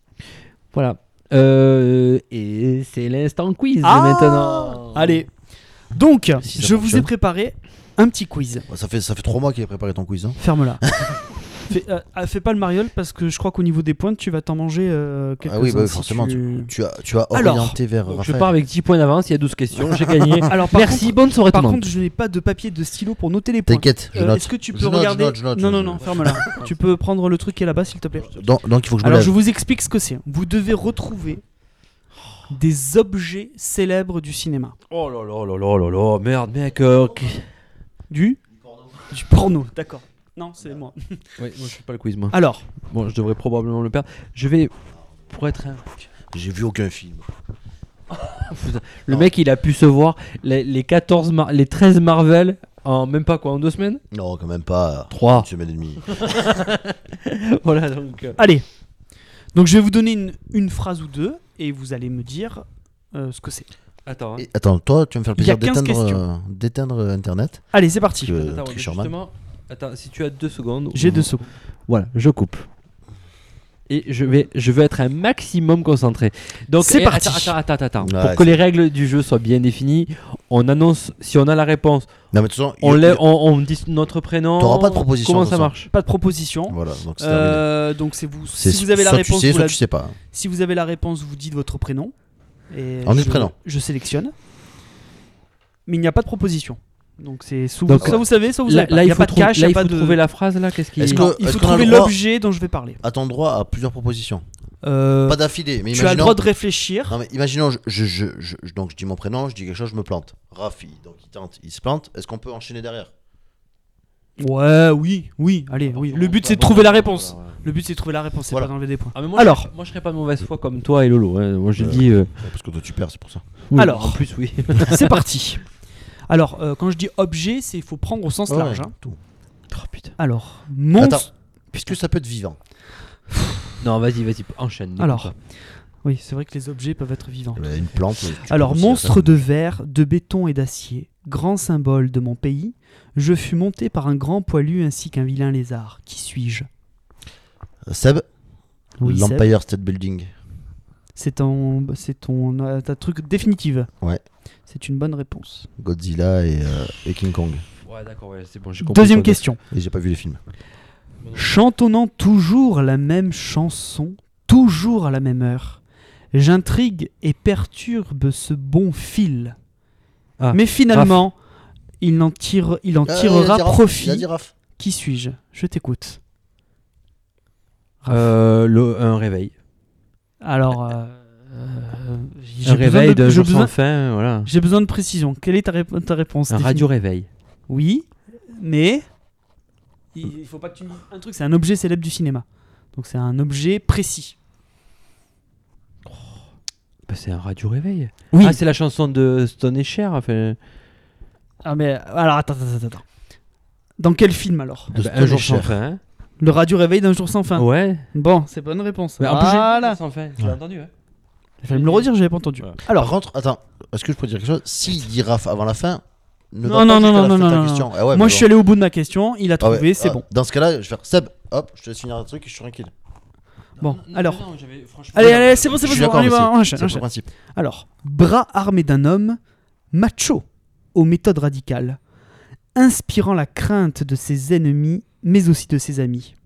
Speaker 6: Voilà. Euh, et c'est l'instant quiz
Speaker 8: Ah.
Speaker 6: maintenant.
Speaker 8: Allez. Donc,
Speaker 7: Si ça
Speaker 8: je vous ai
Speaker 7: fonctionne.
Speaker 8: préparé un petit quiz.
Speaker 7: Ouais, Ça fait, ça fait 3 mois qu'il a préparé ton quiz. Hein. [LAUGHS]
Speaker 8: Ferme-la. fais, euh, ah, fais pas le mariole parce que je crois qu'au niveau des pointes, tu vas t'en manger euh, quelques
Speaker 7: Ah oui, bah oui, forcément. Tu, tu as, tu as
Speaker 8: Alors,
Speaker 7: orienté vers.
Speaker 6: Donc je
Speaker 7: Raphaël.
Speaker 6: pars avec 10 points d'avance, il y a 12 questions, j'ai [LAUGHS]
Speaker 7: [LAUGHS]
Speaker 6: gagné.
Speaker 8: Alors par
Speaker 6: Merci,
Speaker 8: contre-
Speaker 6: bonne soirée tout
Speaker 8: par
Speaker 6: le monde.
Speaker 8: contre, je n'ai pas de papier de stylo pour noter les points.
Speaker 7: T'inquiète, je
Speaker 8: Euh,
Speaker 7: note.
Speaker 8: Est-ce que tu peux
Speaker 7: Je note, je
Speaker 8: regarder
Speaker 7: note, je note,
Speaker 8: Non,
Speaker 7: je
Speaker 8: non,
Speaker 7: note. [LAUGHS]
Speaker 8: non, ferme-la. tu peux prendre le truc qui est là-bas, s'il te plaît.
Speaker 7: Donc, donc il faut que je me
Speaker 8: Alors,
Speaker 7: lève.
Speaker 8: je vous explique ce que c'est. Vous devez retrouver des objets célèbres du cinéma.
Speaker 6: Oh là là là là là là, merde mec. euh, ok.
Speaker 8: Du Du porno, d'accord. Non, c'est moi.
Speaker 6: Ouais, moi je fais pas le quiz moi.
Speaker 8: Alors,
Speaker 6: Bon, je devrais probablement le perdre. Je vais pour être un...
Speaker 7: J'ai vu aucun film.
Speaker 6: Le mec, il a pu se voir les, les 14 Mar- les 13 Marvel en même pas quoi en deux semaines
Speaker 7: Non, quand même pas.
Speaker 6: 3.
Speaker 7: Une semaine et demie.
Speaker 6: [LAUGHS] voilà donc euh,
Speaker 8: allez. Donc, je vais vous donner une, une phrase ou deux et vous allez me dire euh, ce que c'est.
Speaker 6: attends. hein.
Speaker 7: Et attends, toi, tu vas me faire le
Speaker 8: Il y a
Speaker 7: plaisir
Speaker 8: 15
Speaker 7: d'éteindre
Speaker 8: questions.
Speaker 7: euh, d'éteindre euh, Internet.
Speaker 8: Allez, c'est parti.
Speaker 7: Que
Speaker 6: Attends, attends,
Speaker 7: tricheur man.
Speaker 6: justement, attends, si tu as deux secondes.
Speaker 8: J'ai
Speaker 6: on-
Speaker 8: deux secondes.
Speaker 6: Voilà, je coupe. Et je vais, je vais être un maximum concentré. Donc
Speaker 8: C'est
Speaker 6: eh,
Speaker 8: parti.
Speaker 6: Attends, attends, attends, attends.
Speaker 7: Ouais,
Speaker 6: Pour que
Speaker 7: c'est-
Speaker 6: les règles du jeu soient bien définies, on annonce si on a la réponse,
Speaker 7: Non, mais de toute façon,
Speaker 6: on,
Speaker 7: il-
Speaker 6: l'a-
Speaker 7: il-
Speaker 6: on, on dit notre prénom.
Speaker 7: T'auras pas de proposition,
Speaker 6: Comment
Speaker 7: de toute
Speaker 6: ça
Speaker 7: façon.
Speaker 6: marche
Speaker 8: Pas de proposition.
Speaker 7: Voilà, donc c'est terminé.
Speaker 8: Euh, donc, c'est vous.
Speaker 7: C'est-
Speaker 8: Si vous avez la
Speaker 7: soit tu
Speaker 8: réponse,
Speaker 7: sais,
Speaker 8: vous
Speaker 7: soit
Speaker 8: la-
Speaker 7: tu sais pas.
Speaker 8: Si vous avez la réponse, vous dites votre prénom. Et
Speaker 7: On dit
Speaker 8: je,
Speaker 7: le prénom.
Speaker 8: Je sélectionne. Mais il n'y a pas de proposition. Donc c'est sous-
Speaker 6: Donc,
Speaker 8: soit vous savez, soit vous
Speaker 6: Là,
Speaker 8: savez pas.
Speaker 6: là,
Speaker 8: il
Speaker 6: il
Speaker 8: n'y a
Speaker 6: faut,
Speaker 8: pas de
Speaker 6: trou-
Speaker 8: cache, il
Speaker 6: là,
Speaker 8: n'y a
Speaker 6: il
Speaker 8: pas
Speaker 6: faut
Speaker 8: de.
Speaker 6: trouver la phrase là. Qu'est-ce Ah, qui
Speaker 7: Est-ce
Speaker 6: est...
Speaker 7: que-
Speaker 8: Non, il
Speaker 7: est-ce
Speaker 8: faut
Speaker 7: qu'on a le
Speaker 8: trouver
Speaker 7: droit-
Speaker 8: l'objet dont je vais parler.
Speaker 7: A ton droit à plusieurs propositions.
Speaker 8: Euh,
Speaker 7: Pas d'affilée, mais
Speaker 8: tu as le
Speaker 7: imaginons-
Speaker 8: droit de réfléchir.
Speaker 7: Non mais imaginons, je, je, je- je- je- donc je dis mon prénom, je dis quelque chose, je me plante. Rafi, donc il tente, il se plante. Est-ce qu'on peut enchaîner derrière
Speaker 8: Ouais, oui, oui, allez, oui. Le but c'est de trouver la réponse. Le but c'est de trouver la réponse, c'est
Speaker 7: Voilà.
Speaker 8: pas d'enlever des points. [LAUGHS]
Speaker 6: Ah, mais moi,
Speaker 8: Alors.
Speaker 6: je, moi je serais pas de mauvaise foi comme toi et Lolo. hein. Moi je
Speaker 7: Euh,
Speaker 6: dis. euh,
Speaker 7: Parce que toi tu perds, c'est pour ça.
Speaker 6: oui,
Speaker 8: Alors.
Speaker 6: En plus,
Speaker 8: [LAUGHS]
Speaker 6: oui.
Speaker 8: c'est parti. Alors, euh, quand je dis objet, c'est il faut prendre au sens
Speaker 7: Ouais,
Speaker 8: large. hein.
Speaker 7: tout.
Speaker 6: oh putain.
Speaker 8: Alors, monstre.
Speaker 7: Attends. Puisque ça peut être vivant.
Speaker 6: Non, vas-y, vas-y, enchaîne. n'écoute
Speaker 8: Alors.
Speaker 6: pas.
Speaker 8: Oui, c'est vrai que les objets peuvent être vivants.
Speaker 7: Eh ben, Une plante. tu peux
Speaker 8: Alors,
Speaker 7: aussi
Speaker 8: monstre
Speaker 7: faire-
Speaker 8: de verre, de béton et d'acier, grand symbole de mon pays, je fus monté par un grand poilu ainsi qu'un vilain lézard. Qui suis-je
Speaker 7: Euh, Seb,
Speaker 8: Seb,
Speaker 7: l'Empire State Building.
Speaker 8: C'est ton, c'est ton euh, ta truc définitive.
Speaker 7: Ouais.
Speaker 8: C'est une bonne réponse.
Speaker 7: Godzilla et, euh, et King Kong.
Speaker 9: Ouais, d'accord, ouais, c'est bon, j'ai compris.
Speaker 8: Deuxième
Speaker 9: toi,
Speaker 8: question.
Speaker 7: Et j'ai pas vu les films.
Speaker 8: Chantonnant toujours la même chanson, toujours à la même heure, j'intrigue et perturbe ce bon fil.
Speaker 9: Ah,
Speaker 8: Mais finalement, il en, tire, il en
Speaker 7: Ah, Euh,
Speaker 8: tirera profit.
Speaker 7: La girafe.
Speaker 8: Qui suis-je Je t'écoute.
Speaker 9: Euh, le- un réveil.
Speaker 8: Alors, euh, euh, j'ai
Speaker 9: Un
Speaker 8: besoin
Speaker 9: réveil de
Speaker 8: j'ai
Speaker 9: jour
Speaker 8: besoin,
Speaker 9: sans fin, voilà.
Speaker 8: j'ai besoin de précision. Quelle est ta, rép- ta réponse
Speaker 9: Un
Speaker 8: définitive
Speaker 9: radio réveil.
Speaker 8: Oui, mais il il faut pas que tu me dises un truc. C'est un objet célèbre du cinéma. Donc c'est un objet précis.
Speaker 9: Bah, c'est un radio réveil.
Speaker 8: Oui.
Speaker 9: Ah, c'est la chanson de Stone et Cher. enfin,
Speaker 8: Ah mais alors attends attends attends. attends. Dans quel film alors
Speaker 7: De
Speaker 9: bah,
Speaker 7: Stone
Speaker 9: un jour
Speaker 7: et
Speaker 9: sans
Speaker 7: Cher.
Speaker 9: fin. hein.
Speaker 8: Le radio réveil d'un jour sans fin.
Speaker 9: Ouais.
Speaker 8: Bon, c'est bonne réponse.
Speaker 9: Mais en plus, j'ai-
Speaker 8: voilà.
Speaker 9: Sans fin. Tu l'as entendu, hein
Speaker 8: Il fallait me le redire, j'avais pas entendu.
Speaker 9: Voilà.
Speaker 7: Par
Speaker 8: Alors,
Speaker 7: contre, attends, est-ce que je peux dire quelque chose Si girafe avant la fin, ne va
Speaker 8: Non, non,
Speaker 7: pas
Speaker 8: non,
Speaker 7: jusqu'à la
Speaker 8: non,
Speaker 7: fin de
Speaker 8: non,
Speaker 7: ta
Speaker 8: non,
Speaker 7: question. Ah ouais, mais
Speaker 8: moi je
Speaker 7: bon.
Speaker 8: suis allé au bout de ma question, il a
Speaker 7: Ah ouais,
Speaker 8: trouvé, c'est
Speaker 7: ah,
Speaker 8: bon.
Speaker 7: Dans ce cas-là, je vais faire Seb, hop, je te laisse finir un truc, je suis tranquille.
Speaker 8: Bon, alors.
Speaker 9: Non, j'avais- franchement,
Speaker 8: Allez, allez, c'est bon, c'est
Speaker 7: Je
Speaker 8: bon,
Speaker 7: suis
Speaker 8: c'est bon,
Speaker 7: d'accord,
Speaker 8: on y
Speaker 7: mais
Speaker 8: va, on
Speaker 7: c'est
Speaker 8: enchaîne,
Speaker 7: c'est le
Speaker 8: enchaîne.
Speaker 7: principe.
Speaker 8: Alors, bras armé d'un homme, macho, aux méthodes radicales, inspirant la crainte de ses ennemis, mais aussi de ses amis.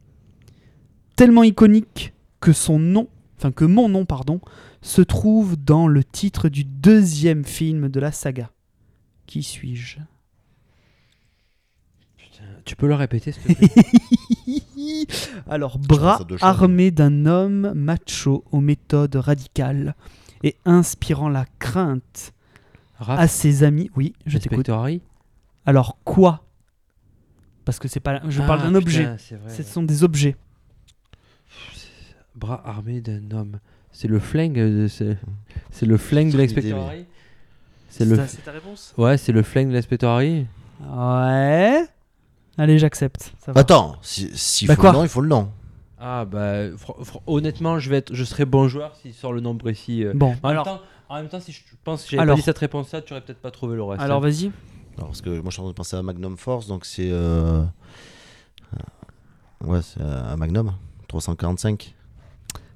Speaker 8: Tellement iconique que son nom, enfin que mon nom, pardon, se trouve dans le titre du deuxième film de la saga. Qui suis-je [LAUGHS]
Speaker 9: Tu peux le [LAUGHS] répéter, s'il te plaît
Speaker 8: Alors,
Speaker 7: pense
Speaker 8: bras
Speaker 7: à deux choses.
Speaker 8: armé d'un homme macho aux méthodes radicales et inspirant la crainte à
Speaker 6: Ah.
Speaker 9: Raph,
Speaker 8: ses amis. Oui, je t'écoute.
Speaker 9: Inspecteur Harry
Speaker 8: Alors quoi Parce que c'est pas. Je parle
Speaker 9: Ah,
Speaker 8: d'un
Speaker 9: putain,
Speaker 8: objet.
Speaker 9: c'est vrai,
Speaker 8: Ce
Speaker 9: ouais.
Speaker 8: sont des objets.
Speaker 9: Bras armé d'un homme. C'est le flingue de ce- C'est le flingue de
Speaker 7: Aucune
Speaker 9: l'inspecteur
Speaker 7: idée, mais-
Speaker 9: Harry C'est le...
Speaker 8: ta réponse
Speaker 9: Ouais, c'est le flingue de l'inspecteur Harry
Speaker 8: Ouais. Allez, j'accepte. Ça va.
Speaker 7: Attends, si- s'il
Speaker 8: Bah
Speaker 7: faut
Speaker 8: quoi
Speaker 7: le nom, il faut le nom.
Speaker 9: Ah bah fr- fr- honnêtement, je vais être je serais bon joueur s'il sort le nom précis. euh.
Speaker 8: Bon,
Speaker 9: En,
Speaker 8: alors,
Speaker 9: même temps, en même temps, si je pense que j'avais
Speaker 8: Alors.
Speaker 9: pas dit cette réponse là, tu aurais peut-être pas trouvé le reste.
Speaker 8: alors
Speaker 9: hein.
Speaker 8: vas-y.
Speaker 7: Alors, parce que moi je suis en train de penser à Magnum Force, donc c'est. euh, Ouais, c'est euh, un Magnum, 345.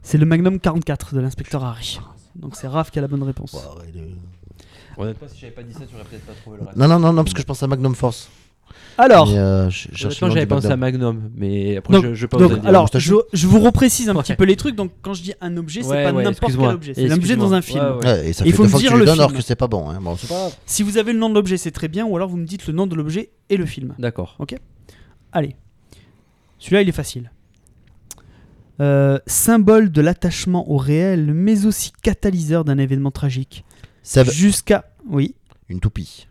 Speaker 8: C'est le Magnum 44 de l'inspecteur Harry. Donc c'est Raph qui a la bonne réponse.
Speaker 7: Ouais, ouais, le-
Speaker 9: honnêtement, si j'avais pas dit ça, tu aurais peut-être pas trouvé le reste.
Speaker 7: Non, non, non, non, parce que je pense à Magnum Force.
Speaker 8: Alors,
Speaker 7: Mais, euh, je- je cherche le
Speaker 9: Honnêtement,
Speaker 7: nom
Speaker 9: j'avais
Speaker 7: du
Speaker 9: pensé à
Speaker 7: Magnum.
Speaker 9: Magnum, mais après
Speaker 8: Donc-
Speaker 9: je, je pense
Speaker 8: donc,
Speaker 9: à dire-
Speaker 8: alors
Speaker 7: moustache.
Speaker 8: je, je vous reprécise un petit
Speaker 9: Ouais.
Speaker 8: peu les trucs. Donc quand je dis un objet, c'est
Speaker 9: Ouais,
Speaker 8: pas
Speaker 9: ouais,
Speaker 8: n'importe quel
Speaker 9: excuse-moi.
Speaker 8: objet. C'est l'objet
Speaker 9: Excuse-moi.
Speaker 8: dans un film.
Speaker 9: Ouais, ouais.
Speaker 7: Ouais, et ça
Speaker 8: Il
Speaker 7: fait
Speaker 8: faut
Speaker 7: deux
Speaker 8: me
Speaker 7: fois que
Speaker 8: dire
Speaker 7: tu le
Speaker 8: le
Speaker 7: donnes alors
Speaker 8: film.
Speaker 7: que c'est pas bon. hein. Bon, c'est pas grave.
Speaker 8: Si vous avez le nom de l'objet, c'est très bien. Ou alors vous me dites le nom de l'objet et le film.
Speaker 9: D'accord.
Speaker 8: Allez. Celui-là, il est facile. Euh, symbole de l'attachement au réel, mais aussi catalyseur d'un événement tragique.
Speaker 7: Seb,
Speaker 8: Jusqu'à. Oui.
Speaker 7: une toupie.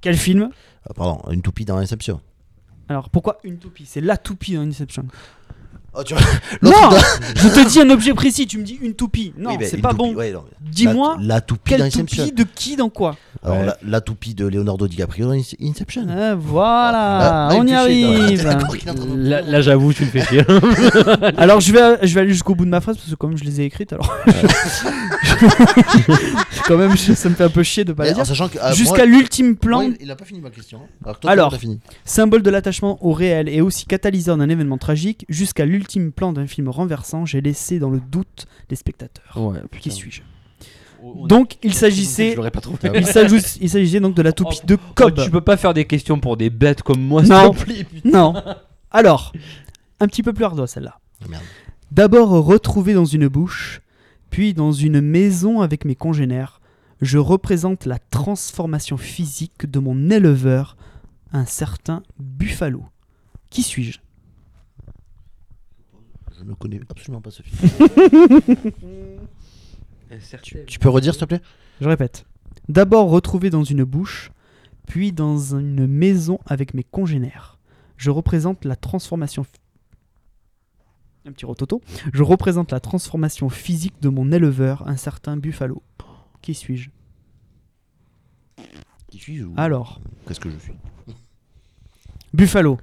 Speaker 8: Quel film
Speaker 7: Ah, pardon, une toupie dans Inception.
Speaker 8: Alors pourquoi une toupie C'est la toupie dans Inception.
Speaker 7: Oh,
Speaker 8: [LAUGHS]
Speaker 7: tu vois,
Speaker 8: Non
Speaker 7: l'autre dans-
Speaker 8: Je te dis un objet précis, tu me dis une toupie. Non,
Speaker 7: Oui, mais
Speaker 8: c'est
Speaker 7: une
Speaker 8: pas
Speaker 7: toupie,
Speaker 8: bon.
Speaker 7: ouais, non.
Speaker 8: Dis-moi
Speaker 7: La, la toupie dans
Speaker 8: Quelle
Speaker 7: Inception.
Speaker 8: toupie De qui Dans quoi
Speaker 7: Alors,
Speaker 9: Ouais.
Speaker 7: la, la toupie de Leonardo DiCaprio dans Ince- Inception.
Speaker 8: Ah, Voilà,
Speaker 7: Ah, ah,
Speaker 8: on
Speaker 7: il
Speaker 8: y
Speaker 7: me fait chier, [LAUGHS]
Speaker 8: arrive. Bah,
Speaker 7: toi. D'accord, qu'il est en train de-
Speaker 6: Là, là, j'avoue, tu me fais
Speaker 8: [LAUGHS]
Speaker 6: chier.
Speaker 8: Alors je vais, je vais aller jusqu'au bout de ma phrase parce que comme je les ai écrites, alors. quand même, [LAUGHS] je- [LAUGHS] ça me fait un peu chier de pas
Speaker 7: Mais
Speaker 8: la dire.
Speaker 7: en sachant
Speaker 9: Euh,
Speaker 7: que, ah, moi-
Speaker 8: Jusqu'à l'ultime plan,
Speaker 7: moi, il- il a pas fini ma question. hein. Alors, que toi,
Speaker 8: Alors.
Speaker 7: t'as fini.
Speaker 8: symbole de l'attachement au réel et aussi catalyseur d'un événement tragique, jusqu'à l'ultime plan d'un film renversant, j'ai laissé dans le doute les spectateurs.
Speaker 9: Ouais,
Speaker 8: Qui
Speaker 9: putain.
Speaker 8: suis-je
Speaker 9: On- on-
Speaker 8: Donc il
Speaker 9: Je
Speaker 8: s'agissait,
Speaker 9: l'aurais pas trouvé.
Speaker 8: [LAUGHS] il s'agisse- il s'agissait donc de la toupie
Speaker 9: Oh,
Speaker 8: de
Speaker 9: Oh,
Speaker 8: Cobb.
Speaker 9: tu peux pas faire des questions pour des bêtes comme moi, s'il
Speaker 8: Non.
Speaker 9: te [LAUGHS] plaît, putain.
Speaker 8: Non. Alors, [LAUGHS] un petit peu plus ardois celle-là.
Speaker 7: Ah, merde.
Speaker 8: D'abord retrouvé dans une bouche, puis dans une maison avec mes congénères, je représente la transformation physique de mon éleveur, un certain Buffalo. Qui suis-je
Speaker 7: Je ne connais absolument pas ce
Speaker 8: [LAUGHS]
Speaker 7: film.
Speaker 9: Tu-
Speaker 7: tu peux redire, s'il te plaît
Speaker 8: Je répète. D'abord retrouvé dans une bouche, puis dans une maison avec mes congénères. Je représente la transformation. Un petit rototo. Je représente la transformation physique de mon éleveur, un certain Buffalo. Qui suis-je
Speaker 7: Qui suis-je ou
Speaker 8: Ah, Alors,
Speaker 7: Qu'est-ce que je suis
Speaker 8: Buffalo.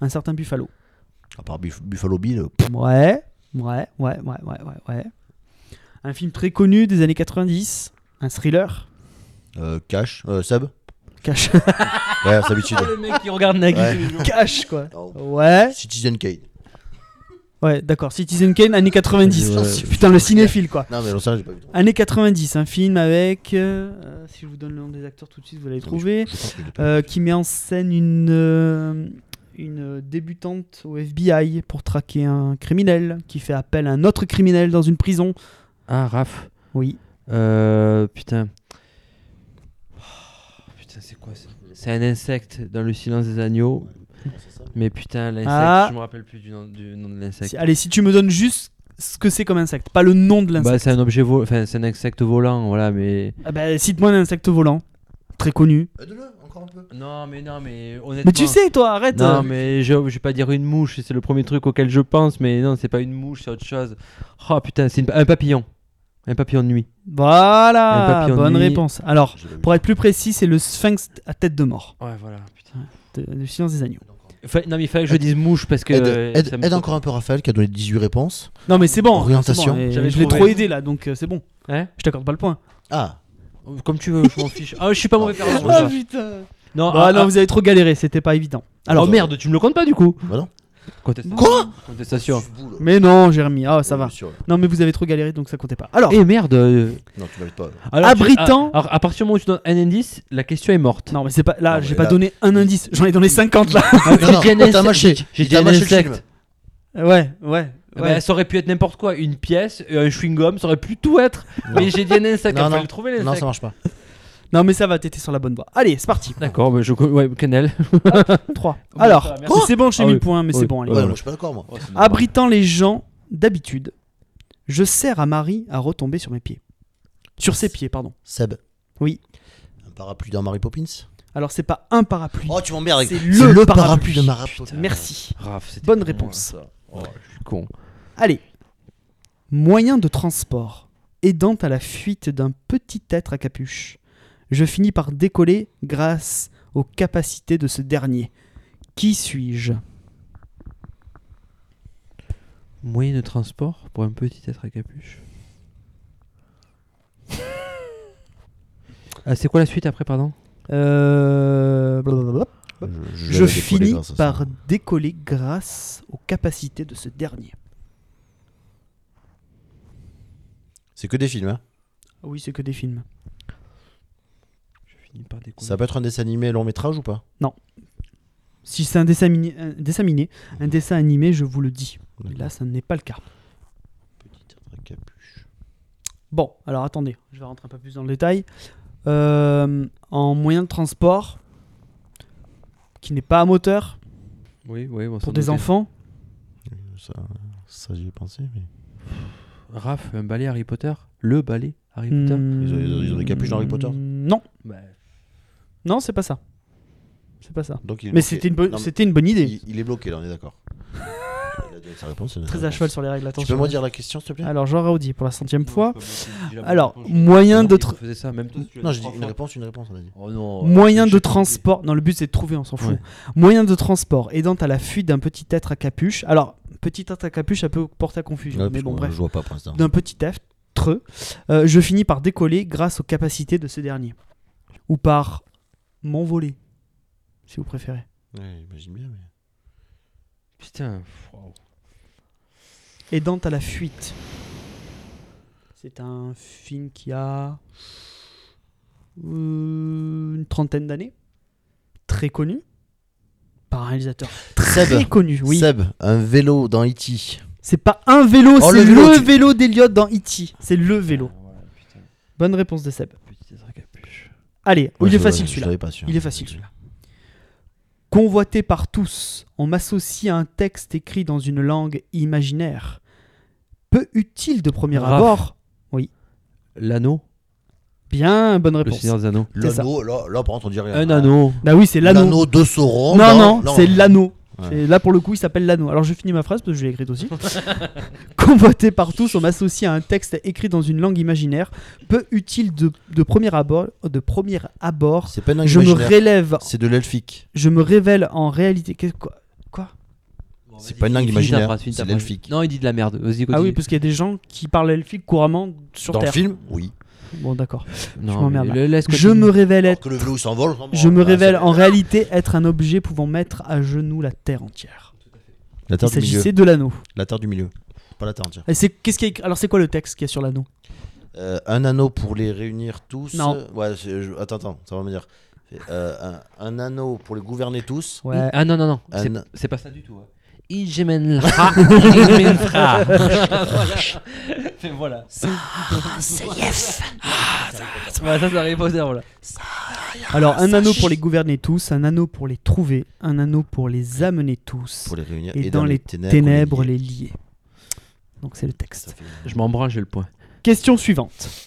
Speaker 8: Un certain Buffalo.
Speaker 7: À part Buff- Buffalo Bill, euh,
Speaker 8: Ouais, ouais, ouais, ouais, ouais, ouais, ouais. Un film très connu des années 90, un thriller.
Speaker 7: euh, Cash, euh, Seb
Speaker 8: Cash,
Speaker 7: Ouais, c'est habitude.
Speaker 10: Le mec qui regarde Nagui.
Speaker 7: Ouais.
Speaker 8: cash quoi.
Speaker 7: Oh.
Speaker 8: Ouais,
Speaker 7: Citizen Kane.
Speaker 8: ouais, d'accord. Citizen Kane, années 90.
Speaker 7: Ouais.
Speaker 8: Putain, le cinéphile quoi.
Speaker 7: Non, mais non, ça, j'ai pas vu.
Speaker 8: Années 90, un film avec. euh, euh, si je vous donne le nom des acteurs tout de suite, vous allez le trouver.
Speaker 7: Je pense que je l'ai pas vu.
Speaker 8: Euh, qui met en scène une. euh, une débutante au FBI pour traquer un criminel qui fait appel à un autre criminel dans une prison.
Speaker 6: Ah, Raph.
Speaker 8: Oui.
Speaker 6: Euh, putain. Oh, putain, c'est quoi ça C'est un insecte dans le silence des agneaux. Mais putain, l'insecte,
Speaker 8: Ah.
Speaker 6: je me rappelle plus du nom, du nom de l'insecte.
Speaker 8: Si- allez, si tu me donnes juste ce que c'est comme insecte, pas le nom de l'insecte.
Speaker 6: Bah, c'est un objet vol- enfin, c'est un insecte volant, voilà, mais.
Speaker 8: Ah bah, Cite-moi un insecte volant, très connu.
Speaker 7: Aide-le, encore un peu.
Speaker 6: Non, mais non, mais honnêtement.
Speaker 8: Mais tu sais, toi, arrête.
Speaker 6: Non,
Speaker 8: euh,
Speaker 6: mais je, je vais pas dire une mouche, c'est le premier truc auquel je pense, mais non, c'est pas une mouche, c'est autre chose. Oh putain, c'est une- un papillon. Un papillon de nuit. Un
Speaker 8: Voilà,
Speaker 6: papillon de
Speaker 8: bonne
Speaker 6: nuit.
Speaker 8: réponse. Alors,
Speaker 7: Je l'ai pas vu.
Speaker 8: pour être plus précis, c'est le sphinx à tête de mort,
Speaker 6: Ouais, voilà, putain.
Speaker 8: de, du silence des agneaux.
Speaker 6: non, mais il fallait que je dise mouche parce que.
Speaker 7: Aide,
Speaker 6: euh,
Speaker 7: aide-
Speaker 6: ça me
Speaker 7: aide
Speaker 6: saute.
Speaker 7: encore un peu Raphaël qui a donné 18 réponses.
Speaker 8: Non, mais c'est bon.
Speaker 7: Orientation.
Speaker 8: c'est bon, Oh, et
Speaker 6: J'avais
Speaker 8: Je l'ai
Speaker 6: trouvé.
Speaker 8: trop aidé là, donc euh, c'est bon.
Speaker 6: Hein
Speaker 8: je t'accorde pas le point.
Speaker 7: Ah,
Speaker 6: Comme tu veux, je m'en fiche. Ah, je suis pas mauvais perdant.
Speaker 7: Ah,
Speaker 6: ça.
Speaker 8: putain.
Speaker 6: Non,
Speaker 8: Ah,
Speaker 6: ah,
Speaker 8: non,
Speaker 6: ah,
Speaker 8: vous avez trop galéré, c'était pas évident. Alors,
Speaker 6: oh, merde, tu me le comptes pas du coup
Speaker 7: bah non.
Speaker 6: Contestation.
Speaker 7: Quoi
Speaker 6: Contestation.
Speaker 8: Mais non, j'ai remis. Ah, ça va.
Speaker 7: Sûr.
Speaker 8: Non, mais vous avez trop galéré, donc ça comptait pas. Alors,
Speaker 6: Eh merde. euh,
Speaker 7: Non, tu m'avais pas.
Speaker 6: alors tu-
Speaker 8: Abritant.
Speaker 6: ah, alors, à partir du moment où tu donnes un indice, la question est morte.
Speaker 8: non, mais c'est pas. Là,
Speaker 7: Non,
Speaker 8: j'ai
Speaker 7: mais
Speaker 8: pas
Speaker 7: là-
Speaker 8: donné un indice. J'en ai donné 50 là.
Speaker 6: Ah,
Speaker 7: Non, non,
Speaker 6: j'ai dit un
Speaker 7: t'as
Speaker 6: insecte.
Speaker 7: mâché.
Speaker 6: J'ai dit
Speaker 7: T'as
Speaker 6: un
Speaker 7: mâché le
Speaker 6: insecte.
Speaker 7: film.
Speaker 8: ouais, ouais.
Speaker 6: Eh ben,
Speaker 8: ouais.
Speaker 6: ça aurait pu être n'importe quoi, une pièce, euh, un chewing-gum, ça aurait pu tout être. Mais j'ai dit un insecte,
Speaker 7: Non,
Speaker 6: il
Speaker 7: non.
Speaker 6: fallait le trouver
Speaker 7: Non, ça
Speaker 6: l'insecte.
Speaker 7: marche pas.
Speaker 8: Non, mais ça va, t'étais sur la bonne voie. Allez, c'est parti.
Speaker 6: D'accord, mais je. Ouais, Canel.
Speaker 8: 3.
Speaker 6: Bon, ça
Speaker 8: Alors,
Speaker 6: va, merci.
Speaker 8: c'est bon, j'ai
Speaker 6: Ah
Speaker 8: mis le
Speaker 6: oui.
Speaker 8: point, mais
Speaker 6: Oui.
Speaker 8: c'est bon. allez.
Speaker 7: Ouais,
Speaker 6: voilà.
Speaker 7: moi, je suis pas d'accord, moi.
Speaker 8: Abritant les gens d'habitude, je sers à Marie à retomber sur mes pieds. Sur ses pieds, pardon.
Speaker 7: Seb.
Speaker 8: Oui.
Speaker 7: Un parapluie dans Mary Poppins.
Speaker 8: Alors, c'est pas un parapluie.
Speaker 7: Oh, tu m'emmerdes.
Speaker 8: C'est
Speaker 7: C'est
Speaker 8: le
Speaker 7: le,
Speaker 8: parapluie.
Speaker 7: parapluie de Mary Poppins.
Speaker 8: Merci.
Speaker 6: Raph, c'était
Speaker 8: Bonne
Speaker 6: con,
Speaker 8: réponse.
Speaker 6: ça. Oh, je suis con.
Speaker 8: Allez. Moyen de transport, aidant à la fuite d'un petit être à capuche. Je finis par décoller grâce aux capacités de ce dernier. Qui suis-je
Speaker 6: Moyen de transport pour un petit être à capuche. [LAUGHS] Ah, c'est quoi la suite après, pardon
Speaker 8: Euh, blablabla.
Speaker 7: Je,
Speaker 8: Je finis par décoller grâce aux capacités de ce dernier.
Speaker 7: C'est que des films, hein.
Speaker 8: Ah Oui, c'est que des films.
Speaker 6: Je finis par décoller.
Speaker 7: Ça peut être un dessin animé long métrage ou pas
Speaker 8: Si c'est un dessin, mini- un dessin animé, un dessin animé, je vous le dis. Mais là, ça n'est pas le cas.
Speaker 7: Petit être à capuche.
Speaker 8: Bon, alors attendez, je vais rentrer un peu plus dans le détail. Euh, en moyen de transport, qui n'est pas à moteur,
Speaker 6: Oui, oui, bon, ça
Speaker 8: pour
Speaker 6: nous
Speaker 8: des
Speaker 6: fait-
Speaker 8: enfants,
Speaker 7: Ça, ça j'y ai pensé, mais.
Speaker 6: Raph, un balai Harry Potter Le balai Harry Potter
Speaker 8: hmm,
Speaker 7: Ils ont- ils ont- ils ont des capuches dans Harry Potter
Speaker 8: Non,
Speaker 6: Bah,
Speaker 8: non, c'est pas ça. C'est pas ça.
Speaker 7: Donc, il est
Speaker 8: Mais
Speaker 7: bloqué.
Speaker 8: c'était une, bonne-
Speaker 7: Non, mais
Speaker 8: c'était une bonne idée.
Speaker 7: Il, il est bloqué, là, on est
Speaker 8: [LAUGHS]
Speaker 7: d'accord. Il a donné sa réponse, il a donné
Speaker 8: Très
Speaker 7: sa
Speaker 8: à cheval Ah,
Speaker 7: réponse.
Speaker 8: sur les règles,
Speaker 7: Tu
Speaker 8: attention.
Speaker 7: peux me dire la question, s'il te plaît
Speaker 8: Alors, Jean Raudi, pour la centième fois.
Speaker 6: Non, c'est pas moi qui ai dit la bonne
Speaker 8: Alors,
Speaker 6: réponse, je-
Speaker 8: moyen
Speaker 6: Non,
Speaker 8: de...
Speaker 6: il
Speaker 8: tra-
Speaker 6: faisait ça, même toi, si tu l'as
Speaker 7: Non,
Speaker 6: dit
Speaker 7: j'ai dit
Speaker 6: trois
Speaker 7: une
Speaker 6: fois.
Speaker 7: réponse, une réponse, on a dit.
Speaker 6: Oh non, euh,
Speaker 8: Moyen
Speaker 6: je
Speaker 8: de
Speaker 6: sais pas.
Speaker 8: transport. Non, le but c'est de trouver, on s'en fout.
Speaker 6: Ouais.
Speaker 8: Moyen de transport aidant à la fuite d'un petit être à capuche. Alors, petit être à capuche, ça peut porter à confusion. mais bon, bref.
Speaker 7: Je vois pas pour l'instant.
Speaker 8: D'un petit être, euh, je finis par décoller grâce aux capacités de ce dernier. Ou par m'envoler, si vous préférez.
Speaker 7: Ouais, imagine bien, mais.
Speaker 6: Putain, pff, waouh.
Speaker 8: Aidant à la fuite. C'est un film qui a euh, une trentaine d'années. Très connu. Par un réalisateur très
Speaker 7: Seb.
Speaker 8: connu, oui.
Speaker 7: Seb, un vélo dans E E.T.
Speaker 8: C'est pas un vélo,
Speaker 7: Oh,
Speaker 8: c'est
Speaker 7: le
Speaker 8: le,
Speaker 7: vélo, tu-
Speaker 8: vélo d'Eliott dans E.T. C'est le vélo.
Speaker 6: Ah, voilà, putain,
Speaker 8: Bonne réponse de Seb.
Speaker 6: petit être à capuche.
Speaker 8: Allez,
Speaker 7: Ouais,
Speaker 8: il est
Speaker 7: je-
Speaker 8: facile
Speaker 7: je
Speaker 8: celui-là.
Speaker 7: l'avais pas, celui-là.
Speaker 8: Il est facile celui-là. Convoité par tous, on m'associe à un texte écrit dans une langue imaginaire. Peu utile de premier
Speaker 6: Raph.
Speaker 8: abord.
Speaker 6: L'anneau
Speaker 8: Bien, bonne
Speaker 9: Le
Speaker 8: réponse.
Speaker 9: Seigneur des Anneaux.
Speaker 8: C'est ça.
Speaker 7: L'anneau, là, là, par contre, on dit rien.
Speaker 9: Un
Speaker 7: Hein.
Speaker 9: anneau.
Speaker 8: Bah oui, c'est l'anneau.
Speaker 7: L'anneau de Sauron. là,
Speaker 8: Non, non,
Speaker 7: là, on-
Speaker 8: c'est l'anneau.
Speaker 7: Ouais.
Speaker 8: C'est- Là, pour le coup, il s'appelle l'anneau. Alors, je finis ma phrase parce que je l'ai écrite
Speaker 9: [LAUGHS]
Speaker 8: aussi. Convoité par tous, on m'associe à un texte écrit dans une langue imaginaire, peu utile de, de premier abord. De premier abord.
Speaker 7: C'est pas une langue
Speaker 8: Je me
Speaker 7: imaginaire,
Speaker 8: relève,
Speaker 7: C'est de l'elfique.
Speaker 8: je me révèle en réalité. Qu'est- quoi Quoi
Speaker 7: C'est pas une langue imaginaire, c'est l'elfique.
Speaker 9: Non, il dit de la merde. Vas-y, continue.
Speaker 8: Ah oui, parce qu'il y a des gens qui parlent elfique couramment sur
Speaker 7: Dans le
Speaker 8: Terre.
Speaker 7: film Oui.
Speaker 8: Bon, d'accord.
Speaker 9: Non,
Speaker 8: je m'emmerde
Speaker 9: mais
Speaker 8: là.
Speaker 9: le- laisse
Speaker 8: Je
Speaker 9: continuer.
Speaker 8: me révèle
Speaker 7: Alors
Speaker 8: être.
Speaker 7: que le vélo s'envole. on s'en
Speaker 8: Je
Speaker 7: branle.
Speaker 8: me
Speaker 7: Ah,
Speaker 8: révèle
Speaker 7: c'est-
Speaker 8: en réalité être un objet pouvant mettre à genoux la terre entière.
Speaker 7: La
Speaker 8: Il
Speaker 7: terre du milieu.
Speaker 8: s'agissait de l'anneau.
Speaker 7: La terre du milieu. Pas la terre entière.
Speaker 8: Et c'est- qu'est-ce qu'il y a écrit- Alors c'est quoi le texte qu'il y a sur l'anneau
Speaker 7: Euh, un anneau pour les réunir tous.
Speaker 8: Non.
Speaker 7: Ouais, c'est- je- attends, attends, ça va me dire. Euh, un, un anneau pour les gouverner tous.
Speaker 8: Ouais.
Speaker 9: Ah non, non, non.
Speaker 7: Un-
Speaker 9: C'est- C'est pas ça du tout. hein.
Speaker 6: [LAUGHS]
Speaker 9: Ijemen l'ha, Ijemen [LAUGHS] l'ha. Fait, voilà.
Speaker 6: Ah,
Speaker 9: Voilà, ça, c'est Harry Potter, voilà.
Speaker 8: Alors un anneau pour les gouverner tous, un anneau pour les trouver, un anneau pour les amener tous,
Speaker 7: Pour les réunir.
Speaker 8: et, dans, les ténèbres,
Speaker 7: on les...
Speaker 8: les lier. Donc c'est le texte.
Speaker 7: Ça fait-
Speaker 9: Je m'en branle, j'ai le point.
Speaker 8: Question suivante.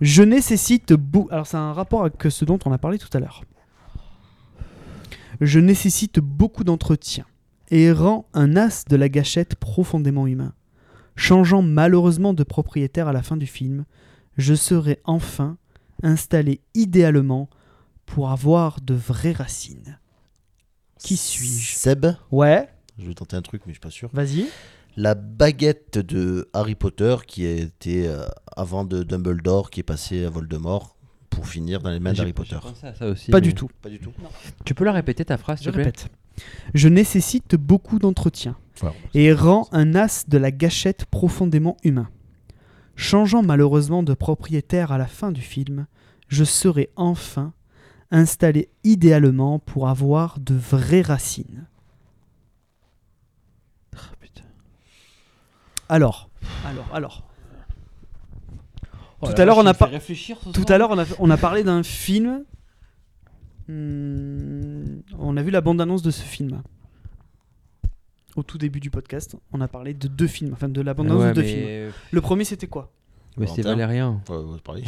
Speaker 8: Je nécessite beaucoup. Alors, c'est un rapport avec ce dont on a parlé tout à l'heure. Je nécessite beaucoup d'entretien et rend un as de la gâchette profondément humain. Changeant malheureusement de propriétaire à la fin du film, je serai enfin installé idéalement pour avoir de vraies racines. Qui suis-je
Speaker 7: Seb.
Speaker 8: Ouais,
Speaker 7: Je vais tenter un truc, mais je suis pas sûr.
Speaker 8: vas-y.
Speaker 7: La baguette de Harry Potter qui a été euh, avant de Dumbledore, qui est passée à Voldemort, pour finir dans les mains
Speaker 9: J'ai-
Speaker 7: d'Harry
Speaker 9: j'ai
Speaker 7: Potter.
Speaker 9: pensé à ça aussi,
Speaker 8: Pas
Speaker 9: mais-
Speaker 8: du tout.
Speaker 7: Pas du tout.
Speaker 9: Tu peux la répéter ta phrase, s'il
Speaker 8: Je
Speaker 9: te plaît
Speaker 8: répète. Je nécessite beaucoup d'entretien et rend un as de la gâchette profondément humain. Changeant malheureusement de propriétaire à la fin du film, je serai enfin installé idéalement pour avoir de vraies racines.
Speaker 9: Ah, putain.
Speaker 8: Alors, alors, alors.
Speaker 9: Oh
Speaker 8: tout
Speaker 9: la
Speaker 8: à l'heure,
Speaker 9: vache,
Speaker 8: on a
Speaker 9: il me
Speaker 8: pas.
Speaker 9: fait réfléchir, ce
Speaker 8: Tout
Speaker 9: soir.
Speaker 8: à l'heure, on a, on a parlé d'un film. Hmm, on a vu la bande-annonce de ce film. Au tout début du podcast, on a parlé de deux films, enfin de la bande-annonce
Speaker 9: Ouais,
Speaker 8: de deux
Speaker 9: mais-
Speaker 8: films. Le premier, c'était quoi
Speaker 9: Mais c'est
Speaker 7: Valentin.
Speaker 9: Valérien.
Speaker 7: Ouais, ouais, pareil.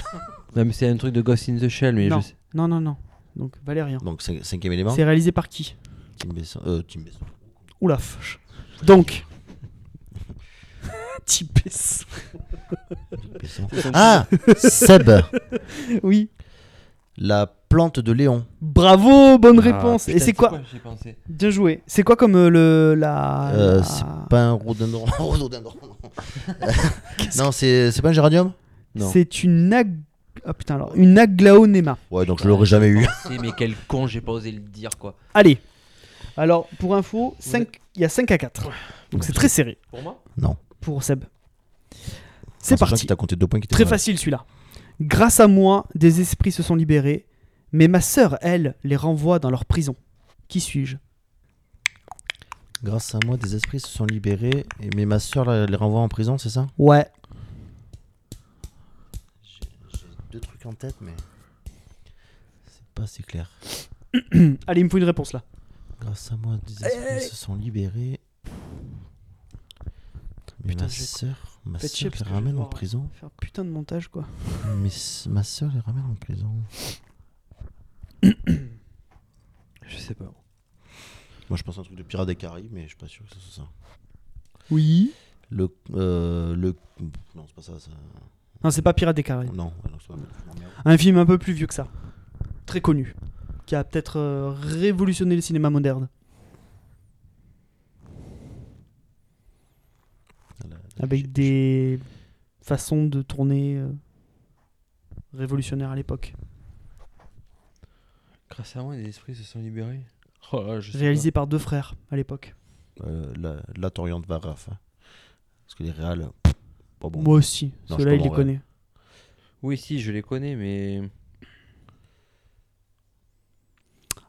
Speaker 9: Non, mais c'est un truc de Ghost in the Shell, mais
Speaker 8: Non.
Speaker 9: je sais.
Speaker 8: Non, non, non. Donc Valérian.
Speaker 7: [LAUGHS] Donc, cin- cinquième élément.
Speaker 8: C'est réalisé par qui
Speaker 7: Tim Besson. Euh, Tim Besson.
Speaker 8: Oula. fâche. Donc. [LAUGHS] Tipes.
Speaker 7: Besson. Ah Seb
Speaker 8: Oui.
Speaker 7: La plante de Léon.
Speaker 8: Bravo, bonne
Speaker 6: Ah,
Speaker 8: réponse. Et
Speaker 9: Ah, Putain,
Speaker 8: c'est quoi,
Speaker 9: j'ai pensé
Speaker 8: Bien joué. C'est quoi comme euh, le la.
Speaker 7: Euh,
Speaker 8: la-
Speaker 7: c'est Pas un rhododendron. [LAUGHS] rhododendron.
Speaker 8: [LAUGHS]
Speaker 7: non, c'est c'est pas un géranium
Speaker 9: non.
Speaker 8: C'est une ag... ah, putain alors une aglaonema.
Speaker 7: Ouais, donc je l'aurais jamais eu.
Speaker 9: Ah, C'est- mais quel con, j'ai pas osé le dire quoi.
Speaker 8: Allez. Alors pour info, 5... il y a 5 à 4. Donc c'est très serré.
Speaker 9: Pour moi
Speaker 7: Non.
Speaker 8: Pour Seb. C'est
Speaker 7: Sachant
Speaker 8: parti.
Speaker 7: que t'as compté deux points qui étaient
Speaker 8: Très
Speaker 7: pas
Speaker 8: facile celui-là. Grâce à moi, des esprits se sont libérés, mais ma sœur, elle, les renvoie dans leur prison. Qui suis-je
Speaker 7: mal. Grâce à moi, des esprits se sont libérés. et- Mais ma soeur les renvoie en prison, c'est ça
Speaker 8: Ouais.
Speaker 7: Deux trucs en tête, mais. C'est pas assez clair.
Speaker 8: Allez, il me faut une réponse là.
Speaker 7: Grâce à moi, des
Speaker 8: Eh.
Speaker 7: esprits se sont libérés. Mais
Speaker 8: Putain,
Speaker 7: ma
Speaker 8: je vais
Speaker 7: soeur, ma
Speaker 8: péter
Speaker 7: soeur
Speaker 8: parce
Speaker 7: les
Speaker 8: que je
Speaker 7: ramène
Speaker 8: vais
Speaker 7: en
Speaker 8: voir.
Speaker 7: prison.
Speaker 8: Faire putain de montage quoi.
Speaker 7: Mais s- ma soeur les ramène en prison.
Speaker 9: Je sais pas.
Speaker 7: Moi, je pense à un truc de Pirates des Caraïbes, mais je suis pas sûr que ce soit ça.
Speaker 8: Oui.
Speaker 7: Le. euh, le... Non, c'est pas ça. ça...
Speaker 8: Non, c'est pas Pirates des Caraïbes.
Speaker 7: Non, ouais, non, c'est pas... non, merde.
Speaker 8: Un film un peu plus vieux que ça. Très connu. Qui a peut-être euh, révolutionné le cinéma moderne.
Speaker 7: Ah, là, là, j'ai-
Speaker 8: Avec des façons de tourner euh, révolutionnaires à l'époque.
Speaker 9: Grâce à moi, les esprits se sont libérés. Oh là, je sais
Speaker 8: Réalisé par deux frères à l'époque.
Speaker 7: Euh, la, la Torian de Varaf. hein. Parce que les réals. Pas bon.
Speaker 8: Moi aussi.
Speaker 7: Non,
Speaker 8: Ceux-là,
Speaker 7: je
Speaker 8: il les
Speaker 7: comprends, ouais.
Speaker 8: connaît.
Speaker 9: pas. Oui, si, je les connais, mais.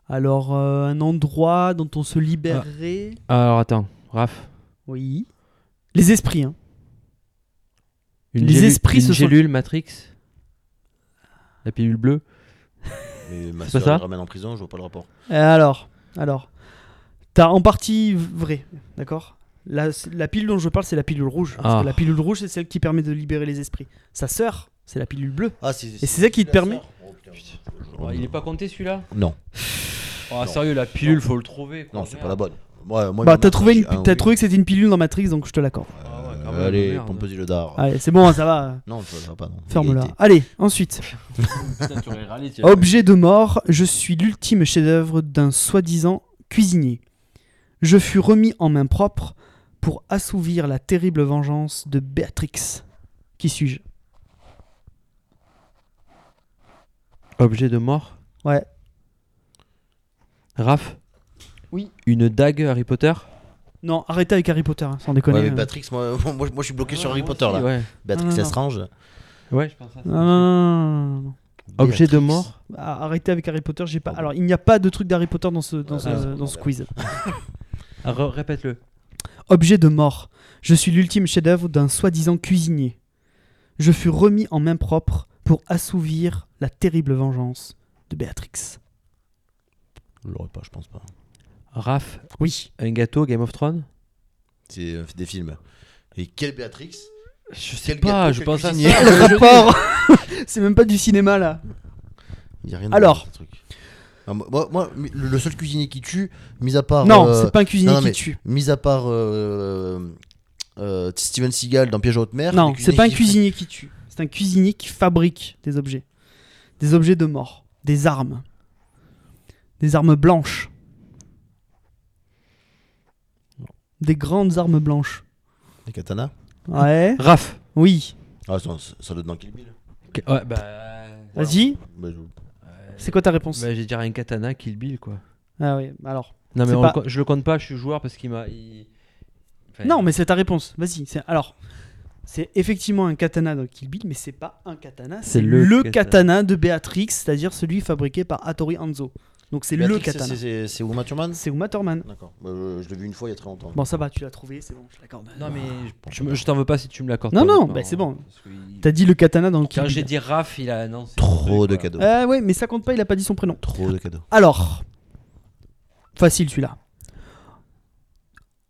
Speaker 8: Alors, euh, un endroit dont on se libérerait.
Speaker 9: Alors attends, Raph.
Speaker 8: Oui. Les esprits, hein.
Speaker 9: Une
Speaker 8: Les
Speaker 9: gélu-
Speaker 8: esprits
Speaker 9: une
Speaker 8: se sont-
Speaker 9: gélule Matrix. La pilule bleue.
Speaker 7: Mais ma
Speaker 9: C'est pas
Speaker 7: soeur
Speaker 9: ça
Speaker 7: les ramène en prison, je vois pas le rapport.
Speaker 8: Euh, Alors, alors. T'as en partie vrai, d'accord la, la pilule dont je parle, c'est la pilule rouge. Parce
Speaker 9: Ah.
Speaker 8: que la pilule rouge, c'est celle qui permet de libérer les esprits. Sa sœur, C'est la pilule bleue.
Speaker 7: Ah, c'est,
Speaker 8: Et c'est ça qui te permet
Speaker 7: Oh, putain.
Speaker 9: Ah,
Speaker 6: Ouais, il est pas compté celui-là
Speaker 7: Non,
Speaker 9: Oh,
Speaker 6: Ah sérieux, la pilule, faut le trouver. quoi.
Speaker 7: non, c'est pas la bonne. Moi, moi,
Speaker 8: Bah,
Speaker 7: il
Speaker 8: t'as
Speaker 7: m'en
Speaker 8: trouvé,
Speaker 7: marche
Speaker 8: une-
Speaker 7: un,
Speaker 8: t'as
Speaker 7: oui.
Speaker 8: trouvé que c'était une pilule dans Matrix, donc je te l'accorde.
Speaker 6: Ah ouais,
Speaker 7: Euh,
Speaker 6: quand même,
Speaker 7: allez,
Speaker 6: merde.
Speaker 7: Pomposi le dard.
Speaker 8: Allez, c'est bon, hein, ça va.
Speaker 7: Non, ça ça va pas, non.
Speaker 8: Ah. Ferme-la.
Speaker 7: Il était-
Speaker 8: Allez, ensuite.
Speaker 6: Putain, tu aurais râlé, tiens.
Speaker 8: Objet de mort, je suis l'ultime chef-d'œuvre d'un soi-disant cuisinier. Je fus remis en main propre pour assouvir la terrible vengeance de Béatrix. Qui suis-je
Speaker 9: Objet de mort
Speaker 8: Ouais.
Speaker 9: Raph
Speaker 8: Oui.
Speaker 9: Une dague Harry Potter
Speaker 8: Non, arrêtez avec Harry Potter, hein, sans déconner.
Speaker 7: Ouais, mais
Speaker 8: hein.
Speaker 7: Patrick, moi, [LAUGHS] moi, moi, je suis
Speaker 8: Ah,
Speaker 7: bloqué sur Harry Potter là.
Speaker 9: Ouais.
Speaker 8: Non,
Speaker 7: Patrick
Speaker 8: non, non.
Speaker 7: Estrange.
Speaker 9: ouais, je pense à ça.
Speaker 8: Non, non, non, non, non, non.
Speaker 9: Objet de
Speaker 7: Béatrix.
Speaker 9: mort
Speaker 8: Bah, Arrêtez avec Harry Potter, j'ai pas. Alors, il n'y a pas de truc d'Harry Potter dans ce, dans
Speaker 7: Ah,
Speaker 8: ce-
Speaker 7: c'est bon,
Speaker 8: dans ce
Speaker 7: merde.
Speaker 8: quiz.
Speaker 9: Re- Répète-le.
Speaker 8: Objet de mort. Je suis l'ultime chef-d'œuvre d'un soi-disant cuisinier. Je fus remis en main propre pour assouvir la terrible vengeance de Béatrix.
Speaker 7: Je l'aurais pas, je pense pas.
Speaker 9: Raph
Speaker 8: Oui.
Speaker 9: Un gâteau Game of Thrones
Speaker 7: C'est euh, des films. Et quelle Béatrix
Speaker 9: Je
Speaker 7: sais
Speaker 9: sais pas, je pense à ça. [LAUGHS]
Speaker 8: [LAUGHS] Le rapport C'est même pas du cinéma là.
Speaker 7: Il y a rien
Speaker 8: Alors.
Speaker 7: de ce truc. Non, moi, moi, mi- le seul cuisinier qui tue, mis à part.
Speaker 8: non,
Speaker 7: euh,
Speaker 8: c'est pas un cuisinier
Speaker 7: non, non,
Speaker 8: qui
Speaker 7: mais-
Speaker 8: tue.
Speaker 7: Mis à part euh, euh, Steven Seagal dans Piège à haute mer.
Speaker 8: Non,
Speaker 7: les
Speaker 8: c'est pas un
Speaker 7: cuisiniers
Speaker 8: cuisinier qui tue. C'est un cuisinier qui fabrique des objets. Des objets de mort. Des armes. Des armes blanches. Des grandes armes blanches.
Speaker 7: qui font Des katanas
Speaker 6: [LAUGHS]
Speaker 8: Ouais.
Speaker 9: Raph
Speaker 8: Oui.
Speaker 7: Ah, ça, ça, ça doit être dans Kill Bill.
Speaker 9: Ok, Ouais, bah.
Speaker 8: Vas-y,
Speaker 7: Bah, je-
Speaker 8: c'est quoi ta réponse
Speaker 9: Bah, j'ai dire un katana Kill Bill quoi.
Speaker 8: Ah oui, alors.
Speaker 9: Non mais
Speaker 8: C'est
Speaker 9: on
Speaker 8: pas-
Speaker 9: le co- je le compte pas, je suis joueur parce qu'il m'a. il- Enfin,
Speaker 8: Non, mais c'est ta réponse. Vas-y, c'est alors. C'est effectivement un katana dans Kill Bill, mais c'est pas un katana, c'est le,
Speaker 9: le
Speaker 8: katana.
Speaker 9: katana.
Speaker 8: de Béatrix, c'est-à-dire celui fabriqué par Hattori Hanzo. Donc c'est le
Speaker 7: Béatrix,
Speaker 8: katana.
Speaker 7: c'est- c'est- C'est Uma Thurman
Speaker 8: C'est Uma Thurman.
Speaker 7: D'accord. Bah, je je l'ai vu une fois il y a très longtemps.
Speaker 8: Bon, ça va, tu l'as trouvé, c'est bon, je l'accorde.
Speaker 9: Non mais je, tu me- je t'en veux pas si tu me l'accordes.
Speaker 8: Non,
Speaker 9: pas,
Speaker 8: non,
Speaker 9: honnêtement,
Speaker 8: bah, c'est bon.
Speaker 9: parce que il-
Speaker 8: T'as dit le katana dans Kill
Speaker 9: Quand j'ai
Speaker 8: Bill.
Speaker 9: dit Raph, il a annoncé.
Speaker 7: Trop
Speaker 9: le
Speaker 7: de
Speaker 9: truc, quoi.
Speaker 7: cadeaux.
Speaker 8: Ah ouais, mais ça compte pas, il a pas dit son prénom.
Speaker 7: Trop de cadeaux.
Speaker 8: Alors, facile celui-là.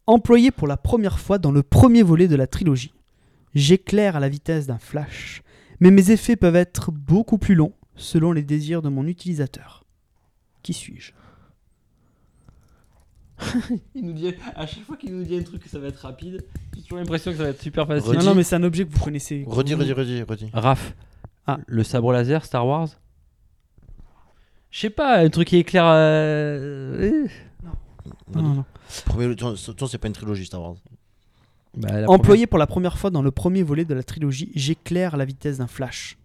Speaker 8: Employé pour la première fois dans le premier volet de la trilogie, j'éclaire à la vitesse d'un flash, mais mes effets peuvent être beaucoup plus longs selon les désirs de mon utilisateur. Qui suis-je
Speaker 6: Il nous dit, à chaque fois qu'il nous dit un truc que ça va être rapide, j'ai toujours l'impression que ça va être super facile.
Speaker 7: Redis.
Speaker 8: Non, non, mais c'est un objet que vous connaissez.
Speaker 7: Redis, redis, redis, redis.
Speaker 9: Raph.
Speaker 8: Ah.
Speaker 9: Le sabre laser Star Wars. Je sais pas, un truc qui éclaire. euh, eh.
Speaker 8: Non, non, non.
Speaker 7: Premier, ton, ton, c'est pas une trilogie Star Wars.
Speaker 9: Bah, la
Speaker 8: Employé pour la première fois dans le premier volet de la trilogie, j'éclaire à la vitesse d'un flash.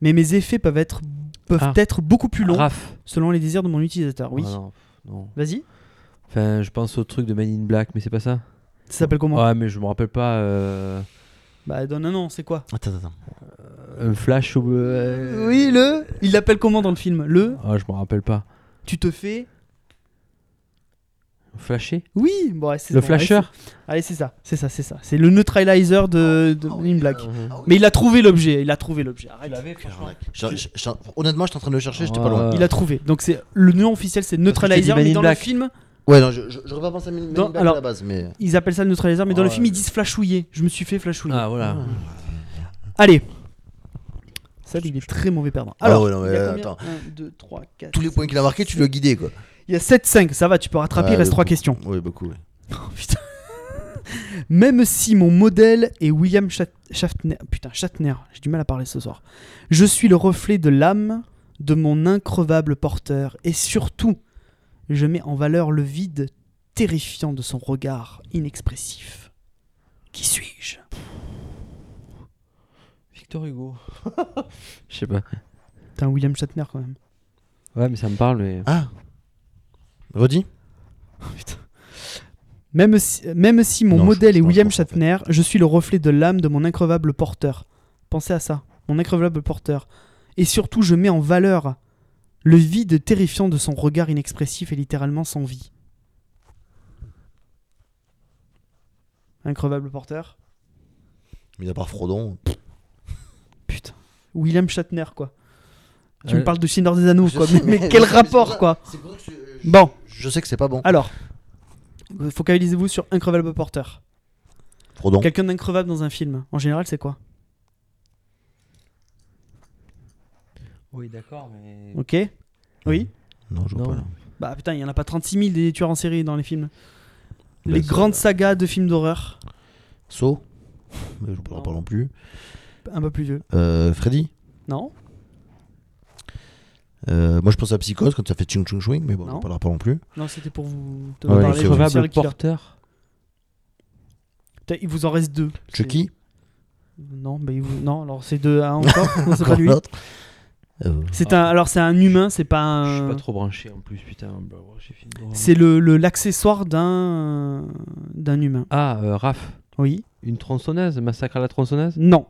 Speaker 8: Mais mes effets peuvent être, peuvent
Speaker 9: Ah.
Speaker 8: être beaucoup plus
Speaker 9: première-
Speaker 8: longs
Speaker 9: Raph.
Speaker 8: selon les désirs de mon utilisateur. Oui.
Speaker 9: Ah, non, non.
Speaker 8: Vas-y.
Speaker 9: Enfin, je pense au truc de Men in Black, mais c'est pas ça.
Speaker 8: Ça s'appelle comment
Speaker 9: Ouais, mais je me rappelle pas. euh,
Speaker 8: Bah donne un nom, c'est quoi
Speaker 7: Attends, attends.
Speaker 9: Un flash ou. euh,
Speaker 8: Oui, le. Il l'appelle comment dans le film Le.
Speaker 9: Ah, je me rappelle pas.
Speaker 8: Tu te fais.
Speaker 9: Flasher
Speaker 8: Oui. Bon, ouais, c'est
Speaker 9: Le
Speaker 8: bon,
Speaker 9: flasher
Speaker 8: Allez, c'est allez, c'est ça, c'est ça, c'est ça. C'est le neutralizer de, de Mine Black.
Speaker 6: ah
Speaker 9: Uh-huh.
Speaker 8: Mais il a trouvé l'objet. Il a trouvé l'objet. Arrête.
Speaker 7: Je- je- je- honnêtement, je suis en train de le chercher, j'étais pas loin.
Speaker 8: Il
Speaker 9: Ah.
Speaker 8: a trouvé. Donc c'est le nom officiel, c'est neutralizer.
Speaker 9: Man
Speaker 8: Mais
Speaker 9: in
Speaker 8: dans
Speaker 9: Black.
Speaker 8: le film,
Speaker 7: Ouais, non, je- je- j'aurais pas pensé à Men in
Speaker 8: Dans-
Speaker 7: Black à
Speaker 8: alors-
Speaker 7: la base, mais.
Speaker 8: ils appellent ça le neutralizer, mais dans
Speaker 9: Ah
Speaker 8: le
Speaker 9: Ouais.
Speaker 8: film ils disent flashouiller. Je me suis fait flashouiller.
Speaker 9: Ah voilà.
Speaker 8: Allez. Ça, il est très mauvais perdant.
Speaker 7: Ah
Speaker 8: Alors,
Speaker 7: ouais, non, mais
Speaker 8: il y a
Speaker 7: là,
Speaker 8: combien
Speaker 7: attends.
Speaker 8: 1, 2, 3, 4.
Speaker 7: Tous les points qu'il a marqués, tu l'as guidé quoi.
Speaker 8: Il y a 7-5, ça va, tu peux rattraper,
Speaker 7: Ouais,
Speaker 8: il reste
Speaker 7: mais
Speaker 8: 3
Speaker 7: bon.
Speaker 8: questions.
Speaker 7: Oui, beaucoup.
Speaker 8: Putain. Même si mon modèle est William Shat- Shatner, putain Shatner, j'ai du mal à parler ce soir. Je suis le reflet de l'âme de mon increvable porteur et surtout, je mets en valeur le vide terrifiant de son regard inexpressif. Qui suis-je
Speaker 9: Victor Hugo. [LAUGHS] Je sais pas.
Speaker 8: Putain, William Shatner quand même.
Speaker 9: Ouais, mais ça me parle, mais.
Speaker 7: Ah Redis
Speaker 8: Même si, même si mon
Speaker 7: Non, je-
Speaker 8: modèle
Speaker 7: je
Speaker 8: est
Speaker 7: pense
Speaker 8: William
Speaker 7: pas, en fait.
Speaker 8: Shatner, je suis le reflet de l'âme de mon increvable porteur. Pensez à ça, mon increvable porteur. Et surtout, je mets en valeur le vide terrifiant de son regard inexpressif et littéralement sans vie. Increvable porteur
Speaker 7: Mis à part Frodon.
Speaker 8: Putain. William Shatner, quoi. Tu
Speaker 9: Euh,
Speaker 8: me parles de Schindler des Anneaux,
Speaker 7: je
Speaker 8: quoi.
Speaker 7: sais,
Speaker 8: Mais, mais quel
Speaker 7: mais c'est pour
Speaker 8: rapport,
Speaker 7: ça-
Speaker 8: quoi.
Speaker 7: c'est pour ça que je- je-
Speaker 8: Bon,
Speaker 7: Je sais que c'est pas bon.
Speaker 8: alors. Focalisez-vous sur increvable porteur.
Speaker 7: Frodon.
Speaker 8: Quelqu'un d'increvable dans un film, en général, c'est quoi
Speaker 6: Oui, d'accord, mais.
Speaker 8: Ok Oui
Speaker 7: Non, je vois
Speaker 6: Non.
Speaker 7: pas. là.
Speaker 8: Bah putain, il y en a pas 36 000 des tueurs en série dans les films.
Speaker 7: Bah,
Speaker 8: les
Speaker 7: ça-
Speaker 8: grandes sagas de films d'horreur.
Speaker 7: So Mais je ne parle pas non plus.
Speaker 8: Un peu plus vieux.
Speaker 7: Euh, Freddy
Speaker 8: Non
Speaker 7: Euh, Moi, je pense à Psychose quand ça fait ching ching ching, mais bon, on
Speaker 8: Non.
Speaker 7: n'en parlera pas non plus.
Speaker 8: Non, c'était pour vous te
Speaker 7: Ah ouais,
Speaker 8: parler
Speaker 7: c'est
Speaker 8: de
Speaker 7: vrai.
Speaker 8: serial
Speaker 6: Probable
Speaker 8: killer.
Speaker 6: porteur.
Speaker 8: Putain, Il vous en reste deux.
Speaker 7: Chucky
Speaker 8: Non, bah, il vous... non, alors c'est deux à un encore. Non, c'est pas lui.
Speaker 7: l'autre. Euh,
Speaker 8: C'est un, alors c'est un humain, c'est pas
Speaker 6: Je suis
Speaker 8: un.
Speaker 6: pas trop branché en plus, putain. bah, ouais, j'ai fini de-
Speaker 8: C'est le le- l'accessoire d'un d'un humain.
Speaker 6: Ah, euh, Raph,
Speaker 8: Oui.
Speaker 6: une tronçonneuse, massacre à la tronçonneuse
Speaker 8: Non.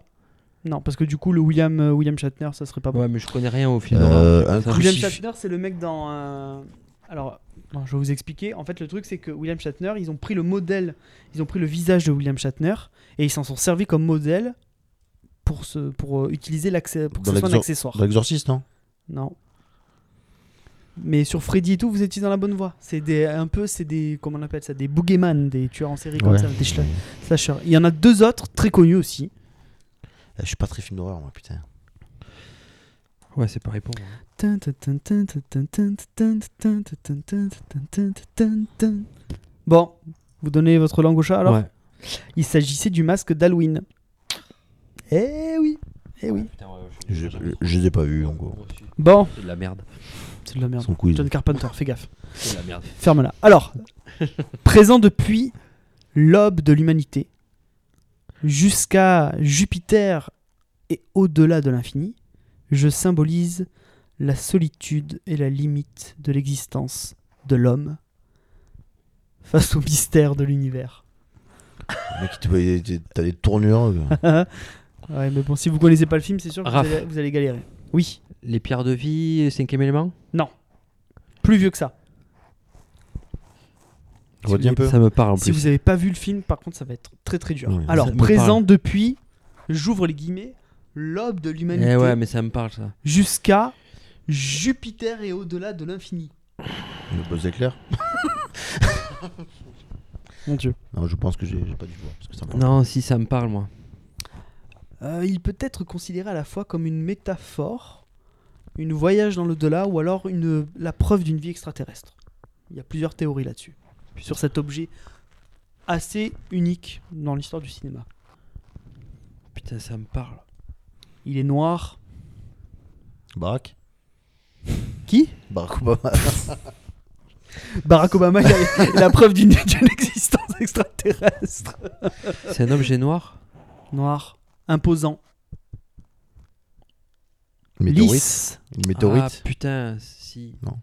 Speaker 8: Non, parce que du coup, le William, euh, William Shatner, ça serait pas bon.
Speaker 6: Ouais, mais je connais rien au film.
Speaker 7: euh, un
Speaker 6: Ça-
Speaker 8: William
Speaker 7: crucif-
Speaker 8: Shatner, c'est le mec dans. euh, Alors, bon, je vais vous expliquer. En fait, le truc, c'est que William Shatner, ils ont pris le modèle, ils ont pris le visage de William Shatner et ils s'en sont servis comme modèle pour, ce, pour euh, utiliser l'accès, pour que
Speaker 7: Dans
Speaker 8: ce soit un
Speaker 7: l'exor-
Speaker 8: accessoire.
Speaker 7: Dans l'exorciste, non
Speaker 8: Non. Mais sur Freddy et tout, vous étiez dans la bonne voie. C'est des, un peu, c'est des, comment on appelle ça, des boogeyman, des tueurs en série comme
Speaker 7: Ouais.
Speaker 8: ça, des schla- slashers. Il y en a deux autres très connus aussi.
Speaker 7: Euh, Je suis pas très film d'horreur, moi, putain.
Speaker 6: Ouais, c'est pareil pour moi.
Speaker 8: Bon, vous donnez votre langue au chat alors
Speaker 6: Ouais.
Speaker 8: Il s'agissait du masque d'Halloween. Eh oui, eh oui.
Speaker 6: Putain, ouais,
Speaker 7: Je, je les ai pas vus, en gros.
Speaker 8: Bon,
Speaker 6: C'est de la merde.
Speaker 8: c'est de la merde.
Speaker 7: Son couille.
Speaker 8: John Carpenter, fais gaffe.
Speaker 6: C'est de la merde.
Speaker 8: Ferme-la. Alors, présent depuis l'aube de l'humanité jusqu'à Jupiter et au-delà de l'infini, je symbolise la solitude et la limite de l'existence de l'homme face au mystère de l'univers.
Speaker 7: Mec, t'es- t'es- t'as des tournures. [LAUGHS] quoi.
Speaker 8: ouais, mais bon, si vous connaissez pas le film, c'est sûr que vous
Speaker 6: Raph.
Speaker 8: allez, vous allez galérer. Oui,
Speaker 6: Les pierres de vie, cinquième élément
Speaker 8: plus vieux que ça.
Speaker 7: Redis un peu.
Speaker 6: Ça me parle en
Speaker 8: Si
Speaker 6: plus.
Speaker 8: vous n'avez pas vu le film, par contre, ça va être très très dur.
Speaker 7: Oui,
Speaker 8: Alors,
Speaker 6: ça me
Speaker 8: présent
Speaker 6: parle.
Speaker 8: depuis, j'ouvre les guillemets, l'aube de l'humanité
Speaker 6: Eh ouais, mais ça me parle ça.
Speaker 8: jusqu'à Jupiter et au-delà de l'infini.
Speaker 7: Le buzz éclair
Speaker 8: Mon Dieu.
Speaker 7: Non, je pense que j'ai j'ai pas dû voir.
Speaker 8: Ah,
Speaker 7: Parce que ça me parle.
Speaker 6: Non, si ça me parle moi.
Speaker 8: Euh, il peut être considéré à la fois comme une métaphore, une voyage dans l'au-delà ou alors une, la preuve d'une vie extraterrestre. Il y a plusieurs théories là-dessus, sur cet objet assez unique dans l'histoire du cinéma.
Speaker 6: Putain, ça me parle.
Speaker 8: Il est noir.
Speaker 7: Barack
Speaker 8: Qui
Speaker 7: Barack Obama.
Speaker 8: Barack Obama, il a- [LAUGHS] il a la preuve d'une d'une existence extraterrestre.
Speaker 6: C'est un objet noir
Speaker 8: Noir, imposant,
Speaker 7: Météorite.
Speaker 8: lisse,
Speaker 7: Une météorite.
Speaker 6: Ah putain, si.
Speaker 7: Non.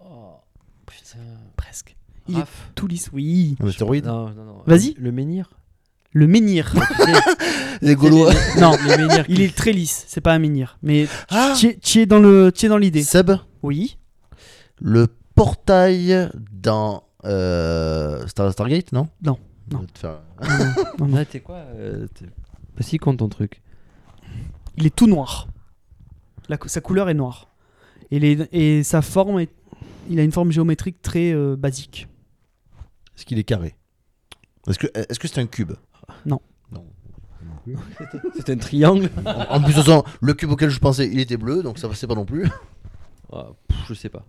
Speaker 6: Oh, putain.
Speaker 8: presque. Il est-
Speaker 6: Raph.
Speaker 8: Tout lisse, oui.
Speaker 7: Un astéroïde.
Speaker 6: Non, non, non.
Speaker 8: Vas-y.
Speaker 6: Le menhir
Speaker 8: Le menhir.
Speaker 7: [LAUGHS] Les Gaulois.
Speaker 8: Non,
Speaker 7: [LAUGHS]
Speaker 6: Le menhir.
Speaker 8: il est très lisse, c'est pas un menhir. Mais
Speaker 7: Ah
Speaker 8: tu es- tu es dans le, tu es dans l'idée.
Speaker 7: Seb,
Speaker 8: Oui.
Speaker 7: le portail dans euh, Star Stargate, non
Speaker 8: Non,
Speaker 7: Je
Speaker 8: non.
Speaker 7: vais te faire-
Speaker 6: Ah, t'es quoi euh, t'es- Bah, si, compte ton truc.
Speaker 8: Il est tout noir. La cou- sa couleur est noire. Et, les- et sa forme est, il a une forme géométrique très euh, basique.
Speaker 7: Est-ce qu'il est carré Est-ce que est-ce que c'est un cube
Speaker 6: C'est un triangle
Speaker 7: en, en plus, de toute façon, le cube auquel je pensais, il était bleu, donc ça passait pas non plus.
Speaker 6: Ah, Je sais pas.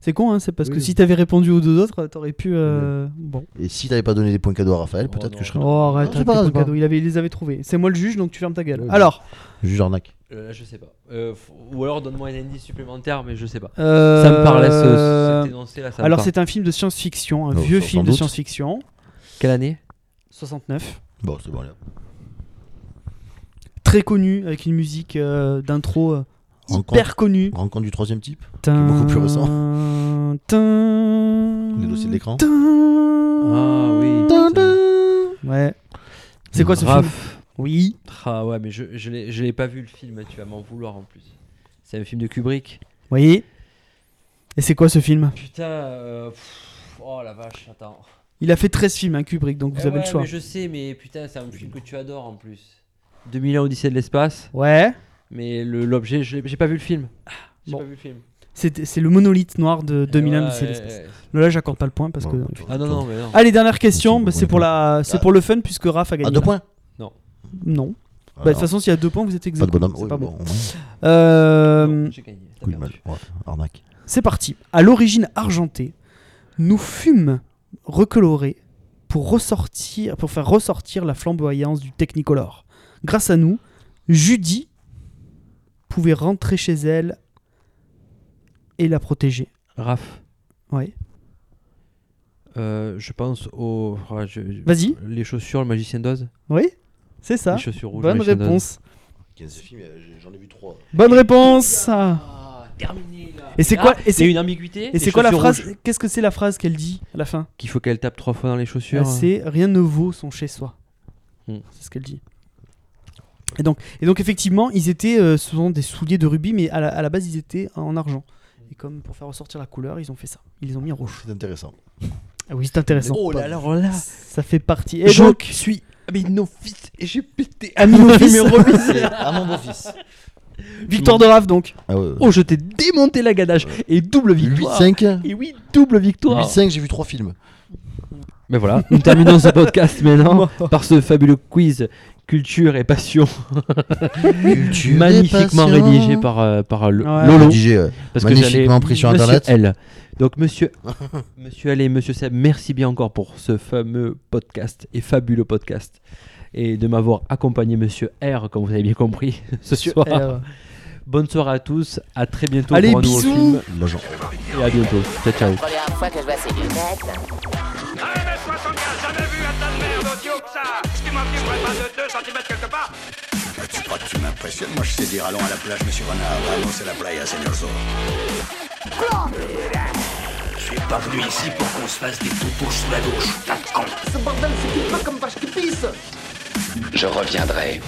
Speaker 8: C'est con, hein, c'est parce que
Speaker 6: Oui.
Speaker 8: si t'avais répondu aux deux autres, t'aurais pu. euh, Bon.
Speaker 7: Et si t'avais pas donné des points cadeaux à Raphaël,
Speaker 6: Oh,
Speaker 7: peut-être
Speaker 6: non.
Speaker 7: que je serais.
Speaker 8: Oh, arrête,
Speaker 7: c'est
Speaker 8: arrête,
Speaker 7: pas grave,
Speaker 8: tes
Speaker 7: c'est pas
Speaker 8: cadeaux, il, avait, il les avait trouvés. C'est moi le juge, donc tu fermes ta gueule.
Speaker 7: Ouais,
Speaker 8: Alors,
Speaker 7: Juge arnaque.
Speaker 6: Euh, là, je sais pas. Euh, f- ou alors, donne-moi un indice supplémentaire, mais je sais pas.
Speaker 8: euh,
Speaker 6: Ça me parle, là, ce- cet énoncé là, ça me
Speaker 8: Alors,
Speaker 6: parle.
Speaker 8: c'est un film de science-fiction, un
Speaker 7: Oh,
Speaker 8: vieux
Speaker 7: sans
Speaker 8: film de
Speaker 7: doute.
Speaker 8: science-fiction,
Speaker 6: Quelle année
Speaker 8: 69.
Speaker 7: Bon, c'est bon là.
Speaker 8: très connu avec une musique euh, d'intro euh,
Speaker 7: Rencontre.
Speaker 8: hyper connue.
Speaker 7: Rencontre du troisième type. beaucoup plus récent.
Speaker 8: Tin,
Speaker 7: Les dossiers de l'écran.
Speaker 8: tin.
Speaker 6: Ah oui.
Speaker 8: Ouais. C'est quoi ce film
Speaker 6: Raph.
Speaker 8: Oui.
Speaker 6: Ah ouais, mais je, je, l'ai, je l'ai pas vu le film, tu vas m'en vouloir en plus. C'est un film de Kubrick.
Speaker 8: Oui. Et c'est quoi ce film
Speaker 6: Putain, euh, pff, oh la vache, attends.
Speaker 8: Il a fait 13 films, hein, Kubrick, donc vous
Speaker 6: Eh
Speaker 8: avez
Speaker 6: ouais,
Speaker 8: le choix.
Speaker 6: mais je sais, mais putain, c'est un film que tu adores en plus. 2001 Odyssée de l'espace,
Speaker 8: Ouais.
Speaker 6: mais le, l'objet, je l'ai- j'ai pas vu le film. J'ai
Speaker 8: bon.
Speaker 6: pas vu le film.
Speaker 8: C'est c'est le monolithe noir de 2001
Speaker 6: Eh
Speaker 8: de
Speaker 6: ouais,
Speaker 8: l'espace.
Speaker 6: eh, eh.
Speaker 8: Là, j'accorde pas le point parce que.
Speaker 7: Bon,
Speaker 6: Ah non, non, mais non.
Speaker 8: Allez, dernière question,
Speaker 7: Merci
Speaker 8: bah, c'est
Speaker 7: beaucoup.
Speaker 8: pour la, c'est
Speaker 7: Ah.
Speaker 8: pour le fun puisque Raph a gagné.
Speaker 7: À deux
Speaker 8: là.
Speaker 7: points
Speaker 8: Non. Bah, de toute façon, s'il y a deux points, vous êtes
Speaker 7: Ah, pas de
Speaker 8: exact.
Speaker 7: bonhomme.
Speaker 8: C'est
Speaker 7: Oui,
Speaker 8: pas
Speaker 7: bon,
Speaker 8: bon.
Speaker 7: au moins.
Speaker 8: Euh,
Speaker 6: J'ai gagné. t'as
Speaker 7: Cool,
Speaker 6: perdu.
Speaker 7: mal. Ouais, arnaque.
Speaker 8: C'est parti. À l'origine argentée, nous fûmes recolorés pour, ressortir, pour faire ressortir la flamboyance du Technicolor. Grâce à nous, Judy pouvait rentrer chez elle et la protéger.
Speaker 6: Raph,
Speaker 8: Ouais.
Speaker 6: euh, je pense au. ah, je- je-
Speaker 8: Vas-y.
Speaker 6: Les chaussures, le magicien d'Oz.
Speaker 8: Oui C'est ça.
Speaker 6: Les chaussures rouges.
Speaker 8: Bonne
Speaker 6: le magicien d'Oz.
Speaker 8: réponse.
Speaker 7: euh, j'en ai vu trois.
Speaker 8: Bonne réponse. Et c'est quoi
Speaker 6: Il
Speaker 8: Et
Speaker 6: y a
Speaker 8: c'est
Speaker 6: une ambiguïté.
Speaker 8: et
Speaker 6: les
Speaker 8: c'est quoi la
Speaker 6: chaussures
Speaker 8: phrase
Speaker 6: rouges.
Speaker 8: Qu'est-ce que c'est la phrase qu'elle dit à la fin
Speaker 6: Qu'il faut qu'elle tape trois fois dans les chaussures.
Speaker 8: c'est rien ne vaut son chez soi.
Speaker 6: Hmm.
Speaker 8: C'est ce qu'elle dit. Et donc, et donc effectivement, ils étaient euh, souvent des souliers de rubis, mais à la, à la base, ils étaient en argent. Et comme pour faire ressortir la couleur, ils ont fait ça. Ils les ont mis en rouge.
Speaker 7: C'est intéressant.
Speaker 8: Ah oui, c'est intéressant.
Speaker 6: Oh là là, alors
Speaker 7: [LAUGHS]
Speaker 6: là.
Speaker 8: Ça fait partie. Et
Speaker 6: Je
Speaker 8: donc,
Speaker 6: suis. Ah, Mais non, fils, et j'ai pété
Speaker 8: Ami [LAUGHS] Novice.
Speaker 7: Ah mon beau-fils.
Speaker 8: [LAUGHS] Victor de Raf, donc.
Speaker 7: Ah ouais.
Speaker 11: Oh, je t'ai démonté la gadache et double victoire.
Speaker 7: 8-5
Speaker 11: Et oui, double victoire.
Speaker 7: 8-5, j'ai vu trois films.
Speaker 6: Mais voilà, nous terminons ce podcast maintenant par ce fabuleux quiz culture et passion magnifiquement rédigé par, euh, par le-
Speaker 8: Ouais.
Speaker 6: Lolo.
Speaker 7: Rédigé, euh, ouais.
Speaker 6: Parce
Speaker 7: magnifiquement
Speaker 6: que j'allais-
Speaker 7: pris sur
Speaker 6: Monsieur
Speaker 7: Internet.
Speaker 6: L. Donc monsieur, [LAUGHS] monsieur L et monsieur Seb, merci bien encore pour ce fameux podcast et fabuleux podcast. Et de m'avoir accompagné, monsieur R, comme vous avez bien compris, [LAUGHS] ce soir.
Speaker 8: Euh,
Speaker 6: Bonne soirée à tous, à très bientôt
Speaker 8: Allez,
Speaker 6: pour un nouveau
Speaker 8: bisous.
Speaker 6: film.
Speaker 7: La jambe.
Speaker 6: Et à bientôt. Ciao, ciao.
Speaker 2: Première fois que je vois ces lunettes.
Speaker 3: 1m75, jamais vu un tas de merde aussi haut que ça. Ce qui m'a pris pour être pas de 2 cm quelque part.
Speaker 12: Tu crois que tu m'impressionnes Moi je sais dire allons à la plage, monsieur Renard. Allons, c'est la playa, señor Zorro.
Speaker 13: Je suis pas venu ici pour qu'on se fasse des toutouches sous la douche. T'as de con.
Speaker 5: Je reviendrai.